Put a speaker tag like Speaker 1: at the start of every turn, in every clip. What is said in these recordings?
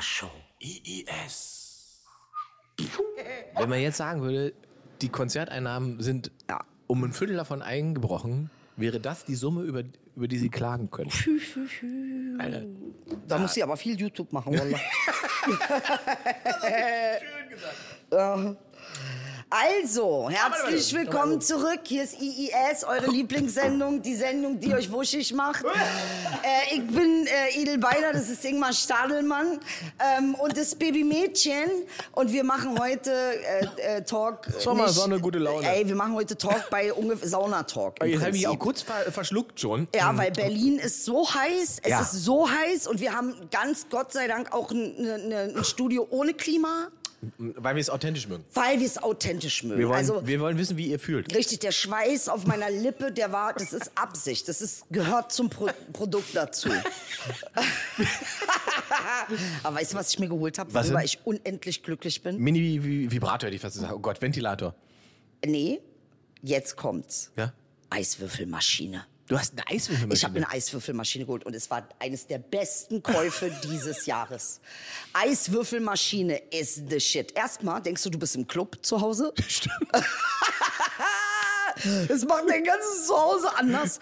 Speaker 1: Show.
Speaker 2: IIS.
Speaker 3: Wenn man jetzt sagen würde, die Konzerteinnahmen sind um ein Viertel davon eingebrochen, wäre das die Summe, über, über die sie klagen können. Alter,
Speaker 1: Da muss sie aber viel YouTube machen, Wallah.
Speaker 2: Schön gesagt.
Speaker 1: Äh, Also,
Speaker 3: warte, warte.
Speaker 1: herzlich willkommen zurück. Hier ist IIS, eure Lieblingssendung, die Sendung, die euch wuschig macht. äh, ich bin äh, Edel Beiler, das ist Ingmar Stadelmann ähm, und das Babymädchen. Und wir machen heute äh, äh, Talk. äh,
Speaker 3: Sommer,
Speaker 1: nicht-
Speaker 3: Sonne, gute Laune.
Speaker 1: Ey, wir machen heute Talk bei ungefähr Sauna-Talk. im
Speaker 3: jetzt habe ich mich
Speaker 1: Prinzip.
Speaker 3: auch kurz ver verschluckt schon.
Speaker 1: Ja, weil Berlin ist so heiß, es
Speaker 3: Hm. Ja.
Speaker 1: ist so heiß und wir haben ganz Gott sei Dank auch ein, ne- ne- ein Studio ohne Klima,
Speaker 3: Weil wir es authentisch mögen.
Speaker 1: weil wir es authentisch mögen.
Speaker 3: Wir wollen,
Speaker 1: also
Speaker 3: wir wollen wissen, wie ihr fühlt.
Speaker 1: richtig, der Schweiß auf meiner Lippe, der war, das ist Absicht, das ist, gehört zum Pro Produkt dazu. Aber weißt du, was ich mir geholt habe,
Speaker 3: Was
Speaker 1: worüber
Speaker 3: denn?
Speaker 1: ich unendlich glücklich bin?
Speaker 3: Mini-Vibrator hätte ich fast gesagt. Oh Gott, Ventilator.
Speaker 1: Nee, jetzt kommt's.
Speaker 3: Ja?
Speaker 1: Eiswürfelmaschine.
Speaker 3: Du hast eine Eiswürfelmaschine.
Speaker 1: Ich habe eine Eiswürfelmaschine geholt und es war eines der besten Käufe dieses Jahres. Eiswürfelmaschine ist the shit. Erstmal denkst du, du bist im Club zu Hause. Es macht dein ganzes Zuhause anders.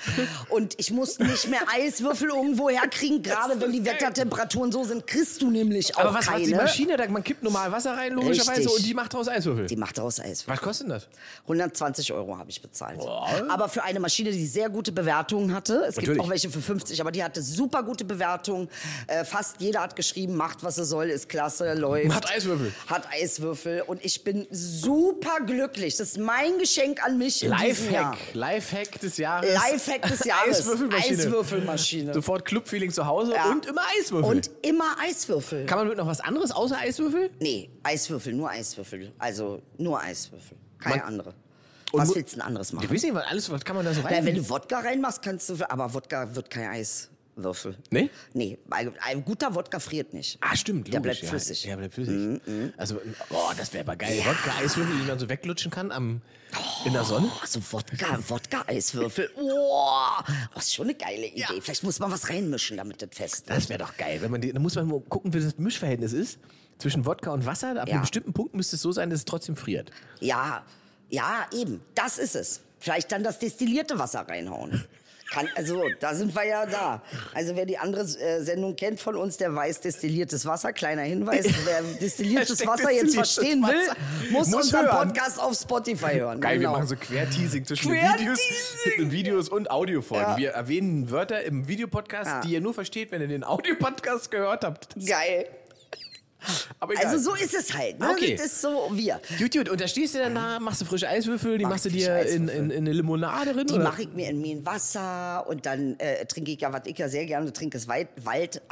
Speaker 1: Und ich muss nicht mehr Eiswürfel irgendwo herkriegen, gerade wenn die Wettertemperaturen so sind, kriegst du nämlich auch
Speaker 3: Aber was macht die
Speaker 1: keine.
Speaker 3: Maschine? Da- Man kippt normal Wasser rein, logischerweise,
Speaker 1: Richtig.
Speaker 3: und die macht daraus Eiswürfel.
Speaker 1: Die macht daraus Eiswürfel.
Speaker 3: was kostet denn das?
Speaker 1: 120 Euro habe ich bezahlt.
Speaker 3: Wow.
Speaker 1: Aber für eine Maschine, die sehr gute Bewertungen hatte. Es gibt
Speaker 3: Natürlich.
Speaker 1: auch welche für 50, aber die hatte super gute Bewertungen. Äh, fast jeder hat geschrieben, macht was er soll, ist klasse, läuft.
Speaker 3: Hat Eiswürfel.
Speaker 1: Hat Eiswürfel. Und ich bin super glücklich. Das ist mein Geschenk an mich in diesem Jahr.
Speaker 3: Lifehack. Lifehack des Jahres.
Speaker 1: Lifehack des Jahres.
Speaker 3: Eiswürfelmaschine.
Speaker 1: Eiswürfelmaschine.
Speaker 3: Sofort Clubfeeling zu Hause
Speaker 1: Ja.
Speaker 3: und immer Eiswürfel.
Speaker 1: Und immer Eiswürfel.
Speaker 3: Kann man mit noch was anderes außer Eiswürfel?
Speaker 1: Nee, Eiswürfel, nur Eiswürfel. Also nur Eiswürfel. Keine
Speaker 3: Man-
Speaker 1: andere.
Speaker 3: Und
Speaker 1: Was
Speaker 3: mu-
Speaker 1: willst du denn anderes machen?
Speaker 3: Ich weiß nicht, was, alles, was kann man da so
Speaker 1: Na,
Speaker 3: rein?
Speaker 1: wenn du Wodka reinmachst, kannst du. Aber Wodka wird kein Eiswürfel.
Speaker 3: Nee?
Speaker 1: Nee, weil ein guter Wodka friert nicht.
Speaker 3: ah, stimmt. Logisch,
Speaker 1: Der bleibt
Speaker 3: ja.
Speaker 1: flüssig.
Speaker 3: Ja, bleibt flüssig. Also, oh, das wäre aber geil. Wodka-Eiswürfel, die man so weglutschen kann am, in der Sonne.
Speaker 1: Oh, so Wodka, Wodka-Eiswürfel. Oh, das ist schon eine geile Idee. Vielleicht muss man was reinmischen, damit das fest wird.
Speaker 3: Das wäre doch geil. Wenn man die, dann muss man nur gucken, wie das Mischverhältnis ist. Zwischen Wodka und Wasser, ab
Speaker 1: Ja.
Speaker 3: einem bestimmten Punkt müsste es so sein, dass es trotzdem friert.
Speaker 1: Ja, ja, eben. Das ist es. Vielleicht dann das destillierte Wasser reinhauen. Kann, also, da sind wir ja da. Also, wer die andere äh, Sendung kennt von uns, der weiß destilliertes Wasser. Kleiner Hinweis, wer destilliertes
Speaker 3: Hashtag
Speaker 1: Wasser jetzt
Speaker 3: destilliertes
Speaker 1: verstehen
Speaker 3: Wasser.
Speaker 1: will, muss,
Speaker 3: Muss
Speaker 1: unseren
Speaker 3: hören.
Speaker 1: Podcast auf Spotify hören.
Speaker 3: Geil,
Speaker 1: genau.
Speaker 3: wir machen so Querteasing zwischen den Videos,
Speaker 1: Querteasing!
Speaker 3: den Videos und Audiofolgen.
Speaker 1: Ja.
Speaker 3: Wir erwähnen Wörter im Videopodcast,
Speaker 1: Ja.
Speaker 3: die ihr nur versteht, wenn ihr den Audiopodcast gehört habt.
Speaker 1: Geil.
Speaker 3: Aber egal.
Speaker 1: Also so ist es halt. Ne?
Speaker 3: Okay.
Speaker 1: Das ist so wir.
Speaker 3: Gut, gut, und da stehst du dann da, machst du frische Eiswürfel, die
Speaker 1: Mach
Speaker 3: machst du
Speaker 1: frische
Speaker 3: dir in, in,
Speaker 1: Eiswürfel.
Speaker 3: in eine Limonade drin?
Speaker 1: Die
Speaker 3: oder?
Speaker 1: mache ich mir in mein Wasser und dann äh, trinke ich ja, was ich ja sehr gerne trinke, ist Wald,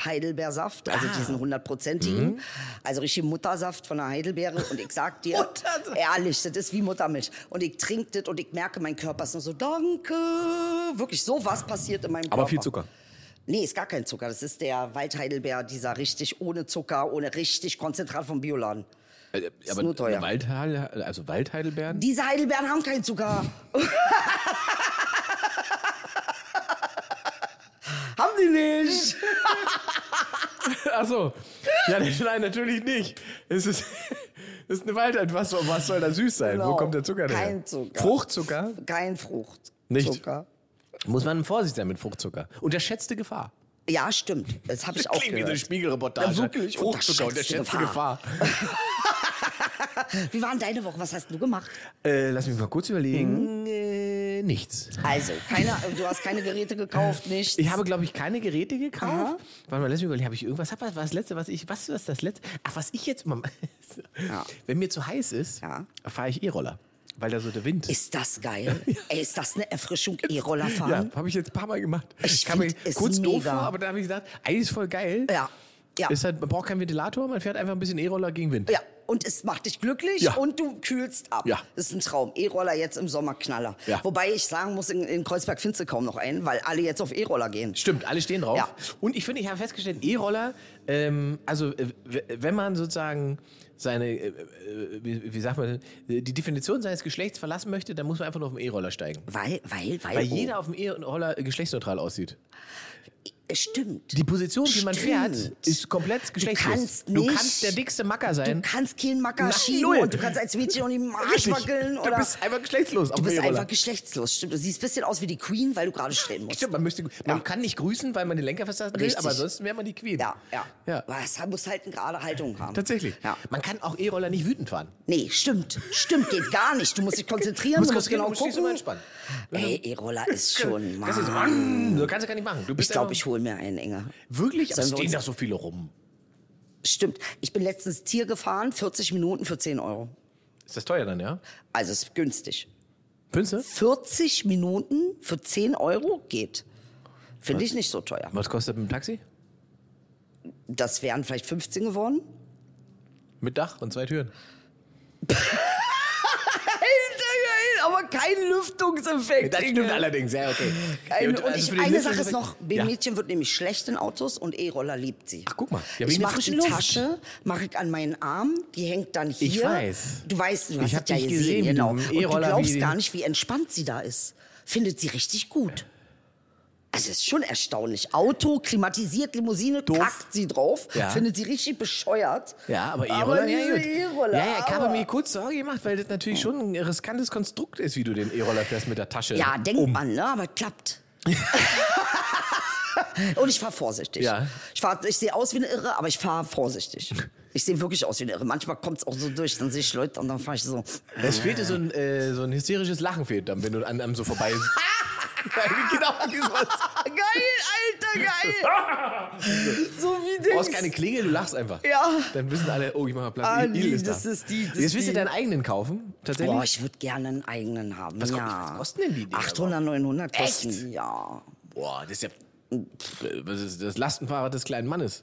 Speaker 1: Waldheidelbeersaft,
Speaker 3: Ah.
Speaker 1: also diesen hundertprozentigen.
Speaker 3: Mhm.
Speaker 1: Also richtig Muttersaft von der Heidelbeere. Und ich sag dir,
Speaker 3: Muttersaft.
Speaker 1: ehrlich, das ist wie Muttermilch. Und ich trinke das und ich merke, mein Körper ist nur so, danke. Wirklich, so was passiert in meinem Körper.
Speaker 3: Aber viel Zucker.
Speaker 1: Nee, ist gar kein Zucker. Das ist der Waldheidelbeer, dieser richtig ohne Zucker, ohne richtig Konzentrat vom Bioladen.
Speaker 3: Äh,
Speaker 1: aber nur teuer.
Speaker 3: Waldheil, also Waldheidelbeeren?
Speaker 1: Diese Heidelbeeren haben keinen Zucker. haben die nicht.
Speaker 3: Achso. Ja, nein, natürlich nicht. Es ist, es ist eine Waldheit. Was, soll- was soll da süß sein? Wo
Speaker 1: Genau.
Speaker 3: kommt der Zucker denn her?
Speaker 1: Kein Zucker.
Speaker 3: Fruchtzucker?
Speaker 1: Kein Frucht.
Speaker 3: Nicht.
Speaker 1: Zucker.
Speaker 3: Muss man vorsichtig sein mit Fruchtzucker. Unterschätzte Gefahr.
Speaker 1: Ja, stimmt. Das habe ich auch
Speaker 3: Klingt wie so eine
Speaker 1: gehört.
Speaker 3: Spiegelreportage.
Speaker 1: Ja, wirklich.
Speaker 3: Fruchtzucker, unterschätzte,
Speaker 1: Unterschätzte
Speaker 3: Gefahr.
Speaker 1: Wie war denn deine Woche? Was hast du gemacht?
Speaker 3: Äh, lass mich mal kurz
Speaker 1: Hm.
Speaker 3: überlegen. Äh, nichts.
Speaker 1: Also, keine, du hast keine Geräte gekauft, nicht?
Speaker 3: Ich habe, glaube ich, keine Geräte gekauft.
Speaker 1: Aha.
Speaker 3: Warte mal, lass mich überlegen, habe ich irgendwas? Hab, was war das letzte, was ich, was ist das letzte? Ach, was ich jetzt immer,
Speaker 1: Ja.
Speaker 3: wenn mir zu heiß ist,
Speaker 1: Ja.
Speaker 3: fahre ich E-Roller, weil da so der Wind
Speaker 1: Ist das geil? Ey, ist das eine Erfrischung, E-Roller
Speaker 3: Ja,
Speaker 1: fahren?
Speaker 3: habe ich jetzt ein paar Mal gemacht.
Speaker 1: Ich
Speaker 3: kam mir
Speaker 1: find es
Speaker 3: kurz doof
Speaker 1: mega.
Speaker 3: vor, aber dann habe ich gedacht, eigentlich ist voll geil.
Speaker 1: Ja. Ja.
Speaker 3: Ist halt, man braucht keinen Ventilator, man fährt einfach ein bisschen E-Roller gegen Wind.
Speaker 1: Ja, und es macht dich glücklich
Speaker 3: Ja.
Speaker 1: und du kühlst ab.
Speaker 3: Ja.
Speaker 1: Das ist ein Traum. E-Roller jetzt im Sommer Knaller.
Speaker 3: Ja.
Speaker 1: Wobei ich sagen muss, in, in Kreuzberg findest du kaum noch einen, weil alle jetzt auf E-Roller gehen.
Speaker 3: Stimmt, alle stehen drauf.
Speaker 1: Ja.
Speaker 3: Und ich finde, ich habe festgestellt, E-Roller, ähm, also äh, w- wenn man sozusagen seine, äh, äh, wie, wie sagt man, äh, die Definition seines Geschlechts verlassen möchte, dann muss man einfach nur auf den E-Roller steigen.
Speaker 1: Weil, weil, weil.
Speaker 3: Weil
Speaker 1: oh.
Speaker 3: jeder auf dem E-Roller geschlechtsneutral aussieht.
Speaker 1: Stimmt.
Speaker 3: Die Position, die man fährt,
Speaker 1: Stimmt.
Speaker 3: ist komplett geschlechtlos.
Speaker 1: kannst
Speaker 3: Du
Speaker 1: nicht-
Speaker 3: kannst der dickste Macker
Speaker 1: Du
Speaker 3: sein.
Speaker 1: kannst keinen Macker
Speaker 3: Nein,
Speaker 1: schieben
Speaker 3: null.
Speaker 1: und du kannst als Mädchen auch nicht im Arsch
Speaker 3: Richtig.
Speaker 1: wackeln.
Speaker 3: Du
Speaker 1: Oder
Speaker 3: bist einfach geschlechtslos.
Speaker 1: du bist einfach geschlechtslos. Stimmt. Du siehst ein bisschen aus wie die Queen, weil du gerade stehen musst.
Speaker 3: Stimmt, man, müsste, man kann nicht grüßen, weil man den Lenker festhalten will,
Speaker 1: Richtig.
Speaker 3: aber ansonsten wäre man die Queen.
Speaker 1: Ja, ja.
Speaker 3: Ja.
Speaker 1: Was, muss halt eine gerade Haltung haben.
Speaker 3: Tatsächlich.
Speaker 1: Ja.
Speaker 3: Man kann auch E-Roller nicht wütend fahren.
Speaker 1: Nee, stimmt. Stimmt, geht gar nicht. Du musst dich konzentrieren, du musst
Speaker 3: konzentrieren,
Speaker 1: genau
Speaker 3: du stehst immer
Speaker 1: gucken.
Speaker 3: entspannen.
Speaker 1: Ey, E-Roller ist schon,
Speaker 3: Das ist,
Speaker 1: Mann.
Speaker 3: Mann, du kannst ja gar nicht machen. Du bist
Speaker 1: Ich glaube,
Speaker 3: einfach-
Speaker 1: ich hole mir einen enger.
Speaker 3: Wirklich? Aber
Speaker 1: Sollen wir
Speaker 3: stehen
Speaker 1: uns-
Speaker 3: da so viele rum.
Speaker 1: Stimmt. Ich bin letztens Tier gefahren, 40 Minuten für 10 Euro.
Speaker 3: Ist das teuer dann, ja?
Speaker 1: Also ist günstig.
Speaker 3: Findest du?
Speaker 1: 40 Minuten für 10 Euro geht. Finde ich nicht so teuer.
Speaker 3: Was kostet ein Taxi?
Speaker 1: Das wären vielleicht 15 geworden.
Speaker 3: Mit Dach und zwei Türen.
Speaker 1: Alter, geil, aber kein Lüftungseffekt.
Speaker 3: Das stimmt allerdings, ja, okay.
Speaker 1: Ein,
Speaker 3: Ja,
Speaker 1: und
Speaker 3: also
Speaker 1: ich,
Speaker 3: für den
Speaker 1: eine
Speaker 3: Lüfter-
Speaker 1: Sache ist noch,
Speaker 3: Ja.
Speaker 1: B-Mädchen wird nämlich schlecht in Autos und E-Roller liebt sie.
Speaker 3: Ach, guck mal. Ja,
Speaker 1: ich
Speaker 3: wegen der
Speaker 1: mache
Speaker 3: frischen
Speaker 1: die
Speaker 3: Luft.
Speaker 1: Tasche, mache ich an meinen Arm, die hängt dann hier.
Speaker 3: weiß.
Speaker 1: Du weißt, du
Speaker 3: Ich
Speaker 1: hast
Speaker 3: hab
Speaker 1: es ja
Speaker 3: dich
Speaker 1: gesehen,
Speaker 3: gesehen, wie
Speaker 1: genau.
Speaker 3: du mit dem
Speaker 1: Und du
Speaker 3: E-Roller
Speaker 1: glaubst
Speaker 3: wie-
Speaker 1: gar nicht, wie entspannt sie da ist. Findet sie richtig gut. Also ist schon erstaunlich. Auto, klimatisiert, Limousine, kackt sie drauf.
Speaker 3: Ja.
Speaker 1: Findet sie richtig bescheuert.
Speaker 3: Ja, aber
Speaker 1: Aber
Speaker 3: E-Roller,
Speaker 1: diese
Speaker 3: ja, gut.
Speaker 1: E-Roller,
Speaker 3: ja, ja, ich habe
Speaker 1: aber-
Speaker 3: mir kurz Sorge gemacht, weil das natürlich schon ein riskantes Konstrukt ist, wie du den E-Roller fährst mit der Tasche.
Speaker 1: Ja, denkt
Speaker 3: um.
Speaker 1: man, ne? aber klappt. Und ich fahre vorsichtig.
Speaker 3: Ja.
Speaker 1: Ich, fahr- ich sehe aus wie eine Irre, aber ich fahre vorsichtig. Ich sehe wirklich aus wie eine Irre. Manchmal kommt es auch so durch, dann sehe ich Leute und dann fahre ich so.
Speaker 3: Es fehlte so ein, äh, so ein hysterisches Lachen fehlt dann, wenn du an einem so vorbei bist. genau, dieses-
Speaker 1: Geil, Alter, geil! so wie
Speaker 3: Du brauchst
Speaker 1: Dings.
Speaker 3: keine Klingel, du lachst einfach.
Speaker 1: Ja.
Speaker 3: Dann wissen alle, oh, ich mache Platz.
Speaker 1: Ah,
Speaker 3: Il- Il
Speaker 1: nee,
Speaker 3: ist
Speaker 1: das
Speaker 3: da.
Speaker 1: ist die, das
Speaker 3: Jetzt
Speaker 1: ist
Speaker 3: willst du
Speaker 1: die.
Speaker 3: deinen eigenen kaufen, tatsächlich?
Speaker 1: Boah, ich würde gerne einen eigenen haben.
Speaker 3: Was ko-
Speaker 1: ja.
Speaker 3: was kosten denn die Dinger
Speaker 1: 800, 900 kosten
Speaker 3: Echt?
Speaker 1: die, ja.
Speaker 3: Boah, das ist ja pff, was ist das Lastenfahrrad des kleinen Mannes.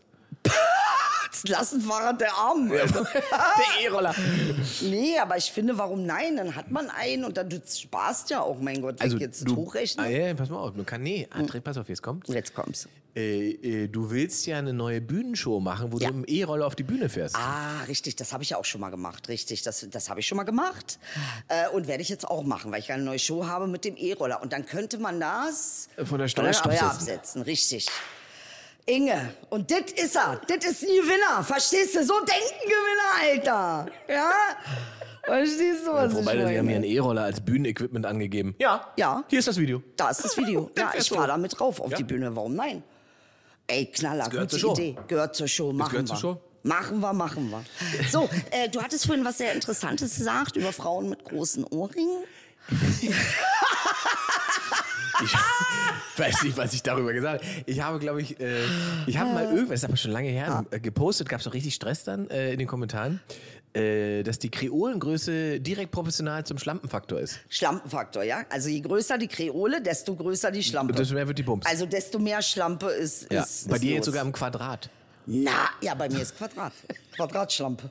Speaker 1: Das Klassenfahrrad der Armen.
Speaker 3: Also, Der E-Roller.
Speaker 1: Nee, aber ich finde, warum nein? Dann hat man einen und dann du sparst ja auch, mein Gott, wenn ich jetzt das hochrechne.
Speaker 3: Ah, ja, ja, pass mal auf. Man kann, nee, André, pass auf, jetzt kommt.
Speaker 1: Jetzt kommst
Speaker 3: Äh, äh, du willst ja eine neue Bühnenshow machen, wo
Speaker 1: Ja.
Speaker 3: du im E-Roller auf die Bühne fährst.
Speaker 1: Ah, richtig, das habe ich ja auch schon mal gemacht, richtig, das, das habe ich schon mal gemacht äh, und werde ich jetzt auch machen, weil ich ja eine neue Show habe mit dem E-Roller und dann könnte man das
Speaker 3: Von der
Speaker 1: von der Steuer
Speaker 3: absetzen.
Speaker 1: absetzen, richtig. Inge, und dit ist er, dit ist ein Gewinner, verstehst du? So denken Gewinner, Alter, ja? Verstehst du, was ich
Speaker 3: Wobei, sie haben hier einen
Speaker 1: meine?
Speaker 3: E-Roller als Bühnenequipment angegeben. Ja.
Speaker 1: Ja.
Speaker 3: Hier ist das Video.
Speaker 1: Da ist das Video,
Speaker 3: Den
Speaker 1: ja, ich
Speaker 3: fährst du.
Speaker 1: fahre damit rauf auf
Speaker 3: Ja.
Speaker 1: die Bühne, warum nein? Ey, Knaller,
Speaker 3: gehört
Speaker 1: gute
Speaker 3: zur Show.
Speaker 1: Idee. Gehört zur Show, machen
Speaker 3: gehört
Speaker 1: wir.
Speaker 3: zur Show.
Speaker 1: Machen wir, machen wir. So, äh, du hattest vorhin was sehr Interessantes gesagt über Frauen mit großen Ohrringen.
Speaker 3: Ich weiß nicht, was ich darüber gesagt habe. Ich habe, glaube ich, äh, ich habe
Speaker 1: Ah.
Speaker 3: mal irgendwas, ist aber schon lange her, äh, gepostet, gab es doch richtig Stress dann äh, in den Kommentaren, äh, dass die Kreolengröße direkt proportional zum Schlampenfaktor ist.
Speaker 1: Schlampenfaktor, ja? Also je größer die Kreole, desto größer die Schlampe.
Speaker 3: Und desto mehr wird die Bums.
Speaker 1: also desto mehr Schlampe ist,
Speaker 3: ja.
Speaker 1: ist, ist
Speaker 3: Bei dir
Speaker 1: los.
Speaker 3: jetzt sogar im Quadrat.
Speaker 1: Na, ja, bei mir ist Quadrat. Quadratschlampe.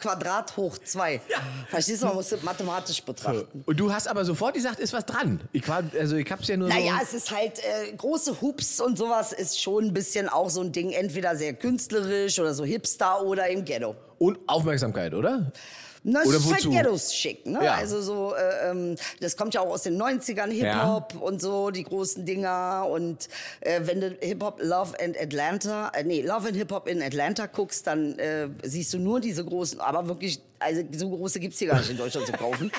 Speaker 1: Quadrat hoch zwei. Verstehst du, man muss das mathematisch betrachten.
Speaker 3: Äh, Und du hast aber sofort gesagt, ist was dran. Ich war, also ich hab's ja nur
Speaker 1: Naja,
Speaker 3: so.
Speaker 1: es ist halt, äh, große Hups und sowas ist schon ein bisschen auch so ein Ding, entweder sehr künstlerisch oder so Hipster oder im Ghetto.
Speaker 3: Und Aufmerksamkeit, oder?
Speaker 1: Na, es
Speaker 3: Oder
Speaker 1: ist halt
Speaker 3: wozu?
Speaker 1: Ghettos schick, ne?
Speaker 3: Ja.
Speaker 1: Also so, äh, ähm, das kommt ja auch aus den 90ern, Hip-Hop und so, die großen Dinger. Und äh, wenn du Hip-Hop Love and Atlanta, äh, nee, Love and Hip-Hop in Atlanta guckst, dann äh, siehst du nur diese großen, aber wirklich, also so große gibt's hier gar nicht in Deutschland zu kaufen.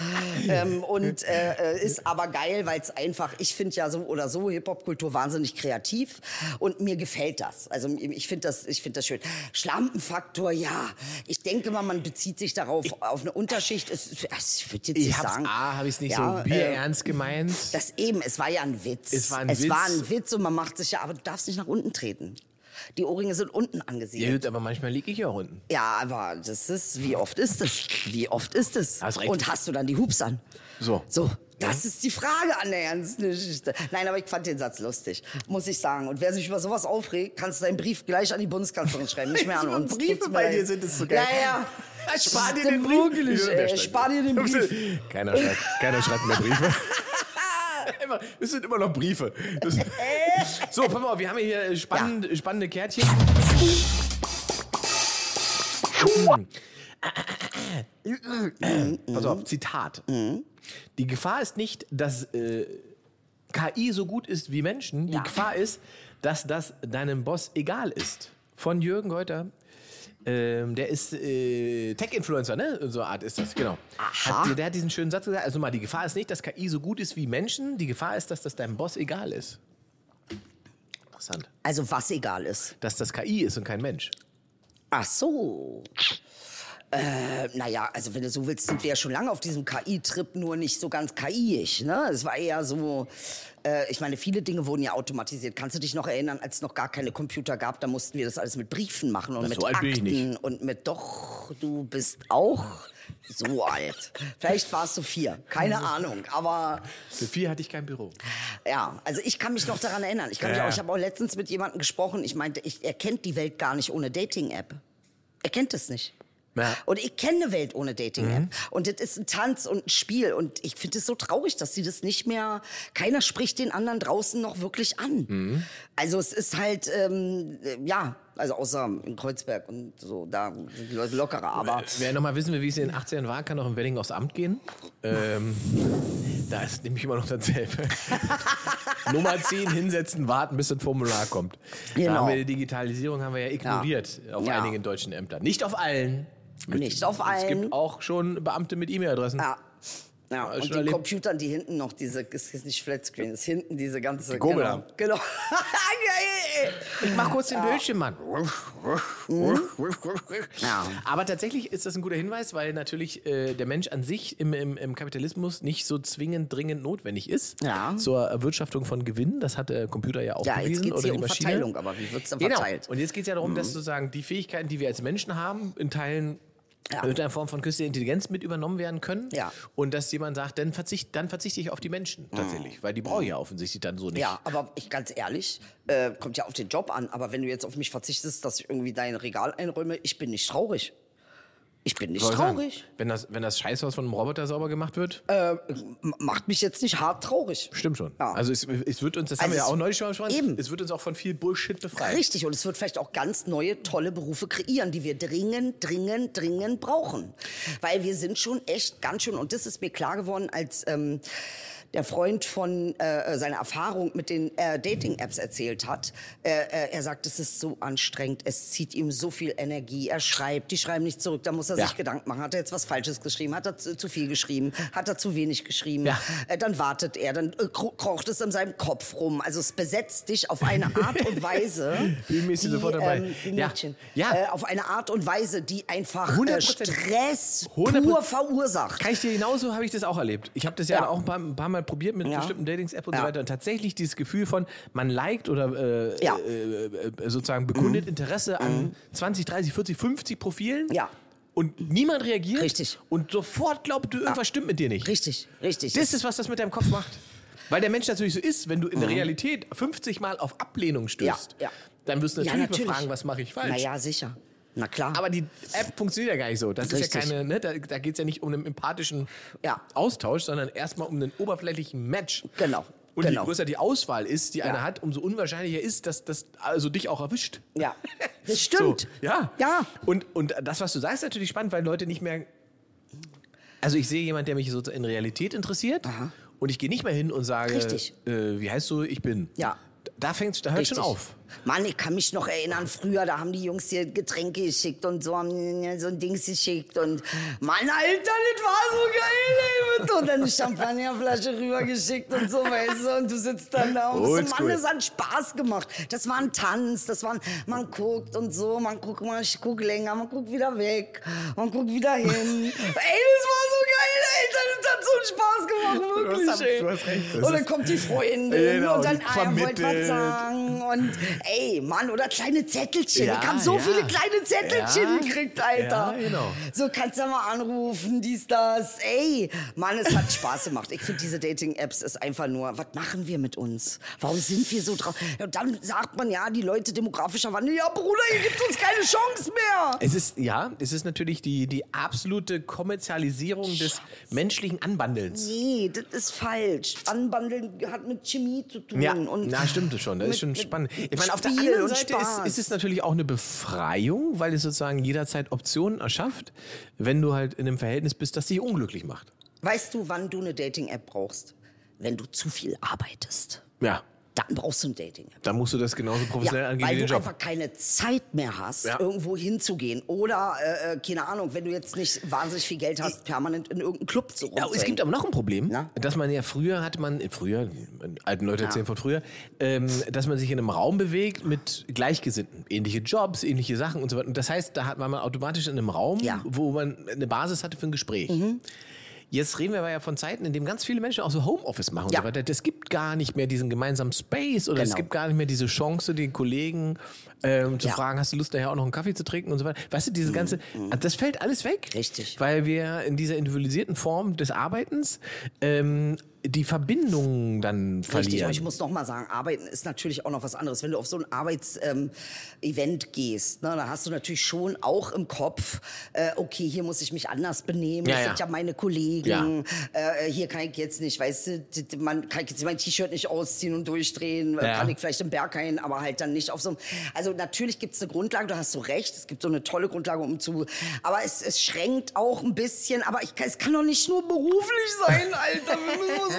Speaker 1: ähm, und äh, äh, ist aber geil, weil es einfach, ich finde ja so oder so Hip-Hop-Kultur wahnsinnig kreativ und mir gefällt das. Also ich finde das, ich finde das schön. Schlampenfaktor, ja. Ich denke mal, man bezieht sich darauf auf eine Unterschicht. Es, es- ich würde jetzt
Speaker 3: Ich
Speaker 1: nicht
Speaker 3: hab's
Speaker 1: sagen.
Speaker 3: A, habe ich's nicht
Speaker 1: Ja,
Speaker 3: so
Speaker 1: äh,
Speaker 3: bierernst gemeint.
Speaker 1: das eben, es war ja ein Witz.
Speaker 3: Es war ein
Speaker 1: es
Speaker 3: Witz.
Speaker 1: War ein Witz und man macht sich ja, aber du darfst nicht nach unten treten. Die Ohrringe sind unten
Speaker 3: Ja,
Speaker 1: angesiedelt.
Speaker 3: gut, aber manchmal liege ich ja auch unten.
Speaker 1: Ja, aber das ist, wie oft ist das? Wie oft ist das?
Speaker 3: Hast recht.
Speaker 1: Und hast du dann die Hups an?
Speaker 3: So.
Speaker 1: So, das ist die Frage an der ganzen Geschichte. Nein, aber ich fand den Satz lustig, muss ich sagen. Und wer sich über sowas aufregt, kannst du deinen Brief gleich an die Bundeskanzlerin schreiben, nicht mehr an
Speaker 3: Wenn
Speaker 1: uns.
Speaker 3: Briefe
Speaker 1: Tut's mir
Speaker 3: bei dir
Speaker 1: leid.
Speaker 3: sind, ist so geil.
Speaker 1: Ja, ja.
Speaker 3: Spar dir
Speaker 1: Stimmt
Speaker 3: den Brief.
Speaker 1: wirklich,
Speaker 3: Ja,
Speaker 1: ey.
Speaker 3: der
Speaker 1: Spar dir den Brief.
Speaker 3: Keiner schreibt, keiner schreibt mehr Briefe. Immer- Es sind immer noch Briefe. Das, so, pass mal, auf, wir haben hier äh, spannend, spannende Kärtchen. pass auf, Zitat. Die Gefahr ist nicht, dass äh, KI so gut ist wie Menschen, die
Speaker 1: Ja.
Speaker 3: Gefahr ist, dass das deinem Boss egal ist. Von Jürgen Reuter. Ähm, der ist äh, Tech-Influencer, ne? So eine Art ist das, genau. Hat, der hat diesen schönen Satz gesagt. Also mal, die Gefahr ist nicht, dass KI so gut ist wie Menschen. Die Gefahr ist, dass das deinem Boss egal ist. Interessant.
Speaker 1: Also was egal ist.
Speaker 3: Dass das KI ist und kein Mensch.
Speaker 1: Ach so. Äh, naja, also wenn du so willst, sind wir ja schon lange auf diesem KI-Trip, nur nicht so ganz KI-ig. Ne? Es war eher so, äh, ich meine, viele Dinge wurden ja automatisiert. Kannst du dich noch erinnern, als es noch gar keine Computer gab, da mussten wir das alles mit Briefen machen und
Speaker 3: Na,
Speaker 1: mit
Speaker 3: so alt bin
Speaker 1: Akten
Speaker 3: ich nicht.
Speaker 1: und mit doch, du bist auch so alt. Vielleicht warst du vier, keine
Speaker 3: Mhm.
Speaker 1: Ahnung. Aber
Speaker 3: Für vier hatte ich kein Büro.
Speaker 1: ja, also ich kann mich noch daran erinnern. Ich, kann mich
Speaker 3: Ja.
Speaker 1: auch- ich habe auch letztens mit jemandem gesprochen. Ich meinte, ich, er kennt die Welt gar nicht ohne Dating-App. Er kennt es nicht.
Speaker 3: Ja.
Speaker 1: Und ich kenne eine Welt ohne Dating-App.
Speaker 3: Mhm.
Speaker 1: Und das ist ein Tanz und ein Spiel. Und ich finde es so traurig, dass sie das nicht mehr. Keiner spricht den anderen draußen noch wirklich an.
Speaker 3: Mhm.
Speaker 1: Also es ist halt, ähm, äh, ja, also außer in Kreuzberg und so, da sind die Leute lockerer. Aber
Speaker 3: Wer noch mal wissen will, wie es in den 80ern war, kann noch im Wedding aufs Amt gehen. Ähm, da ist nämlich immer noch dasselbe. Nummer 10, hinsetzen, warten, bis das Formular kommt. Da
Speaker 1: Genau.
Speaker 3: haben wir die Digitalisierung haben wir ja ignoriert äh, auf
Speaker 1: Ja.
Speaker 3: einigen deutschen Ämtern. Nicht auf allen.
Speaker 1: Nicht auf
Speaker 3: Es
Speaker 1: allen.
Speaker 3: gibt auch schon Beamte mit E-Mail-Adressen.
Speaker 1: ja. Ja,
Speaker 3: ist
Speaker 1: und
Speaker 3: schon
Speaker 1: den
Speaker 3: erlebt.
Speaker 1: Computern, die hinten noch diese, es ist nicht Flatscreen, es ist hinten diese ganze.
Speaker 3: Gurgel
Speaker 1: genau.
Speaker 3: haben.
Speaker 1: genau. Geil.
Speaker 3: Ich mach kurz den Bildschirm, Mann. Mhm.
Speaker 1: Ja.
Speaker 3: Aber tatsächlich ist das ein guter Hinweis, weil natürlich äh, der Mensch an sich im, im, im Kapitalismus nicht so zwingend dringend notwendig ist
Speaker 1: Ja.
Speaker 3: zur Erwirtschaftung von Gewinn. Das hat der Computer ja auch
Speaker 1: Ja, jetzt
Speaker 3: bewiesen.
Speaker 1: geht's
Speaker 3: oder
Speaker 1: hier
Speaker 3: die
Speaker 1: um
Speaker 3: Maschine.
Speaker 1: Verteilung, aber wie wird's denn verteilt? Mhm.
Speaker 3: Genau. Und jetzt geht es ja darum, dass sozusagen die Fähigkeiten, die wir als Menschen haben, in Teilen
Speaker 1: Ja.
Speaker 3: mit einer Form von künstlicher Intelligenz mit übernommen werden können.
Speaker 1: Ja. Mhm.
Speaker 3: Und dass jemand sagt, dann, verzicht, dann verzichte ich auf die Menschen tatsächlich, weil die brauche ich ja offensichtlich dann so nicht.
Speaker 1: Ja, aber ich ganz ehrlich, äh, kommt ja auf den Job an. Aber wenn du jetzt auf mich verzichtest, dass ich irgendwie dein Regal einräume, ich bin nicht traurig. Ich bin nicht
Speaker 3: Soll ich sagen,
Speaker 1: traurig.
Speaker 3: Wenn das, wenn das Scheißhaus von einem Roboter sauber gemacht wird,
Speaker 1: M- Macht mich jetzt nicht hart traurig.
Speaker 3: stimmt schon.
Speaker 1: ja.
Speaker 3: Also es, es wird uns, das haben
Speaker 1: Also
Speaker 3: wir ja
Speaker 1: es-
Speaker 3: auch neulich schon mal besprochen,
Speaker 1: eben.
Speaker 3: es wird uns auch von viel Bullshit befreien.
Speaker 1: Richtig, und es wird vielleicht auch ganz neue, tolle Berufe kreieren, die wir dringend, dringend, dringend brauchen. Weil wir sind schon echt ganz schön, und das ist mir klar geworden, als ähm, der Freund von äh, seiner Erfahrung mit den äh, Dating-Apps erzählt hat. Äh, äh, er sagt, es ist so anstrengend, es zieht ihm so viel Energie. Er schreibt, die schreiben nicht zurück, da muss er
Speaker 3: Ja.
Speaker 1: sich Gedanken machen. Hat er jetzt was Falsches geschrieben? Hat er zu, zu viel geschrieben? Hat er zu wenig geschrieben?
Speaker 3: Ja.
Speaker 1: Äh, dann wartet er, dann äh, kro- krocht es in seinem Kopf rum. Also es besetzt dich auf eine Art und Weise.
Speaker 3: Bin mir sofort dabei.
Speaker 1: die
Speaker 3: Ja.
Speaker 1: Mädchen,
Speaker 3: Ja.
Speaker 1: Äh, auf eine Art und Weise, die einfach äh,
Speaker 3: 100%.
Speaker 1: Stress
Speaker 3: 100%.
Speaker 1: pur verursacht.
Speaker 3: Kann ich dir genauso, habe ich das auch erlebt. Ich habe das ja,
Speaker 1: Ja.
Speaker 3: auch ein paar, ein paar Mal probiert mit
Speaker 1: Ja.
Speaker 3: bestimmten Datings-Apps und
Speaker 1: Ja.
Speaker 3: so weiter. Und tatsächlich dieses Gefühl von, man liked oder äh,
Speaker 1: Ja. Mhm.
Speaker 3: äh, äh, sozusagen bekundet Interesse an 20, 30, 40, 50 Profilen.
Speaker 1: Ja.
Speaker 3: Und niemand reagiert.
Speaker 1: Richtig.
Speaker 3: Und sofort glaubt du, irgendwas stimmt mit dir nicht.
Speaker 1: Richtig, richtig.
Speaker 3: Das ist, was das mit deinem Kopf macht. Weil der Mensch natürlich so ist, wenn du in der Realität 50 Mal auf Ablehnung stößt,
Speaker 1: Mhm. Ja, ja.
Speaker 3: dann wirst du natürlich,
Speaker 1: Ja, natürlich.
Speaker 3: mal fragen, was mache ich falsch.
Speaker 1: naja, sicher. Na klar.
Speaker 3: Aber die App funktioniert ja gar nicht so. Das ist ja
Speaker 1: Richtig.
Speaker 3: keine, ne, da, da geht es ja nicht um einen empathischen
Speaker 1: Ja.
Speaker 3: Austausch, sondern erstmal um einen oberflächlichen Match.
Speaker 1: Genau,
Speaker 3: Und
Speaker 1: genau.
Speaker 3: je größer die Auswahl ist, die einer
Speaker 1: Ja.
Speaker 3: hat, umso unwahrscheinlicher ist, dass das also dich auch erwischt.
Speaker 1: ja, das stimmt.
Speaker 3: So, ja.
Speaker 1: Ja.
Speaker 3: Und, und das, was du sagst, ist natürlich spannend, weil Leute nicht mehr. Also ich sehe jemanden, der mich so in Realität interessiert und ich gehe nicht mehr hin und sage,
Speaker 1: Richtig.
Speaker 3: äh, wie heißt du, ich bin.
Speaker 1: Ja.
Speaker 3: Da fängt's, da hört schon
Speaker 1: Richtig.
Speaker 3: auf.
Speaker 1: Mann, ich kann mich noch erinnern, früher, da haben die Jungs hier Getränke geschickt und so haben die so ein Dings geschickt und Mann, Alter, das war so geil, ey. mit- Und dann eine Champagnerflasche rübergeschickt und so, weißt du, und du sitzt dann da und bist so,
Speaker 3: Oldschool.
Speaker 1: Mann, das hat Spaß gemacht. Das war ein Tanz, das war, ein- man guckt und so, man guckt, man guckt länger, man guckt wieder weg, man guckt wieder hin. ey, das war so geil, Alter, das hat so einen Spaß gemacht,
Speaker 3: hast-
Speaker 1: wirklich. ey.
Speaker 3: du hast recht, das
Speaker 1: und dann
Speaker 3: ist-
Speaker 1: kommt die Freundin
Speaker 3: Genau,
Speaker 1: und dann,
Speaker 3: die
Speaker 1: ah, er wollte was
Speaker 3: vermittelt.
Speaker 1: sagen. Und ey, Mann, oder kleine Zettelchen.
Speaker 3: Ja,
Speaker 1: ich habe so
Speaker 3: ja.
Speaker 1: viele kleine
Speaker 3: Ja.
Speaker 1: Zettelchen gekriegt,
Speaker 3: Ja,
Speaker 1: Alter.
Speaker 3: genau.
Speaker 1: So kannst du mal anrufen, dies, das. Ey, Mann, es hat Spaß gemacht. Ich finde, diese Dating-Apps ist einfach nur, was machen wir mit uns? Warum sind wir so drauf? Ja, Und dann sagt man, ja, die Leute demografischer Wandel. Ja, Bruder, ihr gibt uns keine Chance mehr.
Speaker 3: Es ist, ja, es ist natürlich die, die absolute Kommerzialisierung des menschlichen Anbandelns.
Speaker 1: Nee, das ist falsch. Anbandeln hat mit Chemie zu tun. und
Speaker 3: na, stimmt das schon. Das
Speaker 1: mit-
Speaker 3: ist schon
Speaker 1: mit
Speaker 3: spannend. Ich meine, auf der
Speaker 1: Spiel
Speaker 3: anderen
Speaker 1: und
Speaker 3: Seite
Speaker 1: Spaß.
Speaker 3: ist, ist es natürlich auch eine Befreiung, weil es sozusagen jederzeit Optionen erschafft, wenn du halt in einem Verhältnis bist, das dich unglücklich macht.
Speaker 1: Weißt du, wann du eine Dating-App brauchst? wenn du zu viel arbeitest.
Speaker 3: Ja.
Speaker 1: Dann brauchst du ein Dating-App.
Speaker 3: Dann musst du das genauso professionell angehen
Speaker 1: weil
Speaker 3: wie den
Speaker 1: du
Speaker 3: Job.
Speaker 1: einfach keine Zeit mehr hast,
Speaker 3: Ja.
Speaker 1: irgendwo hinzugehen. Oder, äh, äh, keine Ahnung, wenn du jetzt nicht wahnsinnig viel Geld hast, permanent in irgendeinen Club zu
Speaker 3: Ja, es gibt aber noch ein Problem,
Speaker 1: Na?
Speaker 3: dass man ja früher hatte man, früher, äh, alten Leute erzählen von früher, ähm, dass man sich in einem Raum bewegt mit Gleichgesinnten. Ähnliche Jobs, ähnliche Sachen und so weiter. Und das heißt, da hat man mal automatisch in einem Raum,
Speaker 1: Ja. Mhm.
Speaker 3: wo man eine Basis hatte für ein Gespräch. Jetzt reden wir aber ja von Zeiten, in denen ganz viele Menschen auch so Homeoffice machen und
Speaker 1: Ja.
Speaker 3: so weiter. Es gibt gar nicht mehr diesen gemeinsamen Space oder es
Speaker 1: Genau.
Speaker 3: gibt gar nicht mehr diese Chance, den Kollegen ähm, zu
Speaker 1: Ja. Mhm.
Speaker 3: fragen, hast du Lust, nachher auch noch einen Kaffee zu trinken und so weiter. Weißt du, diese ganze, also das fällt alles weg.
Speaker 1: Richtig.
Speaker 3: Weil wir in dieser individualisierten Form des Arbeitens ähm, die Verbindungen dann
Speaker 1: Richtig,
Speaker 3: verlieren.
Speaker 1: aber ich muss noch mal sagen, arbeiten ist natürlich auch noch was anderes. Wenn du auf so ein Arbeitsevent ähm, Event gehst, ne, dann hast du natürlich schon auch im Kopf, äh, okay, hier muss ich mich anders benehmen.
Speaker 3: Ja,
Speaker 1: das
Speaker 3: ja.
Speaker 1: sind ja meine Kollegen. Äh, hier kann ich jetzt nicht, weißt du, d- d- man kann ich jetzt mein T-Shirt nicht ausziehen und durchdrehen. äh,
Speaker 3: Ja.
Speaker 1: Kann ich vielleicht im Berg ein, aber halt dann nicht auf so einem. Also natürlich gibt es eine Grundlage, du hast so recht, es gibt so eine tolle Grundlage, um zu. Aber es, es schränkt auch ein bisschen. Aber ich, kann- es kann doch nicht nur beruflich sein, Alter.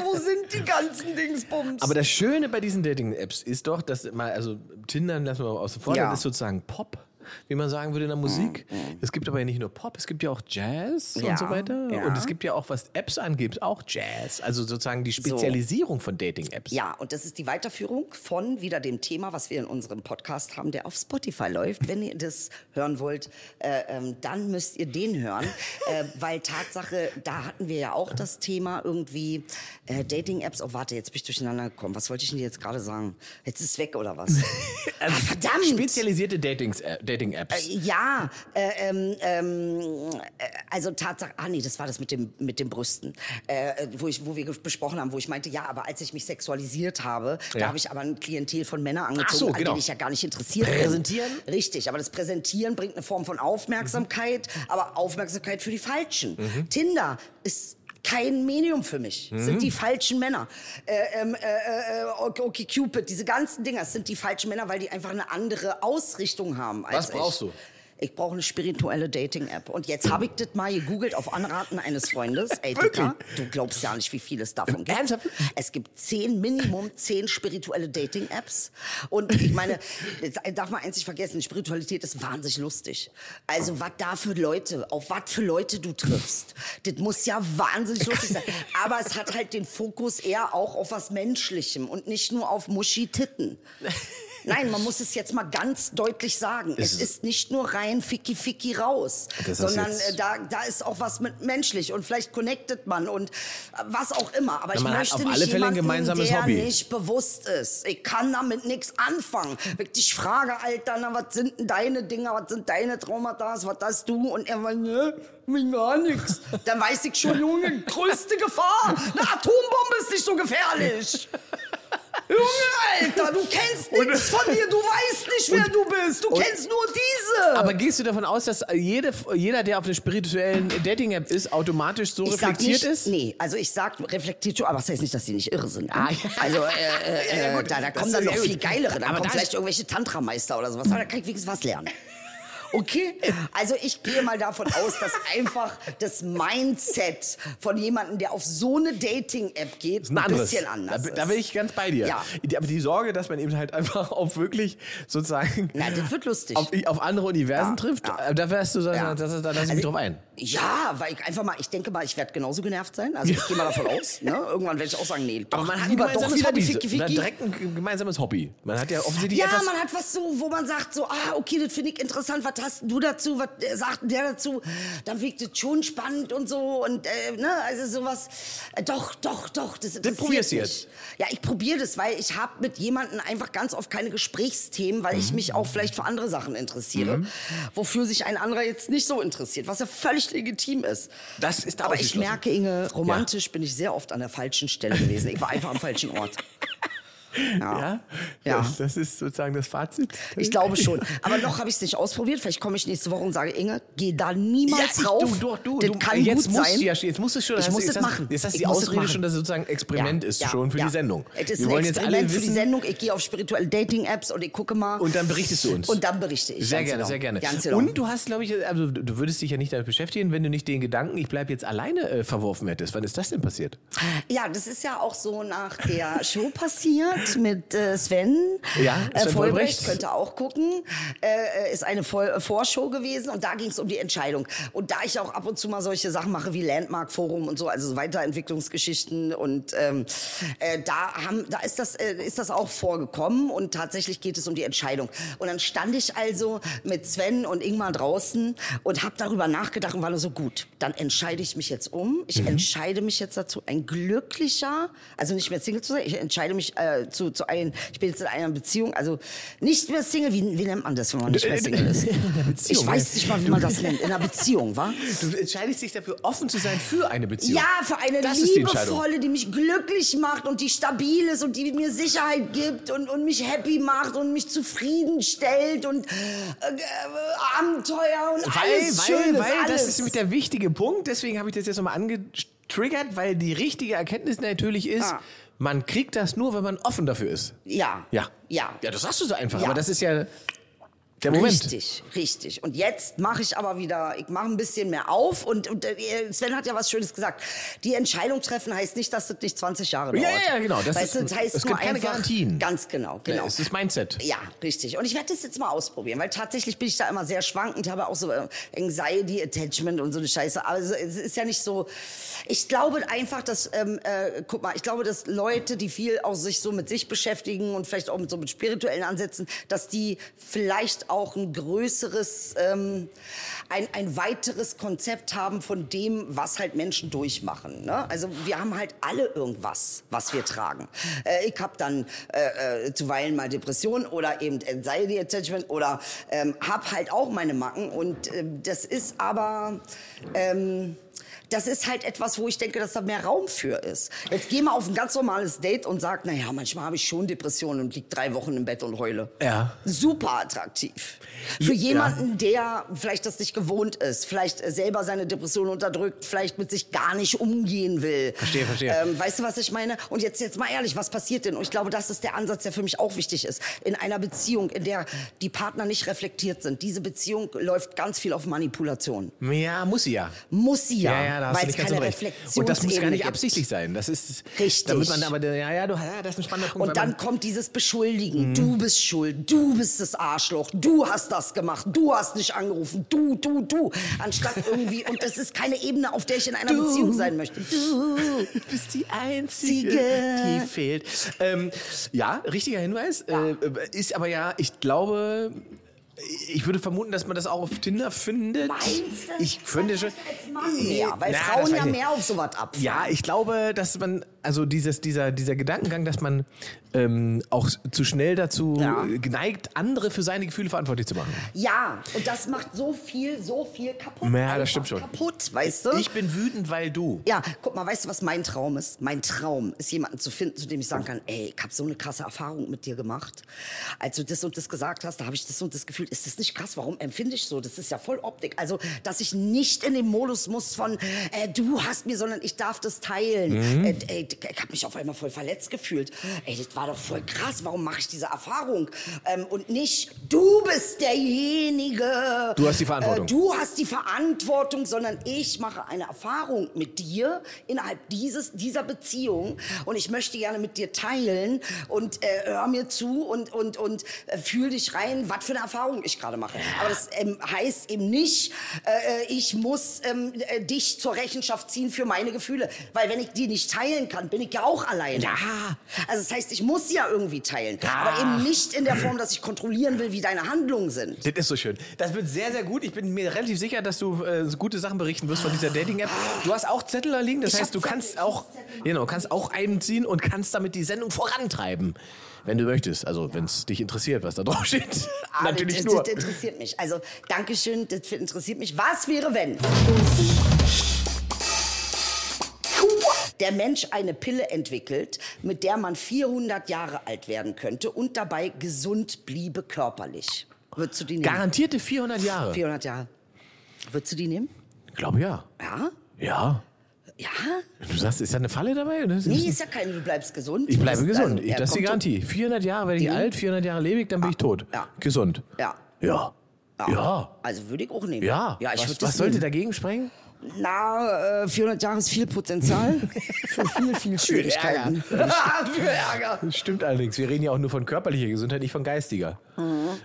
Speaker 1: wo, wo sind die ganzen Dingsbums?
Speaker 3: Aber das Schöne bei diesen Dating-Apps ist doch, dass mal, also Tindern lassen wir mal außen vor,
Speaker 1: Ja. Mm,
Speaker 3: das ist sozusagen Pop, wie man sagen würde in der Musik. Es gibt aber ja nicht nur Pop, es gibt ja auch Jazz
Speaker 1: Ja,
Speaker 3: und so weiter.
Speaker 1: ja.
Speaker 3: Und es gibt ja auch, was Apps angeht, auch Jazz. Also sozusagen die Spezialisierung von Dating-Apps.
Speaker 1: Ja, und das ist die Weiterführung von wieder dem Thema, was wir in unserem Podcast haben, der auf Spotify läuft. Wenn ihr das hören wollt, äh, ähm, dann müsst ihr den hören, äh, weil Tatsache, da hatten wir ja auch das Thema irgendwie äh, Dating-Apps. Oh, warte, jetzt bin ich durcheinander gekommen. Was wollte ich denn jetzt gerade sagen? Jetzt ist es weg oder was? ah, verdammt!
Speaker 3: Spezialisierte Datings- äh, Dating-Apps.
Speaker 1: Ja, äh, ähm, ähm, äh, also Tatsache, ah nee, das war das mit, dem, mit den Brüsten, äh, äh, wo, ich, wo wir ges- besprochen haben, wo ich meinte, ja, aber als ich mich sexualisiert habe,
Speaker 3: Ja.
Speaker 1: da habe ich aber ein Klientel von Männern
Speaker 3: Ach
Speaker 1: angezogen,
Speaker 3: so,
Speaker 1: an
Speaker 3: genau.
Speaker 1: denen ich ja gar nicht interessiert bin.
Speaker 3: Präsentieren?
Speaker 1: Richtig, aber das Präsentieren bringt eine Form von Aufmerksamkeit,
Speaker 3: Mhm.
Speaker 1: aber Aufmerksamkeit für die Falschen. Tinder ist kein Medium für
Speaker 3: Mhm.
Speaker 1: mich. Es Sind die falschen Männer. Äh, ähm, äh, äh, okay, okay, Cupid, diese ganzen Dinger, es sind die falschen Männer, weil die einfach eine andere Ausrichtung haben.
Speaker 3: Was
Speaker 1: Als
Speaker 3: brauchst
Speaker 1: ich.
Speaker 3: du?
Speaker 1: Ich brauche eine spirituelle Dating-App. Und jetzt habe ich das mal gegoogelt auf Anraten eines Freundes. Ey, Dicker, du glaubst ja nicht, wie viel es davon gibt.
Speaker 3: Ernsthaft?
Speaker 1: Es gibt zehn, Minimum zehn spirituelle Dating-Apps. Und ich meine, jetzt darf man eins nicht vergessen, Spiritualität ist wahnsinnig lustig. Also was da für Leute, auf was für Leute du triffst, das muss ja wahnsinnig lustig sein. Aber es hat halt den Fokus eher auch auf was Menschlichem und nicht nur auf Muschi-Titten. Nein, man muss es jetzt mal ganz deutlich sagen. Es,
Speaker 3: Es-
Speaker 1: ist nicht nur rein Ficky Ficky raus,
Speaker 3: Das ist
Speaker 1: sondern
Speaker 3: jetzt-
Speaker 1: äh, da, da ist auch was mit menschlich und vielleicht connectet man und äh, was auch immer. Aber ich
Speaker 3: man hat
Speaker 1: möchte
Speaker 3: auf
Speaker 1: nicht
Speaker 3: alle Fälle ein
Speaker 1: jemanden,
Speaker 3: gemeinsames
Speaker 1: der
Speaker 3: Hobby.
Speaker 1: nicht bewusst ist. Ich kann damit nichts anfangen. Wenn ich dich frage, Alter, na, was sind denn deine Dinger, was sind deine Traumata, was hast du? Und er war, ne, mir gar nichts. Dann weiß ich schon, Junge, größte Gefahr. Eine Atombombe ist nicht so gefährlich. Junge, Alter, du kennst nichts von dir, du weißt nicht, wer du bist. Du kennst nur diese.
Speaker 3: Aber gehst du davon aus, dass jede, jeder, der auf einer spirituellen Dating-App ist, automatisch so reflektiert
Speaker 1: sag nicht,
Speaker 3: ist?
Speaker 1: Nee, also ich sag reflektiert schon, aber das heißt nicht, dass sie nicht irre sind. ne?
Speaker 3: Ah, ja.
Speaker 1: Also äh, äh,
Speaker 3: Ja, ja,
Speaker 1: äh,
Speaker 3: gut.
Speaker 1: da, da
Speaker 3: Das
Speaker 1: kommen
Speaker 3: ist
Speaker 1: dann
Speaker 3: ja
Speaker 1: noch
Speaker 3: gut.
Speaker 1: viel geilere. Da
Speaker 3: Aber
Speaker 1: kommen
Speaker 3: da-
Speaker 1: vielleicht irgendwelche Tantra-Meister oder sowas. Aber da kann ich wenigstens was lernen. Okay? Also ich gehe mal davon aus, dass einfach das Mindset von jemandem, der auf so eine Dating-App geht,
Speaker 3: ein
Speaker 1: ein,
Speaker 3: anderes.
Speaker 1: bisschen anders
Speaker 3: da,
Speaker 1: ist.
Speaker 3: da bin ich ganz bei dir.
Speaker 1: Ja.
Speaker 3: Die- Aber die Sorge, dass man eben halt einfach auf wirklich sozusagen
Speaker 1: Na, das wird lustig.
Speaker 3: auf, auf andere Universen
Speaker 1: Ja,
Speaker 3: trifft,
Speaker 1: ja.
Speaker 3: äh, da wärst du, so-
Speaker 1: Ja.
Speaker 3: da, da, da lass ich mich
Speaker 1: Also-
Speaker 3: drauf ein.
Speaker 1: Ja, weil ich einfach mal, ich denke mal, ich werde genauso genervt sein. Also ich gehe mal davon aus. Ne? Irgendwann werde ich auch sagen, nee, doch,
Speaker 3: Aber man hat ein
Speaker 1: lieber doch
Speaker 3: gemeinsames
Speaker 1: wieder
Speaker 3: Hobby.
Speaker 1: die Ficky
Speaker 3: Man hat
Speaker 1: Ficky.
Speaker 3: direkt ein g- gemeinsames Hobby. Man hat ja offensichtlich
Speaker 1: ja,
Speaker 3: etwas.
Speaker 1: man hat was so, wo man sagt so, ah, okay, das finde ich interessant, was hast du dazu, was äh, sagt denn der dazu? Dann wirkt das schon spannend und so und, äh, ne, also sowas, äh, doch, doch, doch, das interessiert
Speaker 3: probierst du
Speaker 1: mich.
Speaker 3: jetzt.
Speaker 1: Ja, ich probiere das, weil ich habe mit jemandem einfach ganz oft keine Gesprächsthemen, weil
Speaker 3: Mhm.
Speaker 1: ich mich auch vielleicht für andere Sachen interessiere, wofür sich ein anderer jetzt nicht so interessiert, was ja völlig legitim ist.
Speaker 3: das ist da
Speaker 1: Aber ich
Speaker 3: ausgeschlossen.
Speaker 1: merke, Inge, romantisch bin ich sehr oft an der falschen Stelle gewesen. Ich war einfach am falschen Ort.
Speaker 3: Ja,
Speaker 1: Ja.
Speaker 3: Das, das ist sozusagen das Fazit.
Speaker 1: Ich glaube schon. Aber noch habe ich es nicht ausprobiert. Vielleicht komme ich nächste Woche und sage, Inge, geh da niemals
Speaker 3: ich-
Speaker 1: rauf.
Speaker 3: Du, du, du,
Speaker 1: das
Speaker 3: du, äh,
Speaker 1: kann
Speaker 3: jetzt
Speaker 1: gut
Speaker 3: musst
Speaker 1: sein.
Speaker 3: Du ja, jetzt musst du schon,
Speaker 1: Ich
Speaker 3: hast du-
Speaker 1: muss
Speaker 3: jetzt hast-
Speaker 1: das machen.
Speaker 3: Jetzt hast du
Speaker 1: Ich
Speaker 3: die
Speaker 1: muss das
Speaker 3: Ausrede
Speaker 1: machen.
Speaker 3: schon, dass es sozusagen Experiment ist, schon für die Sendung.
Speaker 1: Es ist
Speaker 3: Wir
Speaker 1: ein
Speaker 3: wollen jetzt alle
Speaker 1: Experiment für die
Speaker 3: wissen.
Speaker 1: Sendung. Ich gehe auf spirituelle Dating-Apps und ich gucke mal.
Speaker 3: Und dann berichtest du uns.
Speaker 1: Und dann berichte ich.
Speaker 3: Sehr
Speaker 1: ganz
Speaker 3: gerne,
Speaker 1: genau.
Speaker 3: sehr gerne.
Speaker 1: Ganz genau.
Speaker 3: Und du hast, glaube ich, also du- du würdest dich ja nicht damit beschäftigen, wenn du nicht den Gedanken, ich bleibe jetzt alleine äh, verworfen hättest. Wann ist das denn passiert?
Speaker 1: Ja, das ist ja auch so nach der Show passiert mit äh, Sven.
Speaker 3: Ja,
Speaker 1: äh,
Speaker 3: Sven
Speaker 1: Vollbrecht,
Speaker 3: Vollbrecht.
Speaker 1: könnt ihr auch gucken. Äh, äh, ist eine Voll äh, Vorschau gewesen und da ging es um die Entscheidung. Und da ich auch ab und zu mal solche Sachen mache wie Landmark Forum und so, also so Weiterentwicklungsgeschichten und ähm, äh, da, haben, da ist, das, äh, ist das auch vorgekommen und tatsächlich geht es um die Entscheidung. Und dann stand ich also mit Sven und Ingmar draußen und habe darüber nachgedacht und war nur so gut. Dann entscheide ich mich jetzt um. Ich entscheide mich jetzt dazu, ein glücklicher, also nicht mehr Single zu sein. Ich entscheide mich äh, zu, zu einem, ich bin jetzt in einer Beziehung, also nicht mehr Single. Wie, wie nennt man das, wenn man nicht mehr Single ist?
Speaker 3: Beziehung,
Speaker 1: Ich weiß nicht mal, wie man das nennt. In einer Beziehung, wa?
Speaker 3: Du entscheidest dich dafür, offen zu sein für eine Beziehung.
Speaker 1: Ja, für eine
Speaker 3: Das ist die Entscheidung.
Speaker 1: liebevolle, die mich glücklich macht und die stabil ist und die mir Sicherheit gibt und, und mich happy macht und mich zufriedenstellt und äh, äh, Abenteuer und
Speaker 3: Weil,
Speaker 1: alles
Speaker 3: weil,
Speaker 1: Schönes,
Speaker 3: weil
Speaker 1: alles.
Speaker 3: das ist nämlich der wichtige Punkt. Deswegen habe ich das jetzt nochmal angetriggert, weil die richtige Erkenntnis natürlich ist,
Speaker 1: Ah.
Speaker 3: man kriegt das nur, wenn man offen dafür ist.
Speaker 1: ja.
Speaker 3: Ja.
Speaker 1: Ja.
Speaker 3: Ja, das sagst du so einfach.
Speaker 1: Ja.
Speaker 3: Aber das ist ja der Moment.
Speaker 1: Richtig, richtig. Und jetzt mache ich aber wieder, ich mache ein bisschen mehr auf und, und äh, Sven hat ja was Schönes gesagt. Die Entscheidung treffen heißt nicht, dass das nicht 20 Jahre dauert.
Speaker 3: Ja, ja, ja, genau. Das
Speaker 1: weißt
Speaker 3: ist-
Speaker 1: du, das heißt
Speaker 3: es
Speaker 1: nur
Speaker 3: gibt keine
Speaker 1: einfach,
Speaker 3: Garantien.
Speaker 1: Ganz genau, genau.
Speaker 3: Ja, es ist Mindset.
Speaker 1: Ja, richtig. Und ich werde das jetzt mal ausprobieren, weil tatsächlich bin ich da immer sehr schwankend, habe auch so äh, Anxiety, Attachment und so eine Scheiße. Also es ist ja nicht so. Ich glaube einfach, dass, ähm, äh, guck mal, ich glaube, dass Leute, die viel auch sich so mit sich beschäftigen und vielleicht auch mit so mit spirituellen Ansätzen, dass die vielleicht auch ein größeres, ähm, ein, ein weiteres Konzept haben von dem, was halt Menschen durchmachen. Ne? Also wir haben halt alle irgendwas, was wir tragen. Äh, ich habe dann äh, äh, zuweilen mal Depressionen oder eben Anxiety Attachment oder ähm, habe halt auch meine Macken. Und ähm, das ist aber... Ähm, das ist halt etwas, wo ich denke, dass da mehr Raum für ist. Jetzt geh mal auf ein ganz normales Date und sag, naja, manchmal habe ich schon Depressionen und lieg drei Wochen im Bett und heule.
Speaker 3: Ja.
Speaker 1: Super attraktiv.
Speaker 3: Ja.
Speaker 1: Für jemanden, der vielleicht das nicht gewohnt ist, vielleicht äh, selber seine Depression unterdrückt, vielleicht mit sich gar nicht umgehen will.
Speaker 3: Verstehe, verstehe.
Speaker 1: Ähm, weißt du, was ich meine? Und jetzt, jetzt mal ehrlich, was passiert denn? Und ich glaube, das ist der Ansatz, der für mich auch wichtig ist. In einer Beziehung, in der die Partner nicht reflektiert sind, diese Beziehung läuft ganz viel auf Manipulation.
Speaker 3: Ja, muss sie ja.
Speaker 1: Muss sie ja,
Speaker 3: Ja, ja, da hast du
Speaker 1: weil es
Speaker 3: nicht ganz
Speaker 1: keine
Speaker 3: unrecht. Und das muss gar
Speaker 1: Reflexionsebene
Speaker 3: nicht
Speaker 1: gibt.
Speaker 3: absichtlich sein. Das ist,
Speaker 1: Richtig.
Speaker 3: damit man aber, ja, ja, du, ja, das ist ein spannender Punkt.
Speaker 1: Und
Speaker 3: weil
Speaker 1: dann kommt dieses
Speaker 3: Mhm.
Speaker 1: Beschuldigen. Du bist schuld. Du bist das Arschloch. Du hast das gemacht. Du hast nicht angerufen. Du, du, du. Anstatt irgendwie. Und das ist keine Ebene, auf der ich in einer
Speaker 3: Du.
Speaker 1: Beziehung sein möchte. Du.
Speaker 3: man, bist die Einzige,
Speaker 1: Siege.
Speaker 3: die fehlt. Ähm, ja, richtiger Hinweis. Äh, ist aber ja, ich glaube, ich würde vermuten, dass man das auch auf Tinder findet. Ich finde schon.
Speaker 1: Als Mann mehr, weil
Speaker 3: Na, das weiß
Speaker 1: Frauen
Speaker 3: ich
Speaker 1: ja
Speaker 3: nicht.
Speaker 1: mehr auf sowas ab.
Speaker 3: Ja, ich glaube, dass man, also dieses, dieser, dieser Gedankengang, dass man ähm, auch s- zu schnell dazu
Speaker 1: Ja.
Speaker 3: äh, geneigt, andere für seine Gefühle verantwortlich zu machen.
Speaker 1: Ja, und das macht so viel, so viel kaputt.
Speaker 3: Ja, das
Speaker 1: Einfach
Speaker 3: stimmt schon.
Speaker 1: Kaputt, weißt du?
Speaker 3: Ich bin wütend, weil du.
Speaker 1: Ja, guck mal, weißt du, was mein Traum ist? Mein Traum ist, jemanden zu finden, zu dem ich sagen kann, ey, ich habe so eine krasse Erfahrung mit dir gemacht. Als du das und das gesagt hast, da habe ich das und das gefühlt. Ist das nicht krass? Warum empfinde ich so? Das ist ja voll Optik. Also, dass ich nicht in den Modus muss von, äh, du hast mir, sondern ich darf das
Speaker 3: Mhm.
Speaker 1: teilen. Äh, ey, ich habe mich auf einmal voll verletzt gefühlt. Ey, das war doch voll krass. Warum mache ich diese Erfahrung? Ähm, und nicht, du bist derjenige.
Speaker 3: Du hast die Verantwortung.
Speaker 1: Äh, du hast die Verantwortung, sondern ich mache eine Erfahrung mit dir innerhalb dieses, dieser Beziehung und ich möchte gerne mit dir teilen und äh, hör mir zu und, und, und äh, fühl dich rein, was für eine Erfahrung ich gerade mache. Aber das ähm, heißt eben nicht, äh, äh, ich muss ähm, äh, dich zur Rechenschaft ziehen für meine Gefühle, weil wenn ich die nicht teilen kann, bin ich ja auch alleine.
Speaker 3: Ja.
Speaker 1: Also das heißt, ich muss ja irgendwie teilen, aber eben nicht in der Form, dass ich kontrollieren will, wie deine Handlungen sind.
Speaker 3: Das ist so schön. Das wird sehr, sehr gut. Ich bin mir relativ sicher, dass du äh, gute Sachen berichten wirst von dieser Dating-App. Du hast auch Zettel da liegen. Das
Speaker 1: Ich hab
Speaker 3: heißt, du
Speaker 1: Zettel,
Speaker 3: kannst
Speaker 1: ich
Speaker 3: auch,
Speaker 1: muss Zettel machen.
Speaker 3: genau, kannst auch einziehen und kannst damit die Sendung vorantreiben, wenn du möchtest. Also wenn es dich interessiert, was da drauf steht.
Speaker 1: Ah,
Speaker 3: Natürlich
Speaker 1: das,
Speaker 3: nur.
Speaker 1: Das, das interessiert mich. Also, Dankeschön, das interessiert mich. Was wäre, wenn? der Mensch eine Pille entwickelt, mit der man 400 Jahre alt werden könnte und dabei gesund bliebe körperlich. Würdest du die nehmen?
Speaker 3: Garantierte 400 Jahre.
Speaker 1: 400 Jahre. Würdest du die nehmen?
Speaker 3: Glaube ja.
Speaker 1: Ja?
Speaker 3: Ja.
Speaker 1: Ja?
Speaker 3: Du sagst, ist da eine Falle dabei? Das ist-
Speaker 1: Nee, ist ja keine, du bleibst gesund.
Speaker 3: ich bleibe
Speaker 1: Das-
Speaker 3: gesund.
Speaker 1: also,
Speaker 3: ich,
Speaker 1: er
Speaker 3: das ist die
Speaker 1: kommt-
Speaker 3: Garantie. 400 Jahre werde ich
Speaker 1: Die- Ah,
Speaker 3: alt, 400 Jahre lebe ich, dann bin ich tot.
Speaker 1: Ja.
Speaker 3: Gesund.
Speaker 1: Ja.
Speaker 3: Ja. Ja.
Speaker 1: Also würde ich auch nehmen.
Speaker 3: Ja.
Speaker 1: ja ich würd
Speaker 3: was
Speaker 1: das
Speaker 3: was sollte
Speaker 1: nehmen.
Speaker 3: dagegen sprengen?
Speaker 1: Na, äh, 400 Jahre ist viel Potenzial. Für viele, viele Schwierigkeiten. Für Ärger.
Speaker 3: Das stimmt allerdings. Wir reden ja auch nur von körperlicher Gesundheit, nicht von geistiger.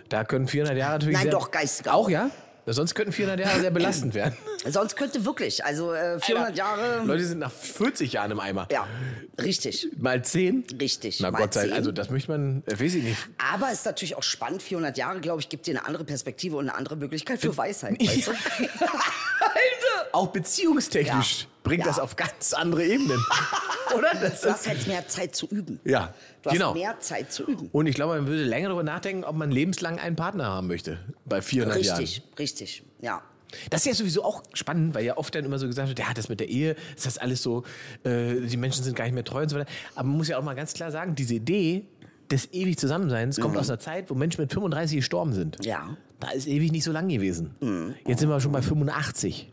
Speaker 3: Da können 400 Jahre natürlich
Speaker 1: Mhm. Nein,
Speaker 3: sehr,
Speaker 1: doch, geistiger
Speaker 3: Auch,
Speaker 1: auch.
Speaker 3: ja? Sonst könnten 400 Jahre sehr belastend werden.
Speaker 1: Sonst könnte wirklich, also äh, 400 Jahre.
Speaker 3: Leute sind nach 40 Jahren im Eimer.
Speaker 1: Ja, richtig.
Speaker 3: Mal 10?
Speaker 1: Richtig,
Speaker 3: Na
Speaker 1: mal
Speaker 3: Gott sei Dank.
Speaker 1: 10.
Speaker 3: Also das möchte man, äh, weiß ich nicht.
Speaker 1: Aber es ist natürlich auch spannend. 400 Jahre, glaube ich, gibt dir eine andere Perspektive und eine andere Möglichkeit für Weisheit. Weißt du? Alter!
Speaker 3: Auch beziehungstechnisch
Speaker 1: Ja.
Speaker 3: bringt
Speaker 1: Ja.
Speaker 3: das auf ganz andere Ebenen. Oder? Das
Speaker 1: Du hast
Speaker 3: ist,
Speaker 1: halt mehr Zeit zu üben.
Speaker 3: ja,
Speaker 1: Du hast
Speaker 3: genau.
Speaker 1: mehr Zeit zu üben.
Speaker 3: Und ich glaube, man würde länger darüber nachdenken, ob man lebenslang einen Partner haben möchte. Bei 400
Speaker 1: Richtig, richtig. Ja.
Speaker 3: Jahren. Das ist ja sowieso auch spannend, weil ja oft dann immer so gesagt wird, ja, das mit der Ehe, ist das alles so, äh, die Menschen sind gar nicht mehr treu und so weiter. Aber man muss ja auch mal ganz klar sagen, diese Idee des ewig Zusammenseins kommt aus einer Zeit, wo Menschen mit 35 gestorben sind.
Speaker 1: Ja.
Speaker 3: Da ist ewig nicht so lang gewesen.
Speaker 1: Mhm.
Speaker 3: Jetzt sind wir schon bei 85.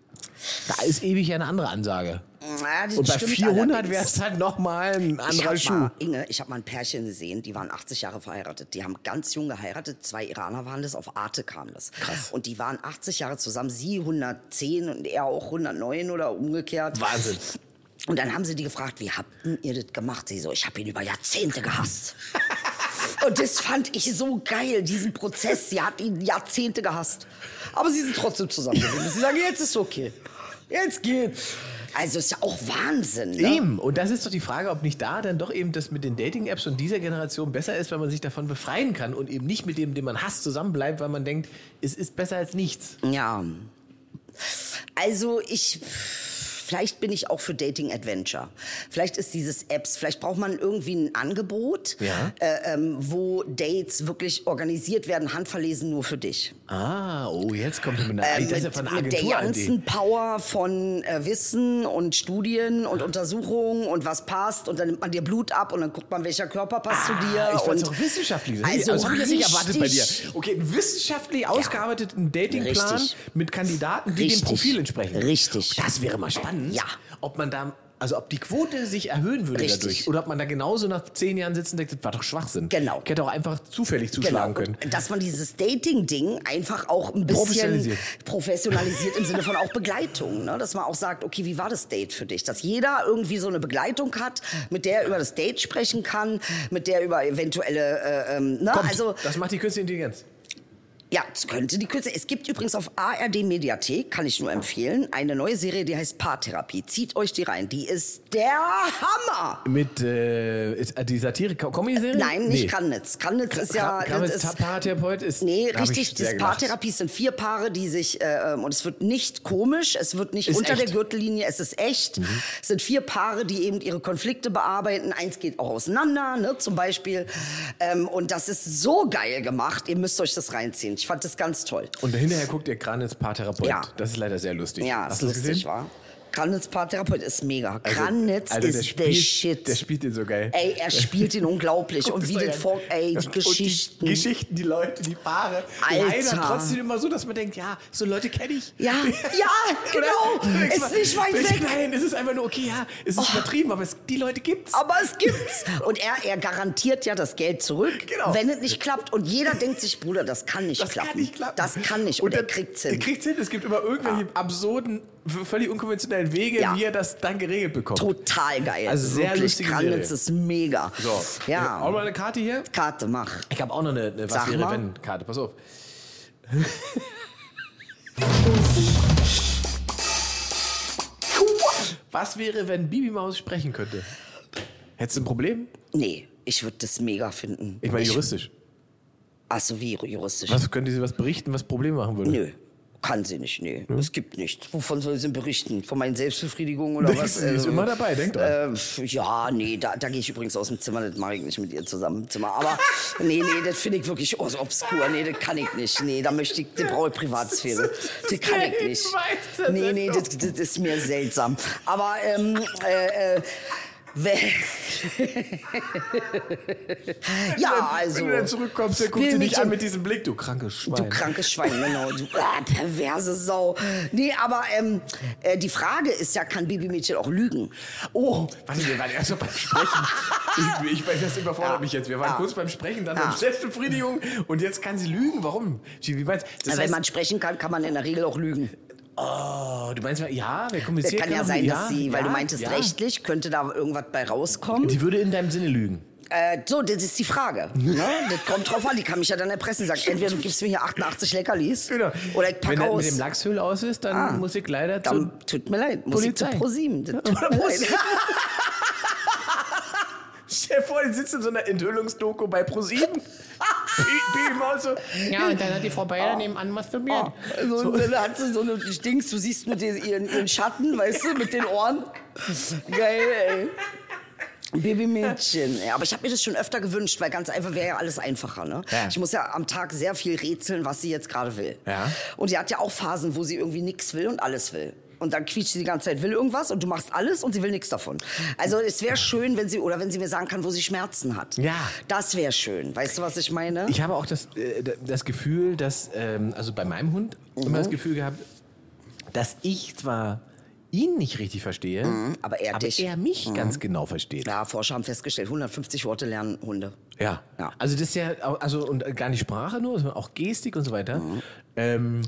Speaker 3: Da ist ewig ja eine andere Ansage.
Speaker 1: Ja, das
Speaker 3: Und bei
Speaker 1: stimmt
Speaker 3: 400
Speaker 1: allerdings.
Speaker 3: wäre es halt nochmal ein
Speaker 1: Ich
Speaker 3: anderer
Speaker 1: hab
Speaker 3: Schuh.
Speaker 1: mal, Inge, ich habe mal ein Pärchen gesehen, die waren 80 Jahre verheiratet. Die haben ganz jung geheiratet. Zwei Iraner waren das, auf Arte kam das. Krass. Und die waren 80 Jahre zusammen, sie 110 und er auch 109 oder umgekehrt.
Speaker 3: Wahnsinn.
Speaker 1: Und dann haben sie die gefragt, wie habt denn ihr das gemacht? Sie so, ich habe ihn über Jahrzehnte gehasst. Und das fand ich so geil, diesen Prozess. Sie hat ihn Jahrzehnte gehasst. Aber sie sind trotzdem zusammengeblieben. Sie sagen, jetzt ist okay. Jetzt geht's. Also ist ja auch Wahnsinn. Ne?
Speaker 3: Eben. Und das ist doch die Frage, ob nicht da dann doch eben das mit den Dating-Apps und dieser Generation besser ist, weil man sich davon befreien kann und eben nicht mit dem, den man hasst, zusammenbleibt, weil man denkt, es ist besser als nichts.
Speaker 1: Ja. Also ich, vielleicht bin ich auch für Dating Adventure. Vielleicht ist dieses Apps, vielleicht braucht man irgendwie ein Angebot,
Speaker 3: Ja.
Speaker 1: äh, ähm, wo Dates wirklich organisiert werden, handverlesen nur für dich.
Speaker 3: Ah, oh, jetzt kommt jemand.
Speaker 1: Äh,
Speaker 3: Ähm, das ist ja
Speaker 1: mit,
Speaker 3: von einer
Speaker 1: mit der
Speaker 3: Agentur an die.
Speaker 1: ganzen Power von äh, Wissen und Studien und Untersuchungen und was passt und dann nimmt man dir Blut ab und dann guckt man, welcher Körper passt zu dir.
Speaker 3: Ah, Ich fand
Speaker 1: und
Speaker 3: es auch wissenschaftlich. Also,
Speaker 1: Also
Speaker 3: das habe ich jetzt nicht erwartet bei dir.
Speaker 1: richtig-
Speaker 3: Okay, einen wissenschaftlich ausgearbeiteten Datingplan
Speaker 1: Richtig.
Speaker 3: mit Kandidaten, die
Speaker 1: Richtig.
Speaker 3: dem Profil entsprechen.
Speaker 1: Richtig.
Speaker 3: Das wäre mal spannend.
Speaker 1: Ja.
Speaker 3: Ob man da, also ob die Quote sich erhöhen würde
Speaker 1: Richtig.
Speaker 3: dadurch. Oder ob man da genauso nach zehn Jahren sitzt und denkt, das war doch Schwachsinn.
Speaker 1: Genau.
Speaker 3: Ich hätte auch einfach zufällig zuschlagen können.
Speaker 1: Und Genau, dass man dieses Dating-Ding einfach auch ein bisschen
Speaker 3: Professionalisiert.
Speaker 1: professionalisiert, im Sinne von auch Begleitung. Ne? Dass man auch sagt, okay, wie war das Date für dich? Dass jeder irgendwie so eine Begleitung hat, mit der er über das Date sprechen kann, mit der er über eventuelle, äh, ähm, ne?
Speaker 3: Kommt,
Speaker 1: also
Speaker 3: das macht die künstliche Intelligenz.
Speaker 1: ja, es könnte die Kürze. Es gibt übrigens auf ARD Mediathek, kann ich nur empfehlen, eine neue Serie, die heißt Paartherapie. Zieht euch die rein. Die ist der Hammer.
Speaker 3: Mit äh, ist, äh, die Satire-Comedy-Serie?
Speaker 1: Nein, nicht Kranitz. Kranitz ist ja, das ist,
Speaker 3: Kramnitz Paartherapeut ist.
Speaker 1: Nee,
Speaker 3: da hab
Speaker 1: richtig.
Speaker 3: ich
Speaker 1: Das
Speaker 3: sehr gelacht.
Speaker 1: Paartherapie es sind vier Paare, die sich äh, ähm, und es wird nicht komisch, es wird nicht
Speaker 3: Ist
Speaker 1: unter
Speaker 3: echt. Mhm.
Speaker 1: der Gürtellinie, es ist echt. Es sind vier Paare, die eben ihre Konflikte bearbeiten. Eins geht auch auseinander, ne, zum Beispiel. Ähm, und das ist so geil gemacht. Ihr müsst euch das reinziehen. Ich fand das ganz toll.
Speaker 3: Und hinterher guckt ihr Kranitz Paartherapeut.
Speaker 1: Ja.
Speaker 3: Das ist leider sehr lustig.
Speaker 1: Ja,
Speaker 3: Hast
Speaker 1: das
Speaker 3: du
Speaker 1: ist
Speaker 3: das
Speaker 1: lustig,
Speaker 3: gesehen?
Speaker 1: war. Kranitz Paartherapeut ist mega.
Speaker 3: Also,
Speaker 1: Kranitz
Speaker 3: Alter,
Speaker 1: ist
Speaker 3: der
Speaker 1: der,
Speaker 3: spielt,
Speaker 1: Shit.
Speaker 3: Der spielt den so geil.
Speaker 1: Ey, er spielt ihn unglaublich.
Speaker 3: Guck
Speaker 1: und
Speaker 3: das
Speaker 1: wie
Speaker 3: doch
Speaker 1: den
Speaker 3: an.
Speaker 1: Vor... Ey, die
Speaker 3: Und
Speaker 1: Geschichten.
Speaker 3: Die Geschichten, die Leute, die Paare.
Speaker 1: Alter.
Speaker 3: Leider trotzdem immer so, dass man denkt, ja, so Leute kenne ich.
Speaker 1: Ja, ja,
Speaker 3: Oder? Du
Speaker 1: genau.
Speaker 3: denkst
Speaker 1: Ist
Speaker 3: mal,
Speaker 1: nicht weit
Speaker 3: welch-
Speaker 1: weg. Oh.
Speaker 3: Nein, es ist einfach nur okay, ja, es ist übertrieben, aber es, die Leute gibt's.
Speaker 1: Aber es gibt's. Und er, er garantiert ja das Geld zurück,
Speaker 3: Genau.
Speaker 1: wenn es nicht klappt. Und jeder denkt sich, Bruder, das kann nicht
Speaker 3: das
Speaker 1: klappen.
Speaker 3: kann nicht klappen.
Speaker 1: Das kann nicht. Und, er
Speaker 3: dann-
Speaker 1: kriegt's
Speaker 3: Er
Speaker 1: hin.
Speaker 3: kriegt's hin. Es gibt immer irgendwelche absurden, v- völlig unkonventionellen Wege,
Speaker 1: Ja.
Speaker 3: wie er das dann geregelt bekommt.
Speaker 1: Total geil.
Speaker 3: Also sehr
Speaker 1: Wirklich,
Speaker 3: lustige
Speaker 1: Kranitz
Speaker 3: Serie.
Speaker 1: ist mega.
Speaker 3: So, auch
Speaker 1: Ja,
Speaker 3: mal eine Karte hier.
Speaker 1: Karte, mach.
Speaker 3: Ich habe auch noch eine, eine was
Speaker 1: Sag
Speaker 3: wäre
Speaker 1: mal.
Speaker 3: wenn Karte. Pass auf. Was wäre, wenn Bibi Maus sprechen könnte? Hättest du ein Problem?
Speaker 1: Nee, ich würde das mega finden.
Speaker 3: Ich meine juristisch.
Speaker 1: Achso, wie juristisch?
Speaker 3: Was könnte sie was berichten, was Probleme machen würde?
Speaker 1: Nö. Kann sie nicht, nee. Es gibt nichts. Wovon soll sie denn berichten? Von meinen Selbstbefriedigungen oder was?
Speaker 3: Sie ist immer dabei, denk dran.
Speaker 1: Ähm, ja, nee, da, da gehe ich übrigens aus dem Zimmer, das mache ich nicht mit ihr zusammen im Zimmer. Aber nee, nee, das finde ich wirklich aus obskur. Nee, das kann ich nicht. Nee, da möchte ich, da brauche ich Privatsphäre. Das kann ich nicht. Nee, nee, das, das ist mir seltsam. Aber ähm, äh, äh, we- ja, also.
Speaker 3: Wenn du dann zurückkommst, dann guckt
Speaker 1: Spiel
Speaker 3: sie dich
Speaker 1: mich
Speaker 3: an
Speaker 1: im-
Speaker 3: mit diesem Blick, du krankes Schwein.
Speaker 1: Du krankes Schwein, genau. Du ah, perverse Sau. Nee, aber ähm, äh, die Frage ist ja, kann Babymädchen auch lügen?
Speaker 3: Oh, warte, wir waren erst noch beim Sprechen. Ich, ich weiß, das überfordert
Speaker 1: Ja.
Speaker 3: mich jetzt. Wir waren
Speaker 1: Ja.
Speaker 3: kurz beim Sprechen, dann
Speaker 1: Ja.
Speaker 3: beim Selbstbefriedigung und jetzt kann sie lügen. Warum? Wie wie meinst du? Das
Speaker 1: Wenn
Speaker 3: heißt,
Speaker 1: man sprechen kann, kann man in der Regel auch lügen.
Speaker 3: oh, du meinst, ja, wir
Speaker 1: Das
Speaker 3: kommunizieren.
Speaker 1: kann ja
Speaker 3: noch-
Speaker 1: sein, dass sie, weil du meintest,
Speaker 3: ja.
Speaker 1: rechtlich könnte da irgendwas bei rauskommen.
Speaker 3: Die würde in deinem Sinne lügen.
Speaker 1: Äh, so, das ist die Frage. Ne? Das kommt drauf an, die kann mich ja dann erpressen. Sagt, entweder du gibst mir hier 88 Leckerlis
Speaker 3: Genau.
Speaker 1: oder ich
Speaker 3: Wenn
Speaker 1: packe
Speaker 3: das
Speaker 1: aus.
Speaker 3: mit dem Lachsöl aus ist, dann
Speaker 1: Ah.
Speaker 3: muss ich leider zu.
Speaker 1: dann tut mir leid, muss ich zu
Speaker 3: Polizei.
Speaker 1: ProSieben. Das tut mir leid.
Speaker 3: Muss- Stell dir vor, die sitzt in so einer Enthüllungsdoku bei ProSieben. Baby Maus so.
Speaker 4: Ja, und dann hat die Frau
Speaker 1: Oh.
Speaker 4: Bayer nebenan masturbiert.
Speaker 1: So, Dann hat sie so eine Dings, du siehst nur den, ihren, ihren Schatten, weißt du, mit den Ohren. Geil, ey. Babymädchen. Ja, aber ich habe mir das schon öfter gewünscht, weil ganz einfach wäre ja alles einfacher. Ne?
Speaker 3: Ja.
Speaker 1: Ich muss ja am Tag sehr viel rätseln, was sie jetzt gerade will.
Speaker 3: Ja.
Speaker 1: Und sie hat ja auch Phasen, wo sie irgendwie nichts will und alles will. Und dann quietscht sie die ganze Zeit, will irgendwas und du machst alles und sie will nichts davon. Also es wäre schön, wenn sie, oder wenn sie mir sagen kann, wo sie Schmerzen hat.
Speaker 3: Ja.
Speaker 1: Das wäre schön. Weißt du, was ich meine?
Speaker 3: Ich habe auch das, äh, d- das Gefühl, dass, ähm, also bei meinem Hund, immer
Speaker 1: Mhm.
Speaker 3: das Gefühl gehabt, dass ich zwar ihn nicht richtig verstehe,
Speaker 1: Mhm, aber er
Speaker 3: aber
Speaker 1: dich. Mhm.
Speaker 3: er mich ganz genau versteht.
Speaker 1: Ja, Forscher haben festgestellt, 150 Worte lernen Hunde.
Speaker 3: Ja.
Speaker 1: Ja.
Speaker 3: Also das ist ja, au- also und äh, gar nicht Sprache nur, sondern auch Gestik und so weiter.
Speaker 1: Mhm.
Speaker 3: Ähm,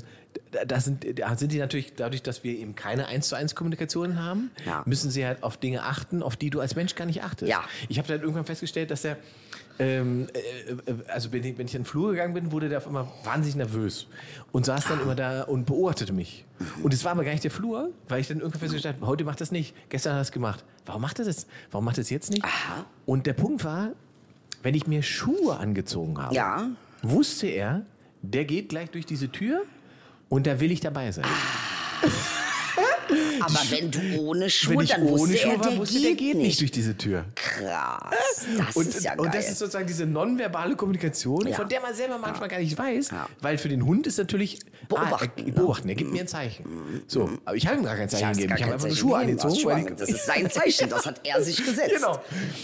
Speaker 3: da- da sind, da sind die natürlich, dadurch, dass wir eben keine 1 zu 1 Kommunikation haben,
Speaker 1: Ja.
Speaker 3: müssen sie halt auf Dinge achten, auf die du als Mensch gar nicht achtest.
Speaker 1: Ja.
Speaker 3: Ich habe dann irgendwann festgestellt, dass der, ähm, äh, äh, also wenn ich, wenn ich in den Flur gegangen bin, wurde der auf einmal wahnsinnig nervös und saß dann immer da und beobachtete mich. Und es war aber gar nicht der Flur, weil ich dann irgendwann festgestellt habe, heute macht das nicht, gestern hat er das gemacht. Warum macht er das? Warum macht er das jetzt nicht? Und der Punkt war, wenn ich mir Schuhe angezogen habe,
Speaker 1: Ja.
Speaker 3: wusste er, der geht gleich durch diese Tür und da will ich dabei sein.
Speaker 1: Aber wenn du ohne
Speaker 3: wenn
Speaker 1: Schuhe,
Speaker 3: ich
Speaker 1: dann
Speaker 3: ohne
Speaker 1: wusste
Speaker 3: Schuhe
Speaker 1: er, der,
Speaker 3: war, wusste
Speaker 1: geht
Speaker 3: der geht nicht
Speaker 1: nicht.
Speaker 3: durch diese Tür.
Speaker 1: Krass, das
Speaker 3: Und,
Speaker 1: ist ja geil.
Speaker 3: und das ist sozusagen diese nonverbale Kommunikation,
Speaker 1: Ja.
Speaker 3: von der man selber manchmal gar nicht weiß,
Speaker 1: Ja.
Speaker 3: weil für den Hund ist natürlich
Speaker 1: Beobachten, ne? Mhm.
Speaker 3: Ah, er, beobachten, er gibt mir ein Zeichen. So, aber ich habe ihm gar kein Zeichen gegeben. Ich habe einfach nur Schuhe angezogen. weil ich-
Speaker 1: Das ist sein Zeichen, das hat er sich gesetzt.
Speaker 3: Genau.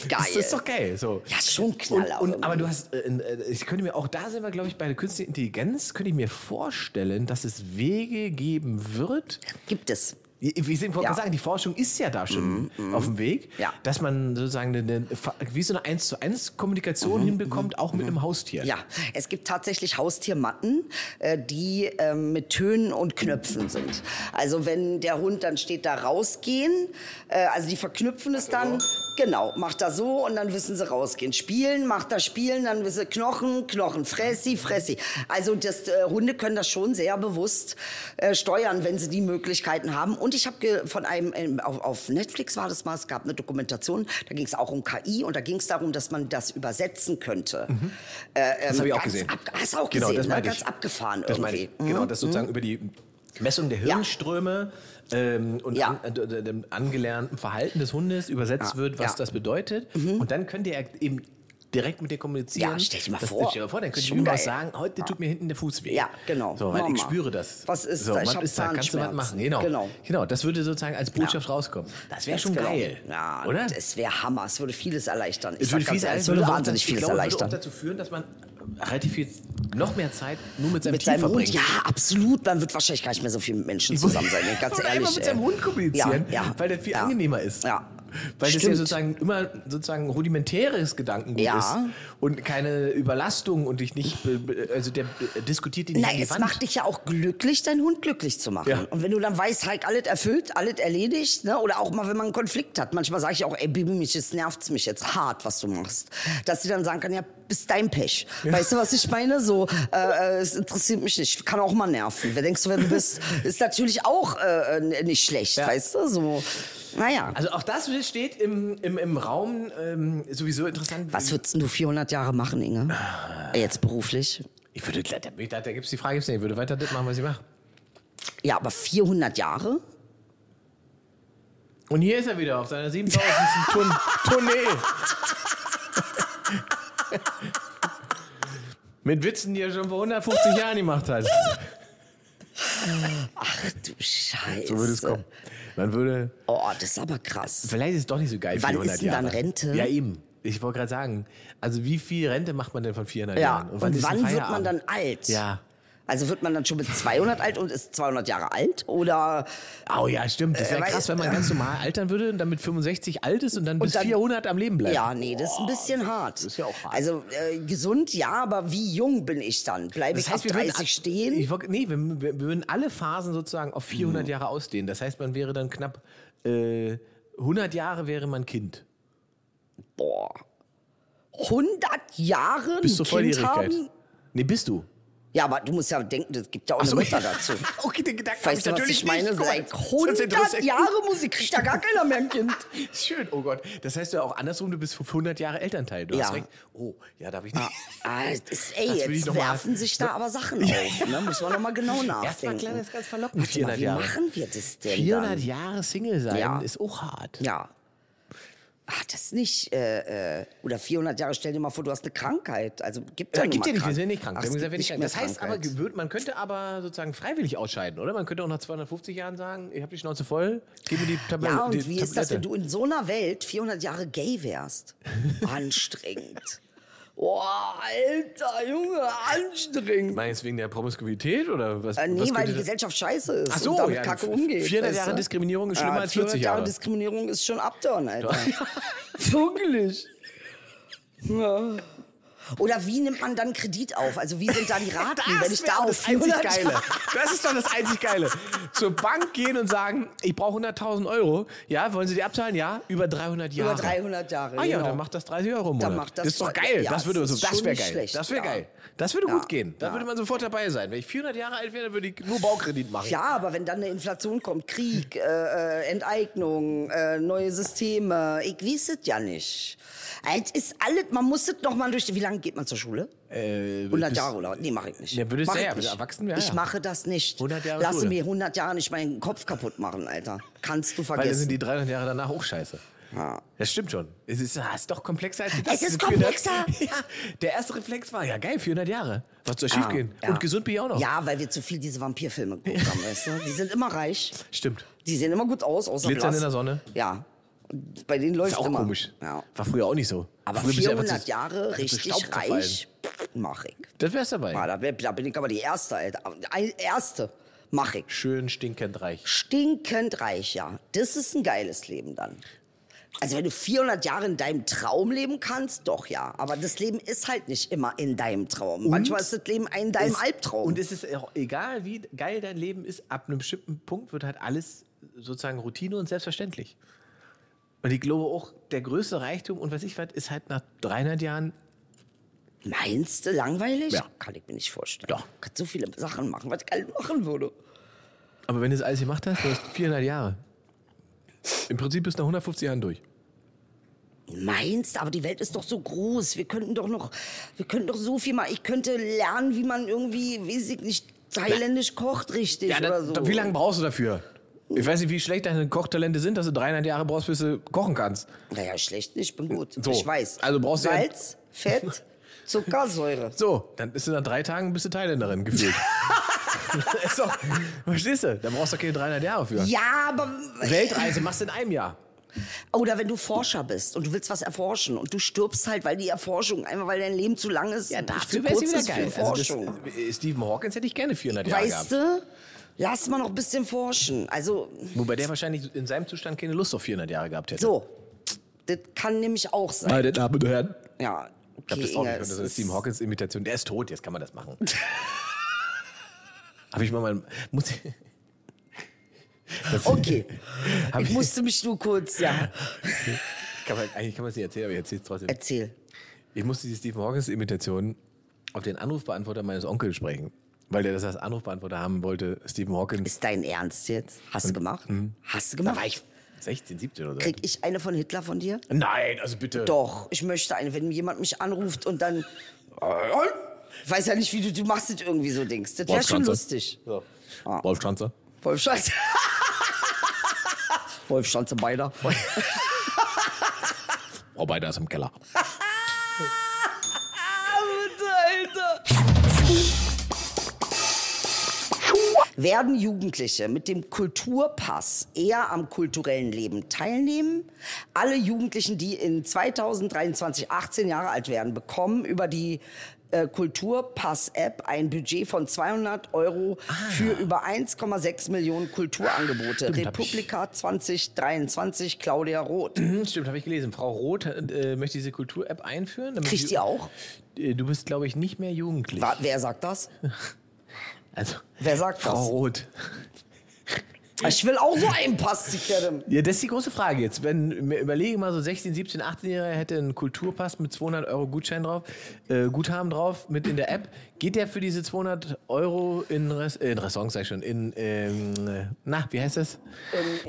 Speaker 1: Geil.
Speaker 3: Das ist doch geil. So.
Speaker 1: Ja, ist schon ein Knaller,
Speaker 3: Und, und,
Speaker 1: oder?
Speaker 3: aber du hast, äh, äh, ich könnte mir auch da sind wir, glaube ich, bei der künstlichen Intelligenz, könnte ich mir vorstellen, dass es Wege geben wird.
Speaker 1: Gibt es.
Speaker 3: Wie wie Sie vorhin
Speaker 1: Ja. Mhm,
Speaker 3: sagen, die Forschung ist ja da schon auf dem Weg,
Speaker 1: Ja.
Speaker 3: dass man sozusagen eine, eine, wie so eine 1 zu 1 Kommunikation hinbekommt, auch mit einem Haustier.
Speaker 1: Mhm, Ja, es gibt tatsächlich Haustiermatten, äh, die ähm, mit Tönen und Knöpfen sind. Also wenn der Hund dann steht da rausgehen, äh, also die verknüpfen es dann, genau, macht da so und dann wissen sie rausgehen. Spielen, macht da spielen, dann wissen sie Knochen, Knochen, fressi, fressi. Also das, äh, Hunde können das schon sehr bewusst äh, steuern, wenn sie die Möglichkeiten haben. Und ich habe von einem, ähm, auf, auf Netflix war das mal, es gab eine Dokumentation, da ging es auch um KI und da ging es darum, dass man das übersetzen könnte.
Speaker 3: Mhm.
Speaker 1: Äh,
Speaker 3: Das habe ich auch
Speaker 1: Ganz
Speaker 3: gesehen.
Speaker 1: Ab, hast du auch
Speaker 3: Genau,
Speaker 1: gesehen,
Speaker 3: das
Speaker 1: ne?
Speaker 3: meinte
Speaker 1: ganz
Speaker 3: ich.
Speaker 1: abgefahren
Speaker 3: Das meine
Speaker 1: irgendwie. Mhm.
Speaker 3: ich. Genau, das sozusagen über die Messung der Hirnströme ähm, und
Speaker 1: Ja.
Speaker 3: an, äh, d- dem angelernten Verhalten des Hundes übersetzt
Speaker 1: Ja,
Speaker 3: wird, was
Speaker 1: ja. Mhm.
Speaker 3: das bedeutet. Und dann könnt ihr eben direkt mit dir kommunizieren.
Speaker 1: Ja, stell dir mal
Speaker 3: das,
Speaker 1: vor.
Speaker 3: Stell dir mal vor, dann könnt ihr
Speaker 1: Schon
Speaker 3: ihm auch
Speaker 1: geil.
Speaker 3: sagen, heute tut mir hinten der Fuß weh.
Speaker 1: Ja, genau.
Speaker 3: So, weil
Speaker 1: Mama,
Speaker 3: ich spüre das.
Speaker 1: was ist
Speaker 3: so,
Speaker 1: da? Ich
Speaker 3: was
Speaker 1: hab
Speaker 3: ist da? Kannst du was
Speaker 1: Zahnschmerzen.
Speaker 3: machen? Genau. genau.
Speaker 1: Genau.
Speaker 3: das würde sozusagen als Botschaft rauskommen. Das wäre schon
Speaker 1: Genau.
Speaker 3: geil.
Speaker 1: Ja,
Speaker 3: oder?
Speaker 1: Es wäre Hammer. Es würde vieles erleichtern. Ich
Speaker 3: Es
Speaker 1: sag
Speaker 3: würde,
Speaker 1: ganz
Speaker 3: vieles,
Speaker 1: ehrlich,
Speaker 3: es
Speaker 1: es würde wahnsinnig
Speaker 3: ich
Speaker 1: vieles
Speaker 3: glaube, es würde auch
Speaker 1: erleichtern.
Speaker 3: dazu führen, dass man relativ viel, noch mehr Zeit nur mit seinem
Speaker 1: Mit
Speaker 3: Tier
Speaker 1: seinem Hund,
Speaker 3: verbringt.
Speaker 1: ja, absolut. Man wird wahrscheinlich gar nicht mehr so viel mit Menschen zusammen sein. ne? Ganz
Speaker 3: Oder
Speaker 1: ehrlich.
Speaker 3: Einfach mit
Speaker 1: ey.
Speaker 3: seinem Hund kommunizieren,
Speaker 1: Ja, ja,
Speaker 3: weil das viel
Speaker 1: ja.
Speaker 3: angenehmer ist.
Speaker 1: Ja.
Speaker 3: Weil das ja
Speaker 1: Stimmt.
Speaker 3: sozusagen immer sozusagen rudimentäres Gedankengut
Speaker 1: Ja.
Speaker 3: ist und keine Überlastung und dich nicht, be- be- also der be- diskutiert dich nicht
Speaker 1: Nein,
Speaker 3: an die
Speaker 1: es
Speaker 3: Wand.
Speaker 1: macht dich ja auch glücklich, deinen Hund glücklich zu machen.
Speaker 3: Ja.
Speaker 1: Und wenn du dann weißt, halt alles erfüllt, alles erledigt, ne? oder auch mal, wenn man einen Konflikt hat. Manchmal sage ich auch, ey, Bibi, mich, es nervt mich jetzt hart, was du machst. Dass sie dann sagen kann, ja, bist dein Pech. Weißt du, was ich meine? So, äh, äh, es interessiert mich nicht. Kann auch mal nerven. Wer denkst du, wer du bist? Ist natürlich auch äh, äh, nicht schlecht, weißt du? So, naja.
Speaker 3: also auch das steht im, im, im Raum ähm, sowieso interessant.
Speaker 1: Was würdest denn du 400 Jahre machen, Inge?
Speaker 3: Ah.
Speaker 1: Jetzt beruflich?
Speaker 3: Ich würde, da, da, da gibt es die Frage, gibt's nicht. ich würde weiter das machen, was ich mache.
Speaker 1: Ja, aber 400 Jahre?
Speaker 3: Und hier ist er wieder auf seiner 7000. Tour- Tournee. Mit Witzen, die er schon vor 150 Jahren gemacht hat.
Speaker 1: Ach du Scheiße.
Speaker 3: So würde es kommen. Man würde.
Speaker 1: Oh, das ist aber krass.
Speaker 3: Vielleicht ist es doch nicht so geil.
Speaker 1: Wann
Speaker 3: 400
Speaker 1: ist denn
Speaker 3: Jahre.
Speaker 1: dann Rente?
Speaker 3: Ja, eben. Ich wollte gerade sagen. Also, wie viel Rente macht man denn von 400
Speaker 1: Ja,
Speaker 3: Jahren?
Speaker 1: und,
Speaker 3: ist
Speaker 1: wann
Speaker 3: ein
Speaker 1: wird man
Speaker 3: Feierabend?
Speaker 1: dann alt?
Speaker 3: Ja.
Speaker 1: Also wird man dann schon mit 200 alt und ist 200 Jahre alt? Oder
Speaker 3: Oh ja, stimmt. Das wäre
Speaker 1: Äh, weil-
Speaker 3: krass, wenn man ganz normal altern würde und dann mit 65 alt ist und dann bis
Speaker 1: dann-
Speaker 3: 400 am Leben bleibt.
Speaker 1: Ja, nee, das ist ein bisschen hart.
Speaker 3: ist ja auch hart.
Speaker 1: Also äh, gesund, ja, aber wie jung bin ich dann? Bleibe ich ab
Speaker 3: würden
Speaker 1: 30
Speaker 3: ab-
Speaker 1: stehen? Mhm.
Speaker 3: Ich, wollt- nee, wir, wir, wir würden alle Phasen sozusagen auf 400 Jahre ausdehnen. Das heißt, man wäre dann knapp äh, 100 Jahre wäre man Kind.
Speaker 1: Boah. 100 Jahre
Speaker 3: Bis zur
Speaker 1: ein Kind
Speaker 3: Volljährigkeit.
Speaker 1: haben?
Speaker 3: Nee, bist du.
Speaker 1: Ja, aber du musst ja denken, das gibt ja auch
Speaker 3: so.
Speaker 1: eine Mutter dazu.
Speaker 3: Okay, den Gedanken
Speaker 1: Weißt du, was ich meine? Seit 100 Jahre Musik kriegt ja gar keiner mehr ein Kind.
Speaker 3: Schön, oh Gott. Das heißt ja auch andersrum, du bist 500 Jahre Elternteil. Du
Speaker 1: Ja.
Speaker 3: hast recht. Oh, ja, darf ich nicht.
Speaker 1: Ah, es ist, ey,
Speaker 3: Das will ich
Speaker 1: jetzt
Speaker 3: noch mal-
Speaker 1: werfen sich da aber Sachen auf. Ne? Muss man nochmal genau nachdenken.
Speaker 3: Erstmal klar, das ist ganz verlockend.
Speaker 1: Warte
Speaker 3: 400
Speaker 1: mal, wie
Speaker 3: Jahre.
Speaker 1: machen wir das denn
Speaker 3: 400
Speaker 1: dann?
Speaker 3: Jahre Single sein
Speaker 1: Ja.
Speaker 3: ist auch hart.
Speaker 1: Ja. Ach, das nicht. Äh, äh, oder 400 Jahre, stell dir mal vor, du hast eine Krankheit. Also gibt ja,
Speaker 3: Ja, gibt ja nicht, wir
Speaker 1: krank.
Speaker 3: sind nicht krank.
Speaker 1: Ach,
Speaker 3: wir haben
Speaker 1: es
Speaker 3: gesagt, wir nicht
Speaker 1: gibt nicht
Speaker 3: krank.
Speaker 1: mehr halt.
Speaker 3: Das heißt aber,
Speaker 1: Krankheit.
Speaker 3: gewöhnt, man könnte aber sozusagen freiwillig ausscheiden, oder? Man könnte auch nach 250 Jahren sagen, ich habe die Schnauze voll, gib mir die Tabelle.
Speaker 1: ja, und
Speaker 3: die
Speaker 1: wie ist das,
Speaker 3: Tablette.
Speaker 1: wenn du in so einer Welt 400 Jahre gay wärst? Anstrengend. Boah, alter Junge, anstrengend.
Speaker 3: Meinst du wegen der Promiskuität oder was?
Speaker 1: Äh, nee,
Speaker 3: was
Speaker 1: weil die
Speaker 3: könnte-
Speaker 1: Gesellschaft scheiße ist
Speaker 3: Ach so,
Speaker 1: und damit
Speaker 3: ja,
Speaker 1: kacke
Speaker 3: 400
Speaker 1: umgeht.
Speaker 3: Jahre
Speaker 1: weißt du?
Speaker 3: Diskriminierung ist schlimmer als 40
Speaker 1: 400 Jahre
Speaker 3: Jahre.
Speaker 1: Diskriminierung ist schon abdörn, Alter. Wirklich. Ja. Oder wie nimmt man dann Kredit auf? Also wie sind da die Raten, wenn ich
Speaker 3: wär
Speaker 1: da
Speaker 3: doch
Speaker 1: auf
Speaker 3: das einzig
Speaker 1: 400
Speaker 3: Geile. Das ist doch das einzig Geile. Zur Bank gehen und sagen, ich brauche 100.000 Euro. Ja, wollen Sie die abzahlen? Ja, über 300 Jahre.
Speaker 1: Über 300 Jahre,
Speaker 3: Ah ja,
Speaker 1: genau.
Speaker 3: dann macht das 30 Euro im
Speaker 1: Dann
Speaker 3: Monat.
Speaker 1: macht das
Speaker 3: ist doch
Speaker 1: voll-
Speaker 3: geil.
Speaker 1: ja,
Speaker 3: das würde,
Speaker 1: es
Speaker 3: so,
Speaker 1: ist
Speaker 3: das
Speaker 1: schon
Speaker 3: wäre
Speaker 1: nicht
Speaker 3: geil.
Speaker 1: schlecht,
Speaker 3: das wäre
Speaker 1: ja.
Speaker 3: geil. Das würde
Speaker 1: Ja,
Speaker 3: gut gehen. Da
Speaker 1: ja.
Speaker 3: würde man sofort dabei sein. Wenn ich 400 Jahre alt wäre, würde ich nur Baukredit machen.
Speaker 1: Ja, aber wenn dann eine Inflation kommt, Krieg, äh, äh, Enteignung, äh, neue Systeme, ich weiß es ja nicht. Es ist alles, man muss es noch mal durch. Wie lange geht man zur Schule?
Speaker 3: Äh,
Speaker 1: 100
Speaker 3: bis-
Speaker 1: Jahre oder? Nee, mache ich nicht.
Speaker 3: Ja, würdest
Speaker 1: mach
Speaker 3: du
Speaker 1: ich
Speaker 3: ja,
Speaker 1: nicht.
Speaker 3: bis erwachsen, ja,
Speaker 1: ich
Speaker 3: ja.
Speaker 1: mache das nicht.
Speaker 3: 100 Jahre
Speaker 1: Lasse
Speaker 3: Schule.
Speaker 1: mir 100 Jahre nicht meinen Kopf kaputt machen, Alter. Kannst du
Speaker 3: Weil dann
Speaker 1: vergessen.
Speaker 3: sind die 300 Jahre danach auch scheiße.
Speaker 1: Ja.
Speaker 3: Das stimmt schon. Es ist, ah, ist doch komplexer als ich dachte.
Speaker 1: Es ist
Speaker 3: Mit 400
Speaker 1: komplexer.
Speaker 3: Ja, der erste Reflex war, ja geil, 400 Jahre. Was soll schief gehen?
Speaker 1: Ah, Ja.
Speaker 3: Und gesund bin ich auch noch.
Speaker 1: Ja, weil wir zu viel diese Vampirfilme geguckt haben, weißt du? Die sind immer reich.
Speaker 3: Stimmt.
Speaker 1: Die sehen immer gut aus, außer
Speaker 3: Glitzern
Speaker 1: blass.
Speaker 3: in der Sonne.
Speaker 1: Ja. Und bei denen
Speaker 3: Ist
Speaker 1: läuft
Speaker 3: auch
Speaker 1: immer.
Speaker 3: komisch.
Speaker 1: Ja.
Speaker 3: War früher auch nicht so.
Speaker 1: Aber
Speaker 3: früher bist du einfach
Speaker 1: 400
Speaker 3: zu-
Speaker 1: Jahre
Speaker 3: einfach zu
Speaker 1: richtig
Speaker 3: Staub zerfallen.
Speaker 1: reich, mach ich.
Speaker 3: Das wär's dabei.
Speaker 1: Ah, da, bin- da bin ich aber die Erste, Alter. Ein- Erste, mach ich.
Speaker 3: Schön stinkend reich.
Speaker 1: Stinkend reich, ja. Das ist ein geiles Leben dann. Also wenn du 400 Jahre in deinem Traum leben kannst, doch ja. Aber das Leben ist halt nicht immer in deinem Traum. Manchmal ist das Leben in deinem Albtraum.
Speaker 3: Und es ist auch egal, wie geil dein Leben ist, ab einem bestimmten Punkt wird halt alles sozusagen Routine und selbstverständlich. Und ich glaube auch, der größte Reichtum und was ich weiß, ist halt nach 300 Jahren
Speaker 1: Meinst du langweilig?
Speaker 3: Ja.
Speaker 1: Kann ich mir nicht vorstellen.
Speaker 3: Doch.
Speaker 1: Kannst so viele Sachen machen, was ich alle machen würde.
Speaker 3: Aber wenn du das alles gemacht hast, du hast 400 Jahre. Im Prinzip bist du nach 150 Jahren durch.
Speaker 1: Meinst, aber die Welt ist doch so groß. Wir könnten doch noch, wir könnten doch so viel machen. Ich könnte lernen, wie man irgendwie, weiß ich nicht, thailändisch kocht richtig oder so.
Speaker 3: wie lange brauchst du dafür? Ich weiß nicht, wie schlecht deine Kochtalente sind, dass du 300 Jahre brauchst, bis du kochen kannst.
Speaker 1: Naja, schlecht nicht, bin gut.
Speaker 3: So.
Speaker 1: Ich weiß.
Speaker 3: Also brauchst du ja-
Speaker 1: Salz, Fett, Zuckersäure.
Speaker 3: So, dann bist du nach drei Tagen bist du Thailänderin gefühlt. ist doch, verstehst du? Da brauchst du keine 300 Jahre für.
Speaker 1: Ja, aber
Speaker 3: Weltreise machst du in einem Jahr.
Speaker 1: oder wenn du Forscher bist und du willst was erforschen und du stirbst halt, weil die Erforschung einfach, weil dein Leben zu lang ist. Ja,
Speaker 3: Dafür wär's wieder geil.
Speaker 1: Für
Speaker 3: Also das,
Speaker 1: Forschung.
Speaker 3: äh, Stephen Hawkins hätte ich gerne 400 Jahre
Speaker 1: weißt
Speaker 3: gehabt.
Speaker 1: du? Lass mal noch ein bisschen forschen. Also
Speaker 3: Wobei der wahrscheinlich in seinem Zustand keine Lust auf 400 Jahre gehabt hätte.
Speaker 1: so, das kann nämlich auch sein.
Speaker 3: Meine Damen und Herren.
Speaker 1: Ja,
Speaker 3: Ich
Speaker 1: okay,
Speaker 3: habe das auch
Speaker 1: Inge,
Speaker 3: nicht das
Speaker 1: es
Speaker 3: ist eine
Speaker 1: ist-
Speaker 3: Stephen Hawkins Imitation. Der ist tot, jetzt kann man das machen. Habe ich mal mal muss das
Speaker 1: Okay,
Speaker 3: hab
Speaker 1: ich
Speaker 3: ich,
Speaker 1: musste mich nur kurz, ja,
Speaker 3: kann man, eigentlich kann man es nicht erzählen, aber ich erzähle es trotzdem.
Speaker 1: erzähl.
Speaker 3: Ich musste die Stephen Hawkins Imitation auf den Anrufbeantworter meines Onkels sprechen, weil der das als Anrufbeantworter haben wollte. Stephen Hawkins
Speaker 1: Ist dein Ernst jetzt? Hast du gemacht?
Speaker 3: mhm.
Speaker 1: Hast du gemacht?
Speaker 3: 16, 17 oder so.
Speaker 1: Krieg ich eine von Hitler von dir?
Speaker 3: Nein, also bitte.
Speaker 1: Doch, ich möchte eine, wenn jemand mich anruft und dann, äh, ich weiß ja nicht, wie du, du machst das irgendwie so Dings. Das wäre schon
Speaker 3: Wolfschanze.
Speaker 1: lustig. Ah.
Speaker 3: So. Wolf Schanzer.
Speaker 1: Wolf Schanze. Wolf Schanze beider.
Speaker 3: Frau Beider ist im Keller.
Speaker 1: Werden Jugendliche mit dem Kulturpass eher am kulturellen Leben teilnehmen? Alle Jugendlichen, die in 2023 18 Jahre alt werden, bekommen über die äh, Kulturpass-App ein Budget von 200 Euro
Speaker 3: Ah,
Speaker 1: für über 1,6 Millionen Kulturangebote.
Speaker 3: hab ich-
Speaker 1: Republika 2023, Claudia Roth.
Speaker 3: Hm, Stimmt, habe ich gelesen. Frau Roth äh, möchte diese Kultur-App einführen. damit
Speaker 1: Kriegt
Speaker 3: Ju-
Speaker 1: ihr auch?
Speaker 3: Äh, Du bist, glaube ich, nicht mehr jugendlich.
Speaker 1: Wa- Wer sagt das?
Speaker 3: Also,
Speaker 1: Wer sagt
Speaker 3: Frau Roth.
Speaker 1: das? Ich will auch so einen Pass, ich werde.
Speaker 3: Ja, das ist die große Frage jetzt. Wenn mir überlege mal, so 16, 17, 18-Jähriger hätte einen Kulturpass mit 200 Euro Gutschein drauf, äh, Guthaben drauf, mit in der App. Geht der für diese 200 Euro in, Res äh, in Restaurants, sag ich schon, in, ähm, äh, na, wie heißt das?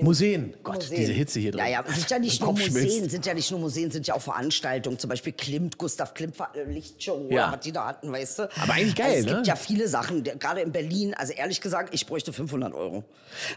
Speaker 3: Museen. Gott,
Speaker 1: Museen.
Speaker 3: diese Hitze hier drin.
Speaker 1: Ja, ja, sind ja nicht
Speaker 3: Mein
Speaker 1: nur
Speaker 3: Kopf
Speaker 1: Museen,
Speaker 3: schmilzt.
Speaker 1: sind ja nicht nur Museen, sind ja auch Veranstaltungen. Zum Beispiel Klimt, Gustav Klimt, Ver- äh, Lichtshow,
Speaker 3: Ja.
Speaker 1: oder was die da hatten, weißt du.
Speaker 3: Aber eigentlich geil,
Speaker 1: also Es
Speaker 3: ne?
Speaker 1: gibt ja viele Sachen, der- gerade in Berlin. Also ehrlich gesagt, ich bräuchte 500 Euro.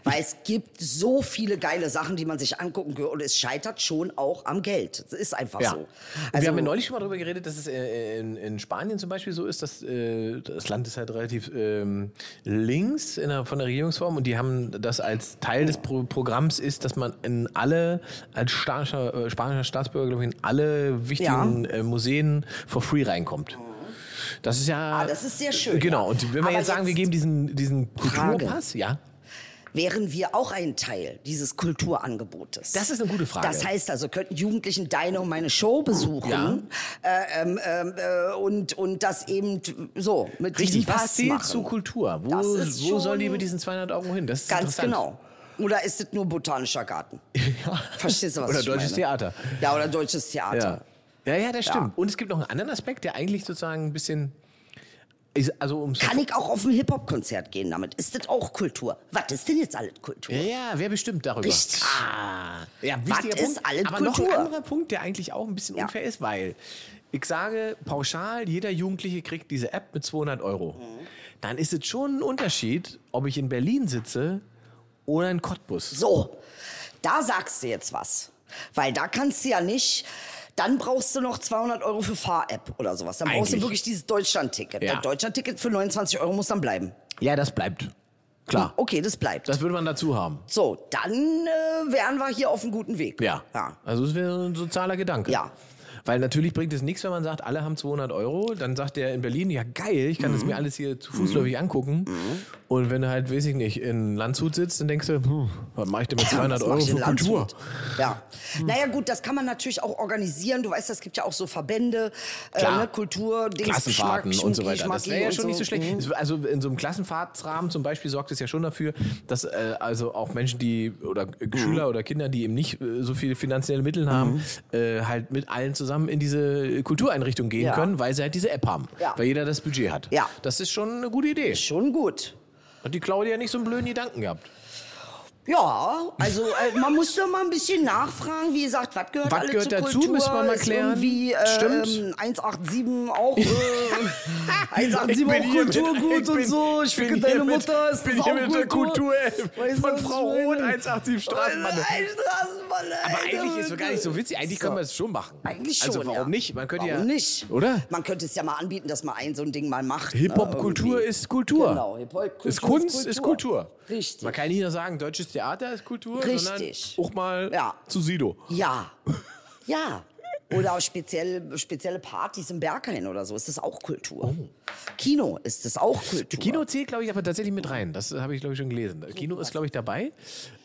Speaker 1: Weil es gibt so viele geile Sachen, die man sich angucken kann. Und es scheitert schon auch am Geld. Es ist einfach
Speaker 3: Ja.
Speaker 1: so. Also,
Speaker 3: Und wir haben ja neulich schon mal darüber geredet, dass es äh, in, in Spanien zum Beispiel so ist, dass äh, das Land ist halt relativ ähm, links in der, von der Regierungsform und die haben das als Teil des Pro Programms ist, dass man in alle, als spanischer, äh, spanischer Staatsbürger, glaube ich, in alle wichtigen äh, Museen for free reinkommt. Das ist ja.
Speaker 1: Ah, das ist sehr schön,
Speaker 3: Genau.
Speaker 1: ja.
Speaker 3: Und wenn wir
Speaker 1: Aber
Speaker 3: jetzt sagen, wir
Speaker 1: jetzt-
Speaker 3: geben diesen, diesen
Speaker 1: Frage.
Speaker 3: Kulturpass, ja.
Speaker 1: wären wir auch ein Teil dieses Kulturangebotes.
Speaker 3: Das ist eine gute Frage.
Speaker 1: Das heißt also, könnten Jugendlichen deine und meine Show besuchen
Speaker 3: Ja.
Speaker 1: äh, ähm, ähm, äh, und, und das eben t- so mit
Speaker 3: Richtig,
Speaker 1: diesem
Speaker 3: was
Speaker 1: Pass
Speaker 3: zählt
Speaker 1: machen.
Speaker 3: zu Kultur? Wo,
Speaker 1: Das ist
Speaker 3: wo sollen die
Speaker 1: schon-
Speaker 3: mit diesen 200 Euro hin? Das ist
Speaker 1: Ganz
Speaker 3: interessant.
Speaker 1: genau. Oder ist es nur botanischer Garten?
Speaker 3: Ja.
Speaker 1: Verstehst du, was
Speaker 3: Oder
Speaker 1: ich
Speaker 3: deutsches
Speaker 1: meine?
Speaker 3: Theater.
Speaker 1: Ja, oder deutsches Theater.
Speaker 3: Ja. ja, ja, das stimmt. Und es gibt noch einen anderen Aspekt, der eigentlich sozusagen ein bisschen. ist- Also ums
Speaker 1: Kann ich auch auf ein Hip-Hop-Konzert gehen damit? Ist das auch Kultur? Was ist denn jetzt alles Kultur?
Speaker 3: ja, ja, wer bestimmt darüber?
Speaker 1: Richtig.
Speaker 3: Ah, ja, wichtiger
Speaker 1: Was ist
Speaker 3: Punkt.
Speaker 1: alles
Speaker 3: aber noch
Speaker 1: Kultur?
Speaker 3: ein anderer Punkt, der eigentlich auch ein bisschen
Speaker 1: Ja.
Speaker 3: unfair ist, weil ich sage pauschal, jeder Jugendliche kriegt diese App mit 200 Euro.
Speaker 1: Mhm.
Speaker 3: Dann ist es schon ein Unterschied, ob ich in Berlin sitze oder in Cottbus.
Speaker 1: So, da sagst du jetzt was. Weil da kannst du ja nicht, dann brauchst du noch 200 Euro für Fahr-App oder sowas. Dann brauchst du
Speaker 3: Eigentlich.
Speaker 1: wirklich dieses Deutschland-Ticket.
Speaker 3: Ja.
Speaker 1: Das Deutschland-Ticket für 29 Euro muss dann bleiben.
Speaker 3: Ja, das bleibt. Klar.
Speaker 1: Okay, das bleibt.
Speaker 3: Das würde man dazu haben.
Speaker 1: so, dann äh, wären wir hier auf einem guten Weg.
Speaker 3: Ja.
Speaker 1: ja.
Speaker 3: Also es wäre ein sozialer Gedanke.
Speaker 1: Ja.
Speaker 3: Weil natürlich bringt es nichts, wenn man sagt, alle haben 200 Euro. Dann sagt der in Berlin, ja geil, ich kann
Speaker 1: Mhm.
Speaker 3: das mir alles hier zu fußläufig angucken. Und wenn du halt, weiß ich nicht, in Landshut sitzt, dann denkst du, hm, was mache ich denn mit 200
Speaker 1: Was
Speaker 3: Euro
Speaker 1: mach ich
Speaker 3: für
Speaker 1: in Landshut?
Speaker 3: Kultur? Hm.
Speaker 1: Ja. Naja, gut, das kann man natürlich auch organisieren. Du weißt, es gibt ja auch so Verbände,
Speaker 3: Klar.
Speaker 1: äh, ne, Kultur, Dings,
Speaker 3: Klassenfahrten
Speaker 1: Schmack,
Speaker 3: und so
Speaker 1: Schmucki,
Speaker 3: weiter. Das
Speaker 1: Schmacki
Speaker 3: wäre ja
Speaker 1: und Mhm.
Speaker 3: schon nicht so schlecht. Es- Also in so einem Klassenfahrtsrahmen zum Beispiel sorgt es ja schon dafür, dass äh, also auch Menschen, die oder äh,
Speaker 1: Mhm.
Speaker 3: Schüler oder Kinder, die eben nicht äh, so viele finanzielle Mittel haben, äh, halt mit allen zusammen in diese Kultureinrichtung gehen
Speaker 1: Mhm. Ja.
Speaker 3: können, weil sie halt diese App haben.
Speaker 1: Ja.
Speaker 3: Weil jeder das Budget hat.
Speaker 1: Ja.
Speaker 3: Das ist schon eine gute Idee.
Speaker 1: Schon gut.
Speaker 3: Hat die Claudia nicht so einen blöden Gedanken gehabt.
Speaker 1: Ja, also äh, man muss doch mal ein bisschen nachfragen, wie gesagt, was gehört
Speaker 3: Was
Speaker 1: alle
Speaker 3: gehört
Speaker 1: zur
Speaker 3: dazu,
Speaker 1: Kultur?
Speaker 3: müssen wir mal
Speaker 1: Ist
Speaker 3: klären.
Speaker 1: Irgendwie, äh,
Speaker 3: Stimmt.
Speaker 1: ähm, 187 auch. Äh, 187
Speaker 3: Ich bin
Speaker 1: auch
Speaker 3: hier mit-
Speaker 1: Kulturgut
Speaker 3: ich
Speaker 1: und
Speaker 3: bin-
Speaker 1: so. Ich
Speaker 3: ich bin
Speaker 1: ficke
Speaker 3: hier
Speaker 1: deine
Speaker 3: mit-
Speaker 1: Mutter. Ist
Speaker 3: ich bin
Speaker 1: das
Speaker 3: hier
Speaker 1: auch
Speaker 3: mit der Kultur, ey.
Speaker 1: Weißt du,
Speaker 3: Von
Speaker 1: was ich
Speaker 3: Frau
Speaker 1: meine?
Speaker 3: Roth, 187 Straßenbahn.
Speaker 1: Ein Straßenbahn.
Speaker 3: Aber eigentlich ist es gar nicht so witzig. Eigentlich können wir das schon machen.
Speaker 1: Eigentlich schon.
Speaker 3: Also warum
Speaker 1: ja.
Speaker 3: nicht? Man könnte
Speaker 1: warum
Speaker 3: ja.
Speaker 1: nicht?
Speaker 3: Oder?
Speaker 1: Man könnte es ja mal anbieten, dass man ein so ein Ding mal macht. ne,
Speaker 3: Hip-Hop-Kultur
Speaker 1: irgendwie.
Speaker 3: ist Kultur.
Speaker 1: Genau, Hip-Hop-Kultur
Speaker 3: ist Kunst,
Speaker 1: ist
Speaker 3: ist
Speaker 1: Kultur.
Speaker 3: Kultur.
Speaker 1: Richtig.
Speaker 3: Man kann nicht nur sagen, deutsches Theater ist Kultur,
Speaker 1: Richtig.
Speaker 3: sondern auch mal
Speaker 1: Ja.
Speaker 3: zu Sido.
Speaker 1: Ja. Ja. Oder auch speziell, spezielle Partys im Berghain oder so. Ist das auch Kultur? Kino, ist das auch Kultur?
Speaker 3: Oh. Kino zählt, glaube ich, aber tatsächlich mit rein. Das habe ich, glaube ich, schon gelesen. Kino ist, glaube ich, dabei.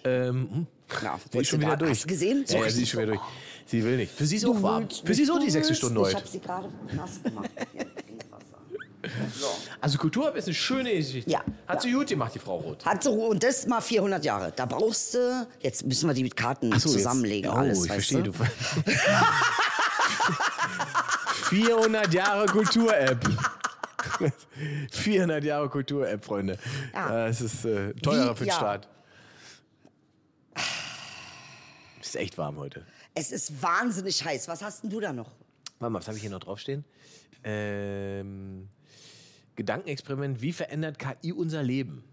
Speaker 3: Ähm,
Speaker 1: Ja,
Speaker 3: sie ist schon
Speaker 1: wolltest du
Speaker 3: wieder
Speaker 1: da-
Speaker 3: durch.
Speaker 1: Hast du gesehen?
Speaker 3: Ja, ja, sie ist schon wieder durch. Sie will nicht. Für sie ist auch warm. Für sie ist auch die sechste Stunde
Speaker 1: Ich
Speaker 3: heute.
Speaker 1: habe sie gerade nass gemacht. Ja, Trinkwasser.
Speaker 3: Also Kultur ist eine schöne Geschichte.
Speaker 1: Ja.
Speaker 3: Hat sie gut gemacht, die Frau Roth.
Speaker 1: Hat so, und das mal 400 Jahre. Da brauchst du, jetzt müssen wir die mit Karten
Speaker 3: So, jetzt-
Speaker 1: zusammenlegen.
Speaker 3: Oh,
Speaker 1: alles,
Speaker 3: ich
Speaker 1: weißt
Speaker 3: verstehe.
Speaker 1: du?
Speaker 3: Du. 400 Jahre Kultur-App. 400 Jahre Kultur-App, Freunde.
Speaker 1: Ja.
Speaker 3: Ja. Es ist äh, teurer
Speaker 1: Wie-
Speaker 3: für den
Speaker 1: ja.
Speaker 3: Staat. Es ist echt warm heute.
Speaker 1: Es ist wahnsinnig heiß. Was hast denn du da noch?
Speaker 3: Warte mal, was habe ich hier noch draufstehen? Ähm, Gedankenexperiment, wie verändert KI unser Leben?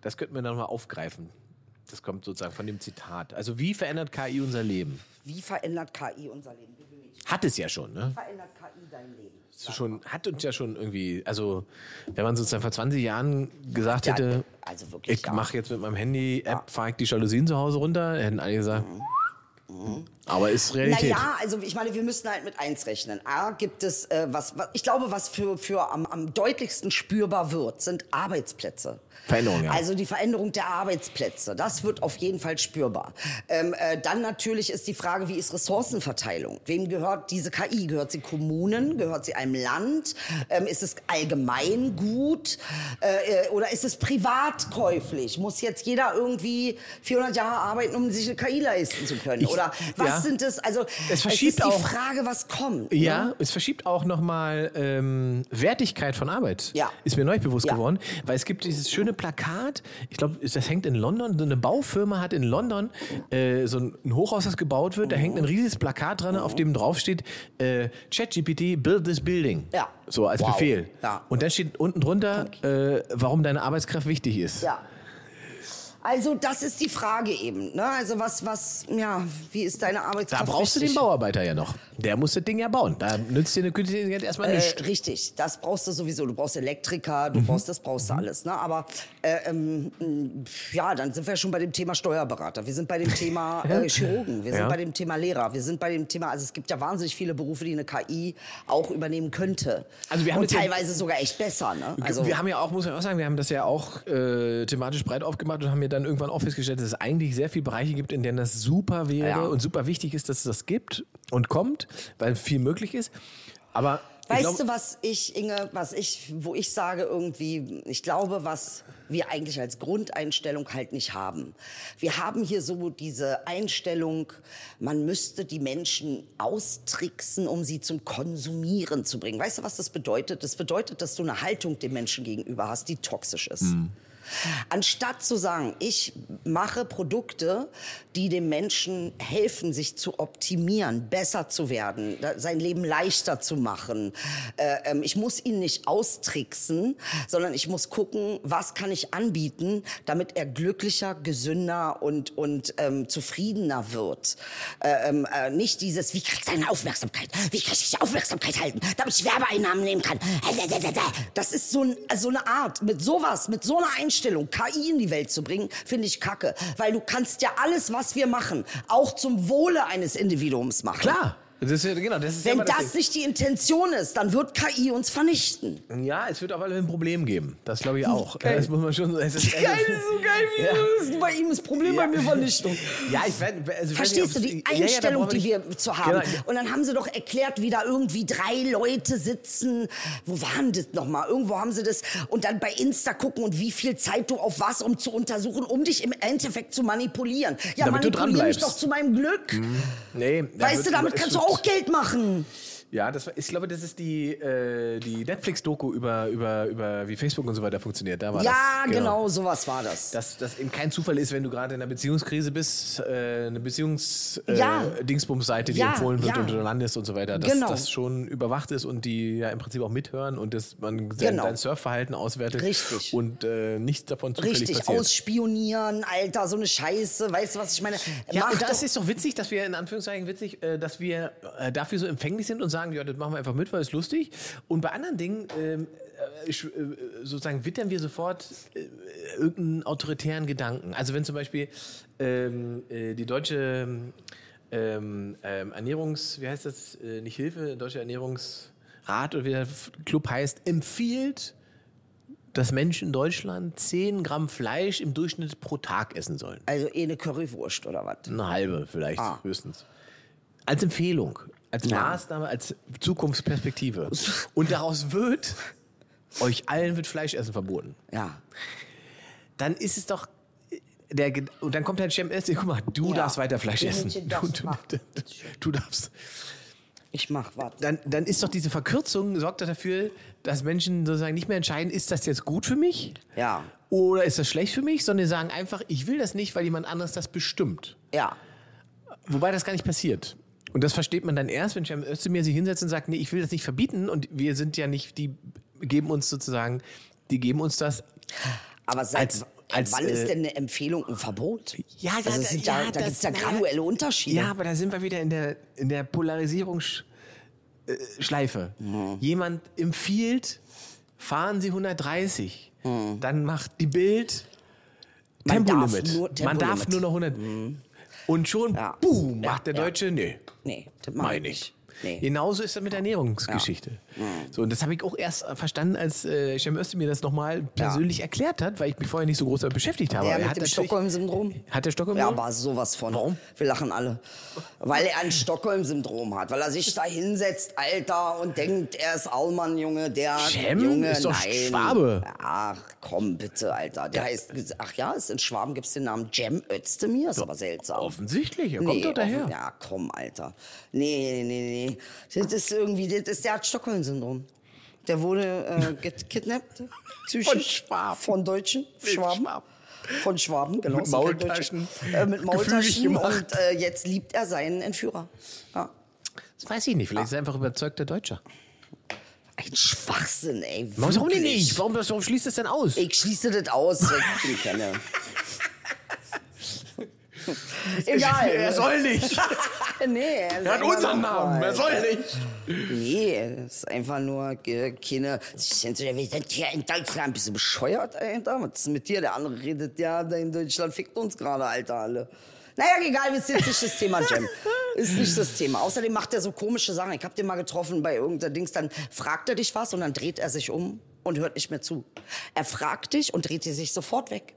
Speaker 3: Das könnten wir dann mal aufgreifen. Das kommt sozusagen von dem Zitat. Also wie verändert KI unser Leben?
Speaker 1: Wie verändert KI unser Leben? Wie
Speaker 3: Hat es ja schon, ne?
Speaker 1: verändert KI dein Leben?
Speaker 3: Ist Schon, hat uns ja schon irgendwie, also wenn man sozusagen vor 20 Jahren gesagt
Speaker 1: Ja,
Speaker 3: hätte,
Speaker 1: also wirklich,
Speaker 3: ich
Speaker 1: ja.
Speaker 3: mache jetzt mit meinem Handy-App, fahre ich die Jalousien zu Hause runter, hätten alle gesagt, aber ist Realität.
Speaker 1: Mhm. Naja, also ich meine, wir müssen halt mit eins rechnen. A, gibt es, äh, was, was, ich glaube, was für, für am, am deutlichsten spürbar wird, sind Arbeitsplätze.
Speaker 3: Veränderung, ja.
Speaker 1: Also die Veränderung der Arbeitsplätze, das wird auf jeden Fall spürbar. Ähm, äh, dann natürlich ist die Frage, wie ist Ressourcenverteilung? Wem gehört diese KI? Gehört sie Kommunen? Gehört sie einem Land? Ähm, ist es allgemein gut? Äh, äh, oder ist es privat käuflich? Muss jetzt jeder irgendwie 400 Jahre arbeiten, um sich eine KI leisten zu können?
Speaker 3: Ich-
Speaker 1: oder was
Speaker 3: ja.
Speaker 1: sind es? Also
Speaker 3: Es verschiebt
Speaker 1: ist die
Speaker 3: auch-
Speaker 1: Frage, was kommt. ne?
Speaker 3: Ja, es verschiebt auch nochmal ähm, Wertigkeit von Arbeit.
Speaker 1: Ja.
Speaker 3: Ist mir neu bewusst
Speaker 1: Ja.
Speaker 3: geworden, weil es gibt dieses schöne Plakat, ich glaube, das hängt in London, so eine Baufirma hat in London äh, so ein ein Hochhaus, das gebaut wird, da hängt ein
Speaker 1: Mhm.
Speaker 3: riesiges Plakat dran, auf dem draufsteht, äh, ChatGPT, build this building.
Speaker 1: Ja.
Speaker 3: So als
Speaker 1: Wow.
Speaker 3: Befehl.
Speaker 1: Ja.
Speaker 3: Und dann steht unten drunter, äh, warum deine Arbeitskraft wichtig ist.
Speaker 1: Ja. Also das ist die Frage eben. Ne? Also was, was, ja, wie ist deine
Speaker 3: Da
Speaker 1: Arbeitskraft?
Speaker 3: brauchst du den
Speaker 1: wichtig?
Speaker 3: Bauarbeiter ja noch. Der muss das Ding ja bauen. Da nützt dir eine künstliche Intelligenz erstmal
Speaker 1: Äh,
Speaker 3: nichts.
Speaker 1: richtig, das brauchst du sowieso. Du brauchst Elektriker,
Speaker 3: Mhm.
Speaker 1: du brauchst das, brauchst du alles. Ne? Aber äh, ähm, mh, ja, dann sind wir schon bei dem Thema Steuerberater. Wir sind bei dem Thema äh, Chirurgen. Wir sind
Speaker 3: Ja.
Speaker 1: bei dem Thema Lehrer. Wir sind bei dem Thema. Also es gibt ja wahnsinnig viele Berufe, die eine KI auch übernehmen könnte.
Speaker 3: Also wir haben
Speaker 1: und
Speaker 3: jetzt-
Speaker 1: teilweise sogar echt besser. Ne? Also
Speaker 3: wir haben ja auch, muss man auch sagen, wir haben das ja auch äh, thematisch breit aufgemacht und haben ja dann irgendwann auch festgestellt, dass es eigentlich sehr viele Bereiche gibt, in denen das super wäre
Speaker 1: Ja.
Speaker 3: und super wichtig ist, dass es das gibt und kommt, weil viel möglich ist. Aber ich
Speaker 1: Weißt
Speaker 3: glaub,
Speaker 1: du, was ich, Inge, was ich, wo ich sage irgendwie, ich glaube, was wir eigentlich als Grundeinstellung halt nicht haben. Wir haben hier so diese Einstellung, man müsste die Menschen austricksen, um sie zum Konsumieren zu bringen. Weißt du, was das bedeutet? Das bedeutet, dass du eine Haltung dem Menschen gegenüber hast, die toxisch ist.
Speaker 3: Hm.
Speaker 1: Anstatt zu sagen, ich mache Produkte, die dem Menschen helfen, sich zu optimieren, besser zu werden, da- sein Leben leichter zu machen. Äh, ähm, ich muss ihn nicht austricksen, sondern ich muss gucken, was kann ich anbieten, damit er glücklicher, gesünder und, und ähm, zufriedener wird. Äh, ähm, äh, nicht dieses, wie kriegst du eine Aufmerksamkeit? Wie krieg ich die Aufmerksamkeit halten, damit ich Werbeeinnahmen nehmen kann? Äh, Das ist so, ein, so eine Art, mit sowas, mit so einer Einstellung, KI in die Welt zu bringen, finde ich kacke. Weil du kannst ja alles, was wir machen, auch zum Wohle eines Individuums machen.
Speaker 3: klar, das ist, ja- genau, das ist ja
Speaker 1: Wenn
Speaker 3: immer
Speaker 1: das,
Speaker 3: das Ding.
Speaker 1: nicht die Intention ist, dann wird KI uns vernichten.
Speaker 3: ja, es wird auf alle Fälle ein Problem geben. Das glaube ich auch. Das muss man schon. Es ist,
Speaker 1: so geil, wie
Speaker 3: Ja.
Speaker 1: das ist. Bei ihm ist Problem,
Speaker 3: Ja.
Speaker 1: Vernichtung.
Speaker 3: ja, ich werd, also ich
Speaker 1: Verstehst du
Speaker 3: weiß
Speaker 1: die
Speaker 3: nicht, ob's- ja, ja, da
Speaker 1: Einstellung,
Speaker 3: brauchen
Speaker 1: die
Speaker 3: nicht-
Speaker 1: wir zu haben?
Speaker 3: Genau,
Speaker 1: Und dann haben sie doch erklärt, wie da irgendwie drei Leute sitzen. Wo waren das nochmal? Irgendwo haben sie das. Und dann bei Insta gucken und wie viel Zeit du auf was, um zu untersuchen, um dich im Endeffekt zu manipulieren. Ja,
Speaker 3: Damit du Mhm.
Speaker 1: manipulier mich
Speaker 3: dranbleibst.
Speaker 1: doch zu meinem Glück.
Speaker 3: nee, da
Speaker 1: Weißt
Speaker 3: wird-
Speaker 1: du, damit
Speaker 3: es
Speaker 1: kannst du
Speaker 3: wird-
Speaker 1: auch Geld machen.
Speaker 3: Ja, das war, ich glaube, das ist die, äh, die Netflix-Doku über, über, über wie Facebook und so weiter funktioniert. Da war
Speaker 1: ja,
Speaker 3: das,
Speaker 1: genau. sowas war das.
Speaker 3: Dass das eben kein Zufall ist, wenn du gerade in einer Beziehungskrise bist, äh, eine
Speaker 1: Ja.
Speaker 3: Beziehungs-Dingsbums-Seite, die
Speaker 1: Ja,
Speaker 3: empfohlen wird
Speaker 1: ja.
Speaker 3: und du landest und so weiter, dass
Speaker 1: Genau.
Speaker 3: das schon überwacht ist und die ja im Prinzip auch mithören und dass man
Speaker 1: Genau.
Speaker 3: dein Surfverhalten auswertet
Speaker 1: Richtig.
Speaker 3: und äh, nichts davon zufällig
Speaker 1: Richtig,
Speaker 3: passiert.
Speaker 1: ausspionieren, Alter, so eine Scheiße. Weißt du, was ich meine?
Speaker 3: Ja,
Speaker 1: Mach
Speaker 3: und das
Speaker 1: doch-
Speaker 3: ist doch witzig, dass wir in Anführungszeichen witzig, äh, dass wir äh, dafür so empfänglich sind und sagen, ja, das machen wir einfach mit, weil es lustig. Und bei anderen Dingen ähm, äh, sch- äh, sozusagen wittern wir sofort äh, irgendeinen autoritären Gedanken. Also wenn zum Beispiel ähm, äh, die deutsche ähm, ähm, Ernährungs, wie heißt das, äh, nicht Hilfe, deutsche Ernährungsrat oder wie der F- Club heißt, empfiehlt dass Menschen in Deutschland 10 Gramm Fleisch im Durchschnitt pro Tag essen sollen.
Speaker 1: also eh eine Currywurst oder was?
Speaker 3: Eine halbe vielleicht
Speaker 1: Ah.
Speaker 3: höchstens. Als Empfehlung, als Maßnahme, als Zukunftsperspektive. Und daraus wird, euch allen wird Fleischessen verboten.
Speaker 1: Ja.
Speaker 3: Dann ist es doch. Der, Ged- und dann kommt Herr Cem Essen, guck mal, du
Speaker 1: Ja.
Speaker 3: darfst weiter Fleisch
Speaker 1: Die
Speaker 3: essen.
Speaker 1: Mädchen
Speaker 3: Du,
Speaker 1: darfst
Speaker 3: du,
Speaker 1: machen.
Speaker 3: du darfst.
Speaker 1: Ich mach was.
Speaker 3: Dann, dann ist doch diese Verkürzung, sorgt doch dafür, dass Menschen sozusagen nicht mehr entscheiden, ist das jetzt gut für mich
Speaker 1: Ja,
Speaker 3: oder ist das schlecht für mich, sondern die sagen einfach, ich will das nicht, weil jemand anderes das bestimmt.
Speaker 1: ja.
Speaker 3: Wobei das gar nicht passiert. Und das versteht man dann erst, wenn Cem Özdemir sich hinsetzt und sagt, nee, ich will das nicht verbieten und wir sind ja nicht, die geben uns sozusagen, die geben uns das
Speaker 1: Aber seit,
Speaker 3: als als,
Speaker 1: Wann
Speaker 3: äh,
Speaker 1: ist denn eine Empfehlung ein Verbot?
Speaker 3: Ja, ja,
Speaker 1: also
Speaker 3: da-
Speaker 1: es sind ja,
Speaker 3: ja,
Speaker 1: da
Speaker 3: das-
Speaker 1: gibt es ja
Speaker 3: na ja.
Speaker 1: graduelle Unterschiede.
Speaker 3: Ja, aber da sind wir wieder in der, in der Polarisierungsschleife. Jemand empfiehlt, fahren Sie 130. Dann macht die Bild
Speaker 1: Man darf
Speaker 3: Tempolimit. Mhm.
Speaker 1: nur
Speaker 3: Man Mhm. darf
Speaker 1: Tempolimit.
Speaker 3: nur noch 100. Und schon,
Speaker 1: Ja.
Speaker 3: boom,
Speaker 1: Ja,
Speaker 3: macht der
Speaker 1: ja.
Speaker 3: Deutsche, nee.
Speaker 1: Nee, das
Speaker 3: Meine
Speaker 1: meine
Speaker 3: ich.
Speaker 1: ich. nicht. Nee. Mhm.
Speaker 3: Genauso ist das mit Ernährungsgeschichte. So, und das habe ich auch erst äh, verstanden, als äh, Cem Özdemir mir das nochmal persönlich erklärt hat, weil ich mich vorher nicht so groß damit beschäftigt habe.
Speaker 1: Der
Speaker 3: Aber er
Speaker 1: mit
Speaker 3: hat
Speaker 1: dem
Speaker 3: natürlich-
Speaker 1: Stockholm-Syndrom.
Speaker 3: Hat der Stockholm?
Speaker 1: Ja,
Speaker 3: Syndrom?
Speaker 1: aber sowas von.
Speaker 3: Warum?
Speaker 1: Wir lachen alle. Weil er ein Stockholm-Syndrom hat, weil er sich da hinsetzt, Alter, und denkt, er ist Allmann, Junge, der
Speaker 3: Cem
Speaker 1: Junge,
Speaker 3: ist doch
Speaker 1: nein.
Speaker 3: Schwabe.
Speaker 1: Ach, komm bitte, Alter. Der heißt, ach ja, ist in Schwaben gibt's den Namen Cem Özdemir, ist aber seltsam.
Speaker 3: Offensichtlich, er kommt doch daher.
Speaker 1: offen- ja, komm, Alter. Nee, nee, nee, nee. Das ist irgendwie, das ist, der hat Stockholm-Syndrom. Der wurde äh, gekidnappt, psychisch.
Speaker 3: Von Schwaben.
Speaker 1: Von Deutschen, Schwaben.
Speaker 3: Schwaben.
Speaker 1: Von Schwaben, genau.
Speaker 3: Mit
Speaker 1: so kennt Deutsche.
Speaker 3: Maultaschen.
Speaker 1: Äh, mit
Speaker 3: Gefügig
Speaker 1: Maultaschen
Speaker 3: gemacht.
Speaker 1: und äh, jetzt liebt er seinen Entführer. Ja.
Speaker 3: Das weiß ich nicht, vielleicht ist er einfach überzeugter Deutscher.
Speaker 1: Ein Schwachsinn, ey.
Speaker 3: Warum denn
Speaker 1: wirklich.
Speaker 3: nicht? Warum, warum schließt das denn aus?
Speaker 1: Ich schließe das aus, weil ich ihn kenne. Egal.
Speaker 3: nicht.
Speaker 1: nee,
Speaker 3: Er hat unseren Namen. Er
Speaker 1: Er
Speaker 3: soll nicht.
Speaker 1: Nee, das ist einfach nur äh, keine. Sie sind so, Wir sind hier in Deutschland. Bist du bescheuert, Alter? Was ist mit dir? Der andere redet ja, da in Deutschland fickt uns gerade, Alter, alle. Naja, egal, ist jetzt nicht das Thema, Jam. Ist nicht das Thema. Außerdem macht er so komische Sachen. Ich hab den mal getroffen bei irgendeinem Dings, dann fragt er dich was und dann dreht er sich um und hört nicht mehr zu. Er fragt dich und dreht dir sich sofort weg.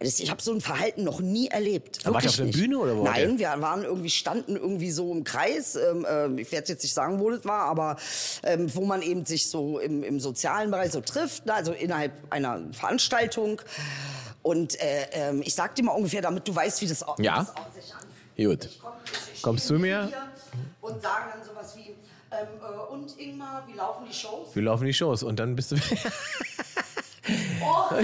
Speaker 1: Das, ich habe so ein Verhalten noch nie erlebt.
Speaker 3: Aber war der
Speaker 1: Wirklich
Speaker 3: auf der
Speaker 1: nicht.
Speaker 3: Bühne oder wo war
Speaker 1: Nein, wir waren irgendwie, standen irgendwie so im Kreis. Ähm, ähm, ich werde jetzt nicht sagen, wo das war, aber ähm, wo man eben sich so im, im sozialen Bereich so trifft, ne? also innerhalb einer Veranstaltung. Und äh, ähm, ich sag dir mal ungefähr, damit du weißt, wie das, au-
Speaker 3: Ja.
Speaker 1: wie das aus sich anfühlt.
Speaker 3: Gut.
Speaker 1: Ich komm- ich
Speaker 3: Kommst
Speaker 1: stehe
Speaker 3: du mir?
Speaker 1: hier Und sagen dann sowas wie, ähm, äh, und Ingmar, wie laufen die Shows?
Speaker 3: Wir laufen die Shows und dann bist du.
Speaker 1: Original.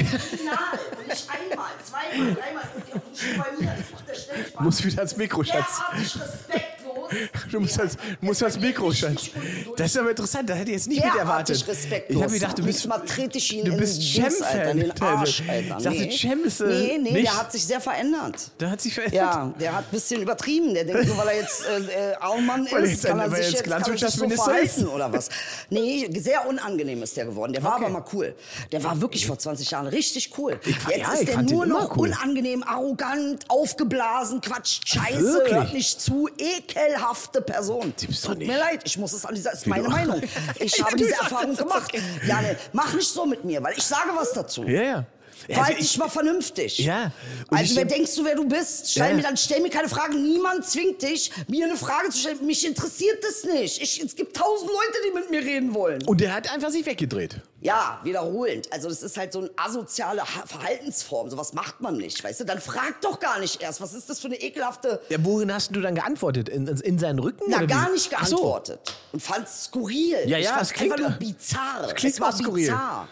Speaker 1: Und nicht einmal, zweimal, dreimal. Und der- und schon bei mir, das macht der ständig Spaß.
Speaker 3: Muss wieder ans Mikro, Schatz.
Speaker 1: Derartig respektlos.
Speaker 3: Du musst ans, musst ans Mikro, Schatz. Das ist aber interessant, das hätte ich jetzt nicht mit erwartet.
Speaker 1: Derartig respektlos.
Speaker 3: Ich habe gedacht, du bist.
Speaker 1: Mal trete ich ihn
Speaker 3: du
Speaker 1: in
Speaker 3: bist
Speaker 1: den Dings,
Speaker 3: Cem-Fan.
Speaker 1: Alter, in den Arsch, Alter.
Speaker 3: Ich dachte, Cem ist, äh,
Speaker 1: Nee, nee,
Speaker 3: nicht-
Speaker 1: der hat sich sehr verändert.
Speaker 3: Da hat sich verändert.
Speaker 1: Ja, der hat ein bisschen übertrieben. Der denkt nur, weil er jetzt äh, äh, Aumann
Speaker 3: Weil er
Speaker 1: ist,
Speaker 3: jetzt
Speaker 1: kann
Speaker 3: ein-
Speaker 1: er
Speaker 3: weil er
Speaker 1: sich
Speaker 3: jetzt
Speaker 1: jetzt, kann er sich so
Speaker 3: Landwirtschaftsminister ist.
Speaker 1: verhalten oder was. Nee, sehr unangenehm ist der geworden. Der war aber mal cool. Der war wirklich vor 20 Jahren richtig cool. jetzt
Speaker 3: ja, ich
Speaker 1: ist der
Speaker 3: fand ihn
Speaker 1: nur
Speaker 3: immer
Speaker 1: noch
Speaker 3: cool.
Speaker 1: unangenehm, arrogant, aufgeblasen, quatscht Scheiße,
Speaker 3: Wirklich?
Speaker 1: hört nicht zu, ekelhafte Person.
Speaker 3: Gibt's doch
Speaker 1: Tut
Speaker 3: nicht.
Speaker 1: mir leid, ich muss es an dieser, ist meine
Speaker 3: du-
Speaker 1: Meinung. Ich habe
Speaker 3: Du
Speaker 1: diese
Speaker 3: sagst, das
Speaker 1: Erfahrung
Speaker 3: ist
Speaker 1: gemacht. Ja, nee, mach nicht so mit mir, weil ich sage was dazu.
Speaker 3: Ja, ja.
Speaker 1: Verhalte dich mal vernünftig.
Speaker 3: Also Ja, und
Speaker 1: Also
Speaker 3: ich-
Speaker 1: wer denkst du, wer du bist? Stell
Speaker 3: Ja.
Speaker 1: mir dann stell mir keine Fragen. Niemand zwingt dich, mir eine Frage zu stellen. Mich interessiert das nicht. Ich, es gibt tausend Leute, die mit mir reden wollen.
Speaker 3: Und der hat einfach sich weggedreht.
Speaker 1: Ja, wiederholend. Also das ist halt so eine asoziale ha Verhaltensform. Sowas macht man nicht, weißt du? Dann frag doch gar nicht erst. Was ist das für eine ekelhafte?
Speaker 3: Ja, worin hast du dann geantwortet? In, in seinen Rücken?
Speaker 1: Na,
Speaker 3: oder wie?
Speaker 1: gar nicht
Speaker 3: Ach so.
Speaker 1: geantwortet. Und fand's skurril.
Speaker 3: Ja,
Speaker 1: ich
Speaker 3: ja,
Speaker 1: fand's
Speaker 3: es klingt-
Speaker 1: einfach nur bizarr.
Speaker 3: klingt
Speaker 1: es war
Speaker 3: auch skurril.
Speaker 1: bizarr.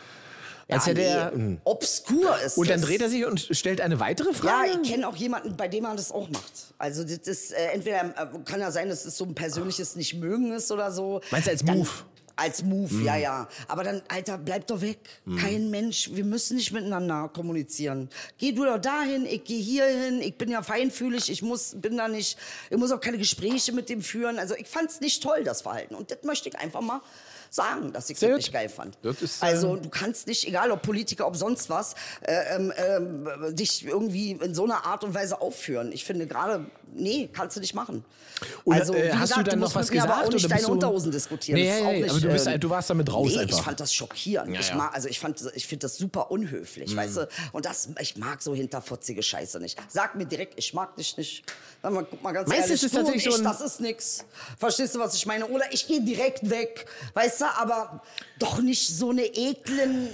Speaker 1: Ja,
Speaker 3: Als hätte er-
Speaker 1: nee. Obskur ist
Speaker 3: Und dann
Speaker 1: das.
Speaker 3: dreht er sich und stellt eine weitere
Speaker 1: Ja,
Speaker 3: Frage?
Speaker 1: ich kenne auch jemanden, bei dem man das auch macht. Also das ist, äh, entweder äh, kann ja sein, dass es so ein persönliches Nicht-Mögen ist oder so.
Speaker 3: Meinst du als
Speaker 1: Dann-
Speaker 3: Move? Mhm.
Speaker 1: Als Move, ja, ja. Aber dann, Alter, bleib doch weg. Kein Mensch, wir müssen nicht miteinander kommunizieren. Geh du doch dahin, ich gehe hierhin, ich bin ja feinfühlig, ich muss, bin da nicht, ich muss auch keine Gespräche mit dem führen. Also ich fand's nicht toll, das Verhalten. Und das möchte ich einfach mal sagen, dass ich
Speaker 3: Sehr
Speaker 1: das
Speaker 3: gut.
Speaker 1: nicht geil fand.
Speaker 3: Das ist, äh,
Speaker 1: also du kannst nicht, egal ob Politiker, ob sonst was, äh, ähm, ähm, dich irgendwie in so einer Art und Weise aufführen. Ich finde gerade, nee, kannst du nicht machen.
Speaker 3: Oder,
Speaker 1: also,
Speaker 3: äh,
Speaker 1: wie
Speaker 3: hast
Speaker 1: gesagt,
Speaker 3: du dann
Speaker 1: musst
Speaker 3: noch was
Speaker 1: mit mir
Speaker 3: gesagt?
Speaker 1: aber auch nicht
Speaker 3: oder bist
Speaker 1: deine
Speaker 3: du-
Speaker 1: Unterhosen diskutieren.
Speaker 3: Nee,
Speaker 1: das ist
Speaker 3: ja,
Speaker 1: auch
Speaker 3: ja,
Speaker 1: nicht,
Speaker 3: aber du bist-
Speaker 1: ähm,
Speaker 3: du warst damit raus
Speaker 1: Nee,
Speaker 3: einfach.
Speaker 1: ich fand das schockierend.
Speaker 3: Ja,
Speaker 1: ich
Speaker 3: ja. Mhm.
Speaker 1: mag, also ich fand, ich finde das super unhöflich, weißt du? Und das, ich mag so hinterfotzige Scheiße nicht. Sag mir direkt, ich mag dich nicht. Sag mal, guck mal ganz
Speaker 3: Meistens
Speaker 1: ehrlich,
Speaker 3: ist
Speaker 1: du und
Speaker 3: tatsächlich
Speaker 1: ich,
Speaker 3: so ein-
Speaker 1: das ist nix. Verstehst du, was ich meine? Oder ich gehe direkt weg, weißt du? Aber doch nicht so eine eklen...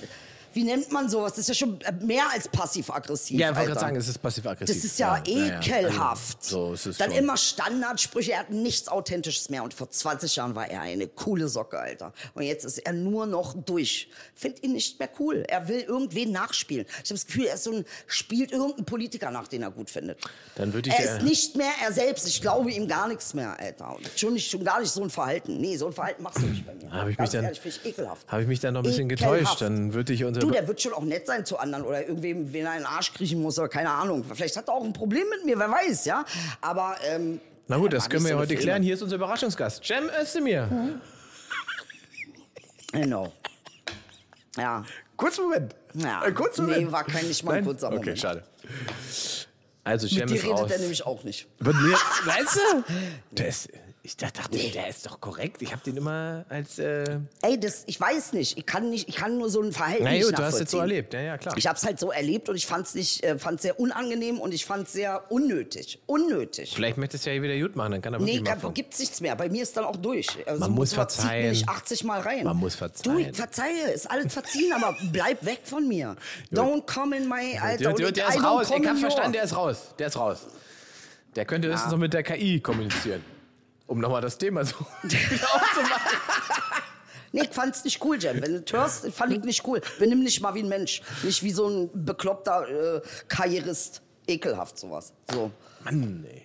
Speaker 1: Wie nennt man sowas? Das ist ja schon äh, mehr als passiv-aggressiv.
Speaker 3: Ja, ich wollte
Speaker 1: Alter.
Speaker 3: gerade sagen, es ist passiv-aggressiv.
Speaker 1: Das ist ja, ekelhaft.
Speaker 3: Also, so ist es
Speaker 1: Dann
Speaker 3: schon.
Speaker 1: immer Standardsprüche, er hat nichts Authentisches mehr. Und vor 20 Jahren war er eine coole Socke, Alter. Und jetzt ist er nur noch durch. Find ihn nicht mehr cool. Er will irgendwen nachspielen. Ich habe das Gefühl, er ist so ein, spielt irgendeinen Politiker nach, den er gut findet.
Speaker 3: Dann würd ich,
Speaker 1: er ist
Speaker 3: äh,
Speaker 1: nicht mehr er selbst. Ich glaube ihm gar nichts mehr, Alter. Und schon, nicht, schon gar nicht so ein Verhalten. Nee, so ein Verhalten machst du nicht bei mir.
Speaker 3: Hab ich mich
Speaker 1: Ganz
Speaker 3: dann-
Speaker 1: ehrlich, finde ich ekelhaft.
Speaker 3: Habe ich mich dann noch ein bisschen
Speaker 1: Ekelhaft.
Speaker 3: getäuscht, dann würde ich unser
Speaker 1: Du Du, der wird schon auch nett sein zu anderen oder irgendwem, wen er in den Arsch kriechen muss oder keine Ahnung. Vielleicht hat er auch ein Problem mit mir, wer weiß, ja. Aber, ähm,
Speaker 3: Na gut, das
Speaker 1: mag
Speaker 3: können
Speaker 1: ich
Speaker 3: wir
Speaker 1: so Hm.
Speaker 3: ja heute
Speaker 1: Filme.
Speaker 3: klären. Hier ist unser Überraschungsgast, Cem Özdemir.
Speaker 1: Genau. Ja.
Speaker 3: Kurz Moment.
Speaker 1: Ja.
Speaker 3: Äh, kurz Moment.
Speaker 1: Nee, war kein, nicht mal ein
Speaker 3: Nein?
Speaker 1: kurzer
Speaker 3: Okay,
Speaker 1: Moment.
Speaker 3: schade. Also,
Speaker 1: Die
Speaker 3: Cem ist
Speaker 1: redet
Speaker 3: raus.
Speaker 1: er nämlich auch nicht.
Speaker 3: Wird mir, weißt du? Der ist, ich dachte, der ist doch korrekt. Ich habe den immer als. Äh,
Speaker 1: Ey, das, ich weiß nicht. Ich kann nicht, ich kann nur so ein Verhalten
Speaker 3: na
Speaker 1: nicht
Speaker 3: gut, du hast jetzt so
Speaker 1: nachvollziehen.
Speaker 3: erlebt. Ja, ja, klar.
Speaker 1: Ich habe es halt so erlebt und ich fand es nicht, äh, fand's sehr unangenehm und ich fand es sehr unnötig. Unnötig.
Speaker 3: Vielleicht möchtest du ja wieder gut machen, dann kann er wirklich
Speaker 1: Nee,
Speaker 3: mal
Speaker 1: da
Speaker 3: von.
Speaker 1: gibt's nichts mehr. Bei mir ist dann auch durch. Also,
Speaker 3: Man muss
Speaker 1: sowas zieht mir
Speaker 3: verzeihen.
Speaker 1: nicht 80 Mal rein.
Speaker 3: Man muss
Speaker 1: Du,
Speaker 3: verzeihen.
Speaker 1: ich verzeihe, ist alles verziehen, aber bleib weg von mir. Don't come in my Alter.
Speaker 3: Gut,
Speaker 1: und
Speaker 3: gut, der
Speaker 1: I
Speaker 3: ist
Speaker 1: don't
Speaker 3: raus.
Speaker 1: come
Speaker 3: Ich
Speaker 1: in
Speaker 3: hab
Speaker 1: your-
Speaker 3: verstanden, der ist raus. Der ist raus. Der könnte höchstens noch mit der KI kommunizieren. Um nochmal das Thema so wieder aufzumachen.
Speaker 1: Nee, ich fand's nicht cool, Jem. Wenn du es hörst, fand ich nicht cool. Benimm dich mal wie ein Mensch. Nicht wie so ein bekloppter äh, Karrierist. Ekelhaft sowas. So.
Speaker 3: Mann, ey.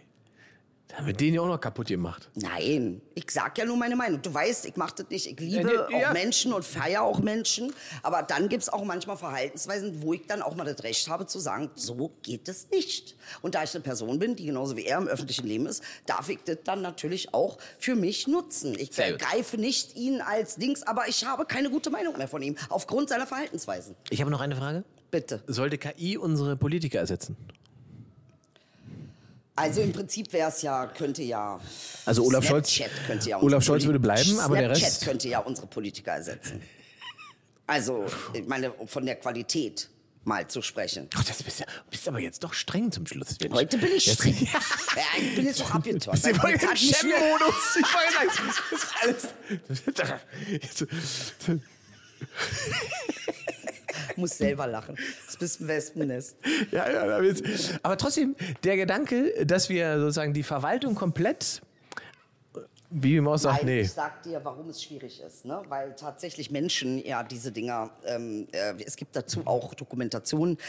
Speaker 3: Da haben wir den ja auch noch kaputt gemacht.
Speaker 1: Nein, ich sag ja nur meine Meinung. Du weißt, ich mache das nicht. Ich liebe
Speaker 3: Ja, Äh, ja.
Speaker 1: auch Menschen und feiere auch Menschen. Aber dann gibt's auch manchmal Verhaltensweisen, wo ich dann auch mal das Recht habe zu sagen, so geht es nicht. Und da ich eine Person bin, die genauso wie er im öffentlichen Leben ist, darf ich das dann natürlich auch für mich nutzen. Ich
Speaker 3: Sehr gut.
Speaker 1: greife nicht ihn als Dings, aber ich habe keine gute Meinung mehr von ihm. Aufgrund seiner Verhaltensweisen.
Speaker 3: Ich habe noch eine Frage.
Speaker 1: Bitte.
Speaker 3: Sollte KI unsere Politiker ersetzen?
Speaker 1: Also im Prinzip wäre es ja, könnte ja.
Speaker 3: Also Olaf Scholz-
Speaker 1: Snapchat könnte ja
Speaker 3: Olaf
Speaker 1: unsere
Speaker 3: Scholz
Speaker 1: Poli-
Speaker 3: würde bleiben, aber der
Speaker 1: Snapchat
Speaker 3: Rest-
Speaker 1: könnte ja unsere Politiker ersetzen. Also, ich meine, von der Qualität mal zu sprechen.
Speaker 3: Ach, das bist, ja, bist aber jetzt doch streng zum Schluss. Mensch.
Speaker 1: Heute bin ich
Speaker 3: Jetzt-
Speaker 1: streng. Ja, ich bin jetzt auch abgetan.
Speaker 3: Sie war im
Speaker 1: Jetzt hat mich nur-
Speaker 3: Chef-Modus. Ich war gesagt, das ist alles. Jetzt,
Speaker 1: muss selber lachen. Das bist ein Wespennest.
Speaker 3: ja, ja, aber jetzt- aber trotzdem, der Gedanke, dass wir sozusagen die Verwaltung komplett. Bibi Maus sagt,
Speaker 1: Nein,
Speaker 3: nee.
Speaker 1: Ich sag dir, warum es schwierig ist, ne? weil tatsächlich Menschen ja diese Dinger, ähm, äh, es gibt dazu auch Dokumentationen,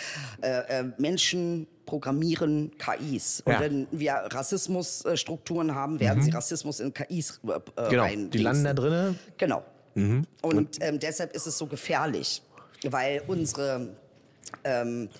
Speaker 1: äh, äh, Menschen programmieren KIs. Und
Speaker 3: Ja. Mhm.
Speaker 1: wenn wir Rassismusstrukturen haben, werden sie Rassismus in KIs äh,
Speaker 3: Genau,
Speaker 1: rein.
Speaker 3: die landen da drinnen.
Speaker 1: Genau.
Speaker 3: Mhm.
Speaker 1: Und ähm, deshalb ist es so gefährlich, weil unsere ähm,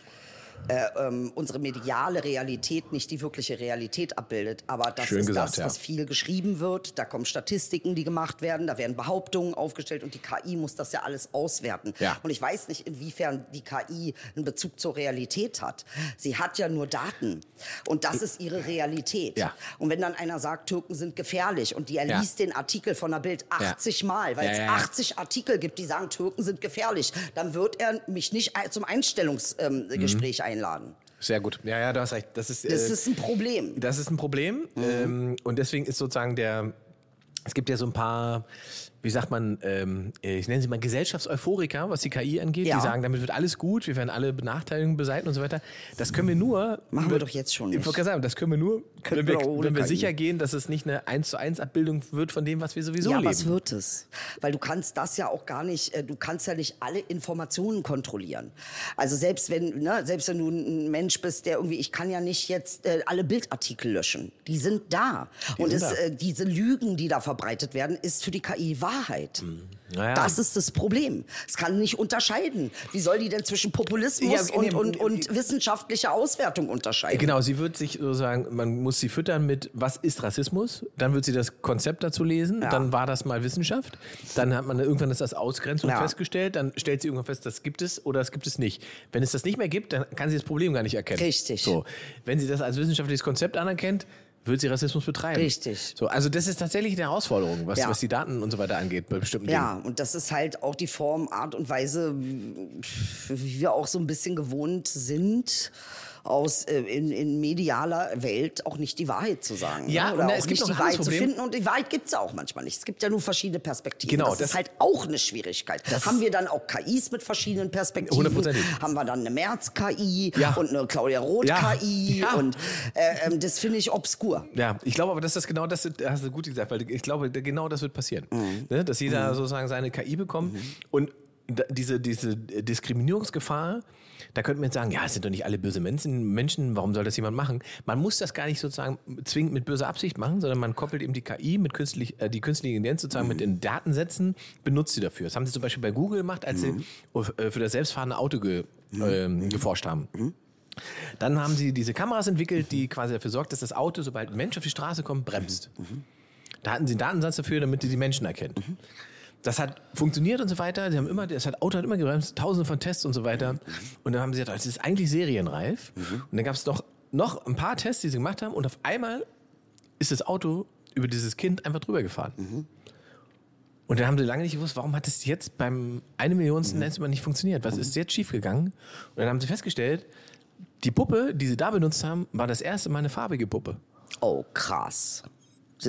Speaker 1: unsere mediale Realität nicht die wirkliche Realität abbildet. Aber das
Speaker 3: Schön
Speaker 1: ist
Speaker 3: gesagt,
Speaker 1: das,
Speaker 3: ja.
Speaker 1: was viel geschrieben wird. Da kommen Statistiken, die gemacht werden, da werden Behauptungen aufgestellt und die KI muss das ja alles auswerten.
Speaker 3: Ja.
Speaker 1: Und ich weiß nicht, inwiefern die KI einen Bezug zur Realität hat. Sie hat ja nur Daten und das ist ihre Realität.
Speaker 3: Ja.
Speaker 1: Und wenn dann einer sagt, Türken sind gefährlich und die erliest den Artikel von der Bild 80 Mal, weil
Speaker 3: Ja,
Speaker 1: es
Speaker 3: ja, ja.
Speaker 1: 80 Artikel gibt, die sagen, Türken sind gefährlich, dann wird er mich nicht ein- zum Einstellungsgespräch ähm, Gespräch einladen.
Speaker 3: Sehr gut. Ja, ja, du hast recht. Das ist, Mhm. äh,
Speaker 1: Das ist Mhm. ein Problem.
Speaker 3: Das ist ein Problem. Ähm, und deswegen ist sozusagen der. Es gibt ja so ein paar, wie sagt man, ähm, ich nenne sie mal Gesellschaftseuphoриker, was die KI angeht.
Speaker 1: Ja.
Speaker 3: Die sagen, damit wird alles gut, wir werden alle Benachteiligungen beseitigen und so weiter. Das können wir nur.
Speaker 1: Machen wir doch jetzt schon
Speaker 3: Ich
Speaker 1: nicht.
Speaker 3: wollte gerade sagen, das können wir nur, wenn
Speaker 1: Können
Speaker 3: wir,
Speaker 1: wir ohne
Speaker 3: wenn wir
Speaker 1: KI.
Speaker 3: sicher gehen, dass es nicht eine 1 zu 1 Abbildung wird von dem, was wir sowieso
Speaker 1: ja,
Speaker 3: leben.
Speaker 1: was wird es? Weil du kannst das ja auch gar nicht, äh, du kannst ja nicht alle Informationen kontrollieren. Also selbst wenn, ne, selbst wenn du ein Mensch bist, der irgendwie, ich kann ja nicht jetzt äh, alle Bildartikel löschen. Die sind da. Und
Speaker 3: sind
Speaker 1: es,
Speaker 3: da.
Speaker 1: Äh, diese Lügen, die da verbreitet werden, ist für die KI Wahrheit.
Speaker 3: Naja.
Speaker 1: Das ist das Problem. Es kann nicht unterscheiden. Wie soll die denn zwischen Populismus
Speaker 3: Ja, in
Speaker 1: und,
Speaker 3: dem-
Speaker 1: und, und wissenschaftlicher Auswertung unterscheiden?
Speaker 3: Genau, sie wird sich sozusagen, man muss sie füttern mit, was ist Rassismus? Dann wird sie das Konzept dazu lesen, dann war das mal Wissenschaft, dann hat man irgendwann ist das Ausgrenzung
Speaker 1: Ja.
Speaker 3: festgestellt, dann stellt sie irgendwann fest, das gibt es oder es gibt es nicht. Wenn es das nicht mehr gibt, dann kann sie das Problem gar nicht erkennen.
Speaker 1: Richtig.
Speaker 3: So, wenn sie das als wissenschaftliches Konzept anerkennt, wird sie Rassismus betreiben.
Speaker 1: Richtig.
Speaker 3: So, also das ist tatsächlich eine Herausforderung, was,
Speaker 1: Ja.
Speaker 3: was die Daten und so weiter angeht bei bestimmten
Speaker 1: Ja, und das ist halt auch die Form, Art und Weise, wie wir auch so ein bisschen gewohnt sind, aus äh, in, in medialer Welt auch nicht die Wahrheit zu sagen.
Speaker 3: Ja,
Speaker 1: ne?
Speaker 3: und
Speaker 1: oder
Speaker 3: na,
Speaker 1: auch
Speaker 3: es gibt
Speaker 1: nicht
Speaker 3: noch ein
Speaker 1: die Wahrheit
Speaker 3: anderes
Speaker 1: zu
Speaker 3: Problem.
Speaker 1: finden. Und die Wahrheit gibt's ja auch manchmal nicht. Es gibt ja nur verschiedene Perspektiven.
Speaker 3: Genau,
Speaker 1: das,
Speaker 3: das-
Speaker 1: ist halt auch eine Schwierigkeit. Haben wir dann auch KIs mit verschiedenen Perspektiven?
Speaker 3: Hundertprozentig.
Speaker 1: Haben wir dann eine Merz-KI
Speaker 3: Ja.
Speaker 1: und eine Claudia Roth-KI?
Speaker 3: Ja. Ja.
Speaker 1: Und äh, ähm, das finde ich obskur.
Speaker 3: Ja, ich glaube aber, dass das genau das, das hast du gut gesagt, weil ich glaube, genau das wird passieren. Ne? Dass jeder sozusagen seine KI bekommt und da- diese, diese Diskriminierungsgefahr, da könnte man jetzt sagen, ja, es sind doch nicht alle böse Menschen, Menschen, warum soll das jemand machen? Man muss das gar nicht sozusagen zwingend mit böser Absicht machen, sondern man koppelt eben die KI mit künstlich, äh, die künstliche Intelligenz sozusagen mit den Datensätzen, benutzt sie dafür. Das haben sie zum Beispiel bei Google gemacht, als sie äh, für das selbstfahrende Auto ge, ähm, geforscht haben. Dann haben sie diese Kameras entwickelt, die quasi dafür sorgt, dass das Auto, sobald ein Mensch auf die Straße kommt, bremst. Da hatten sie einen Datensatz dafür, damit sie die Menschen erkennen. Das hat funktioniert und so weiter. Sie haben immer, das hat, Auto hat immer gebremst, tausende von Tests und so weiter. Und dann haben sie gesagt, oh, das ist eigentlich serienreif. Und dann gab es noch, noch ein paar Tests, die sie gemacht haben. Und auf einmal ist das Auto über dieses Kind einfach drüber gefahren. Und dann haben sie lange nicht gewusst, warum hat es jetzt beim eine Millionsten letzten Mal nicht funktioniert? Was ist jetzt schiefgegangen? Und dann haben sie festgestellt, die Puppe, die sie da benutzt haben, war das erste Mal eine farbige Puppe.
Speaker 1: Oh, krass. Das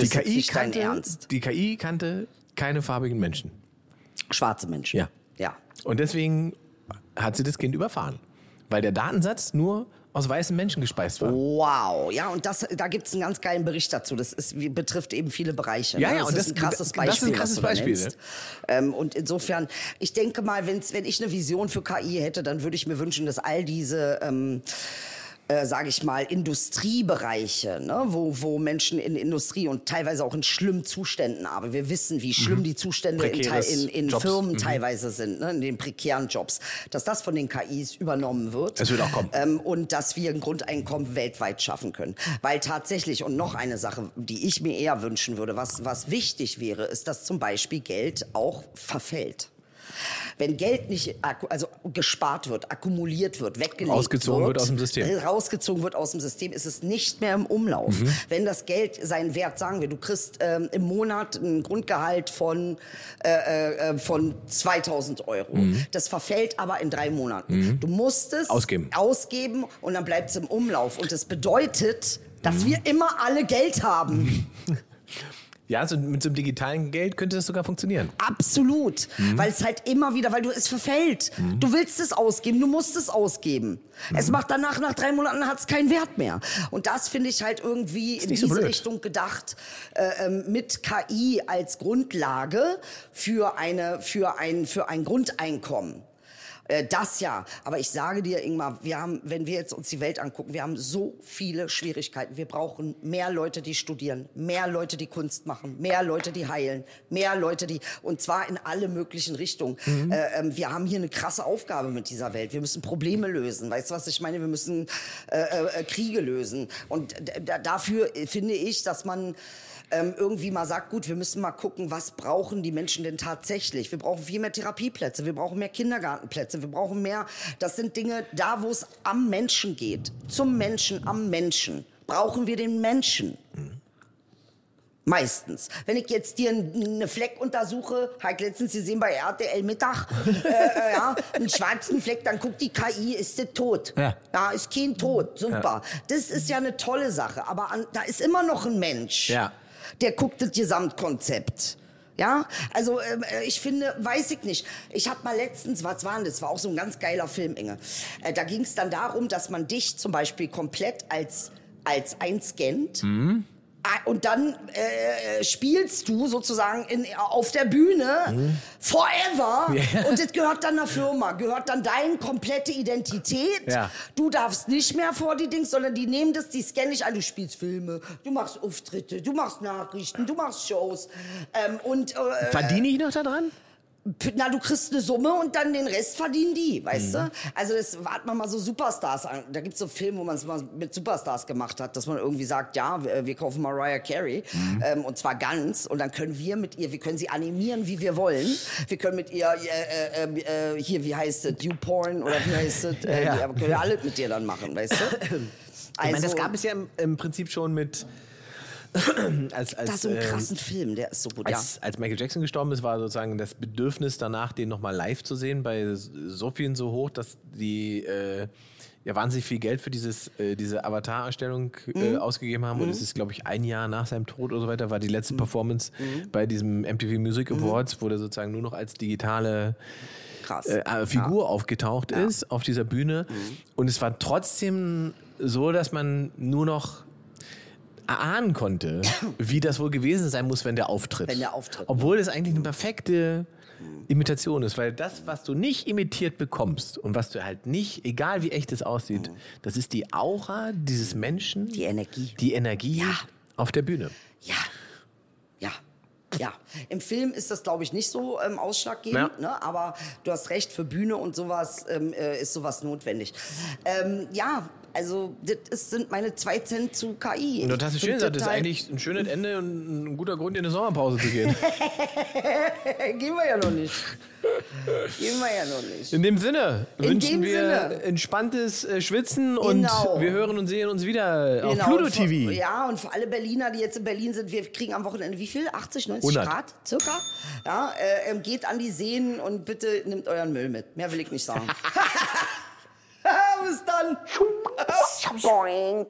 Speaker 3: Die
Speaker 1: ist jetzt
Speaker 3: KI,
Speaker 1: nicht dein
Speaker 3: kannte,
Speaker 1: Ernst.
Speaker 3: die KI kannte keine farbigen Menschen.
Speaker 1: Schwarze Menschen.
Speaker 3: Ja.
Speaker 1: Ja.
Speaker 3: Und deswegen hat sie das Kind überfahren. Weil der Datensatz nur aus weißen Menschen gespeist
Speaker 1: Oh.
Speaker 3: war.
Speaker 1: Wow, ja, und das, da gibt es einen ganz geilen Bericht dazu. Das ist, wie- betrifft eben viele Bereiche.
Speaker 3: Ja,
Speaker 1: ne?
Speaker 3: ja,
Speaker 1: das
Speaker 3: und
Speaker 1: ist
Speaker 3: das-
Speaker 1: ein krasses
Speaker 3: das
Speaker 1: Beispiel.
Speaker 3: ist ein krasses
Speaker 1: was du da
Speaker 3: Beispiel, ne?
Speaker 1: nennst. Ähm, und insofern, ich denke mal, wenn's, wenn ich eine Vision für KI hätte, dann würde ich mir wünschen, dass all diese. Ähm, äh, sage ich mal, Industriebereiche, ne, wo, wo Menschen in Industrie und teilweise auch in schlimmen Zuständen arbeiten. Wir wissen, wie schlimm die Zustände in, Teil-
Speaker 3: Mhm. Prekäres
Speaker 1: in, in
Speaker 3: Jobs.
Speaker 1: Firmen teilweise sind, ne, in den prekären Jobs, dass das von den KIs übernommen wird.
Speaker 3: Das wird auch kommen.
Speaker 1: Ähm, und dass wir ein Grundeinkommen weltweit schaffen können. Weil tatsächlich, und noch eine Sache, die ich mir eher wünschen würde, was, was wichtig wäre, ist, dass zum Beispiel Geld auch verfällt. Wenn Geld nicht akku- also gespart wird, akkumuliert wird, weggelegt
Speaker 3: Ausgezogen wird aus dem System.
Speaker 1: äh, rausgezogen wird aus dem System, ist es nicht mehr im Umlauf.
Speaker 3: Mhm.
Speaker 1: Wenn das Geld seinen Wert, sagen wir, du kriegst ähm, im Monat ein Grundgehalt von, äh, äh, von 2000 Euro.
Speaker 3: Mhm.
Speaker 1: Das verfällt aber in drei Monaten. Du musst es
Speaker 3: Ausgeben.
Speaker 1: ausgeben und dann bleibt es im Umlauf. Und das bedeutet,
Speaker 3: Mhm.
Speaker 1: dass wir immer alle Geld haben.
Speaker 3: Ja, so, mit so einem digitalen Geld könnte das sogar funktionieren.
Speaker 1: Absolut.
Speaker 3: Mhm.
Speaker 1: Weil es halt immer wieder, weil du es verfällt. Du willst es ausgeben, du musst es ausgeben.
Speaker 3: Mhm.
Speaker 1: Es macht danach, nach drei Monaten hat es keinen Wert mehr. Und das finde ich halt irgendwie in
Speaker 3: nicht so
Speaker 1: diese
Speaker 3: blöd.
Speaker 1: Richtung gedacht, äh, ähm, mit KI als Grundlage für, eine, für, ein, für ein Grundeinkommen. Äh, Das ja, aber ich sage dir, Ingmar, wir haben, wenn wir jetzt uns die Welt angucken, wir haben so viele Schwierigkeiten. Wir brauchen mehr Leute, die studieren, mehr Leute, die Kunst machen, mehr Leute, die heilen, mehr Leute, die und zwar in alle möglichen Richtungen. Äh, ähm, wir haben hier eine krasse Aufgabe mit dieser Welt. Wir müssen Probleme lösen. Weißt du, was ich meine? Wir müssen äh, äh, Kriege lösen. Und d- d- dafür äh, finde ich, dass man ähm, irgendwie mal sagt, gut, wir müssen mal gucken, was brauchen die Menschen denn tatsächlich? Wir brauchen viel mehr Therapieplätze, wir brauchen mehr Kindergartenplätze, wir brauchen mehr, das sind Dinge, da wo es am Menschen geht, zum Menschen, am Menschen, brauchen wir den Menschen. Meistens. Wenn ich jetzt dir eine Fleck untersuche, habe ich letztens gesehen bei RTL Mittag, äh, äh, ja, einen schwarzen Fleck, dann guckt die KI, ist der tot.
Speaker 3: Ja.
Speaker 1: ist kein Tod, super. Das ist ja eine tolle Sache, aber an, da ist immer noch ein Mensch
Speaker 3: Ja.
Speaker 1: der guckt das Gesamtkonzept. Ja, also ähm, äh, ich finde, weiß ich nicht. Ich habe mal letztens, was war denn das? War auch so ein ganz geiler Film, Inge. Äh, da ging es dann darum, dass man dich zum Beispiel komplett als, als einscannt. Ah, Und dann äh, äh, spielst du sozusagen in, auf der Bühne forever und das gehört dann einer Firma, gehört dann deine komplette Identität.
Speaker 3: Ja.
Speaker 1: Du darfst nicht mehr vor die Dings, sondern die nehmen das, die scannen dich an. Du spielst Filme, du machst Auftritte, du machst Nachrichten, du machst Shows. Ähm, und äh,
Speaker 3: Verdiene ich noch daran?
Speaker 1: p- na, du kriegst eine Summe und dann den Rest verdienen die, weißt
Speaker 3: Mhm.
Speaker 1: du? Also das hat man mal so Superstars an. Da gibt es so Filme, wo man es mal mit Superstars gemacht hat, dass man irgendwie sagt, ja, wir, wir kaufen Mariah Carey
Speaker 3: Mhm.
Speaker 1: ähm, und zwar ganz und dann können wir mit ihr, wir können sie animieren, wie wir wollen. Wir können mit ihr, äh, äh, äh, hier, wie heißt es, YouPorn oder wie heißt es, äh,
Speaker 3: Ja, ja.
Speaker 1: die- aber können wir alles mit dir dann machen, weißt du? Also,
Speaker 3: ich meine, das gab es ja im, im Prinzip schon mit. als, als,
Speaker 1: da so einen
Speaker 3: ähm,
Speaker 1: krassen Film, der ist so gut, ja.
Speaker 3: als, als Michael Jackson gestorben ist, war sozusagen das Bedürfnis danach, den nochmal live zu sehen, bei so vielen so hoch, dass die äh, ja wahnsinnig viel Geld für dieses, äh, diese Avatar-Erstellung äh, ausgegeben haben. Und es ist, glaube ich, ein Jahr nach seinem Tod oder so weiter, war die letzte Performance bei diesem MTV Music Awards, wo der sozusagen nur noch als digitale
Speaker 1: Krass.
Speaker 3: äh, äh, Figur aufgetaucht ist auf dieser
Speaker 1: Mhm.
Speaker 3: Bühne. Und es war trotzdem so, dass man nur noch erahnen konnte, wie das wohl gewesen sein muss, wenn der auftritt.
Speaker 1: Wenn der auftritt.
Speaker 3: Obwohl es eigentlich eine perfekte Imitation ist, weil das, was du nicht imitiert bekommst und was du halt nicht, egal wie echt es aussieht, das ist die Aura dieses Menschen,
Speaker 1: Mhm. Die Energie.
Speaker 3: die Energie
Speaker 1: Ja.
Speaker 3: auf der Bühne.
Speaker 1: Ja, ja, ja. Im Film ist das, glaube ich, nicht so ähm, ausschlaggebend,
Speaker 3: Ja.
Speaker 1: ne? aber du hast recht, für Bühne und sowas ähm, äh, ist sowas notwendig. Ähm, ja, also das ist- sind meine zwei Cent zu KI.
Speaker 3: Und das ist
Speaker 1: Ich
Speaker 3: schön,
Speaker 1: find
Speaker 3: gesagt, das ist
Speaker 1: total-
Speaker 3: eigentlich ein schönes Ende und ein guter Grund, in eine Sommerpause zu gehen.
Speaker 1: Gehen wir ja noch nicht. Gehen wir ja noch nicht.
Speaker 3: In dem Sinne
Speaker 1: In
Speaker 3: wünschen
Speaker 1: dem
Speaker 3: wir
Speaker 1: Sinne.
Speaker 3: entspanntes äh, Schwitzen
Speaker 1: Genau.
Speaker 3: und wir hören und sehen uns wieder Äh, auf
Speaker 1: Genau,
Speaker 3: Pluto
Speaker 1: und für,
Speaker 3: TV.
Speaker 1: Ja, und für alle Berliner, die jetzt in Berlin sind, wir kriegen am Wochenende wie viel? 80, 90
Speaker 3: 100.
Speaker 1: Grad circa? Ja, äh, ähm, geht an die Seen und bitte nehmt euren Müll mit. Mehr will ich nicht sagen. Bis dann.
Speaker 5: Boing.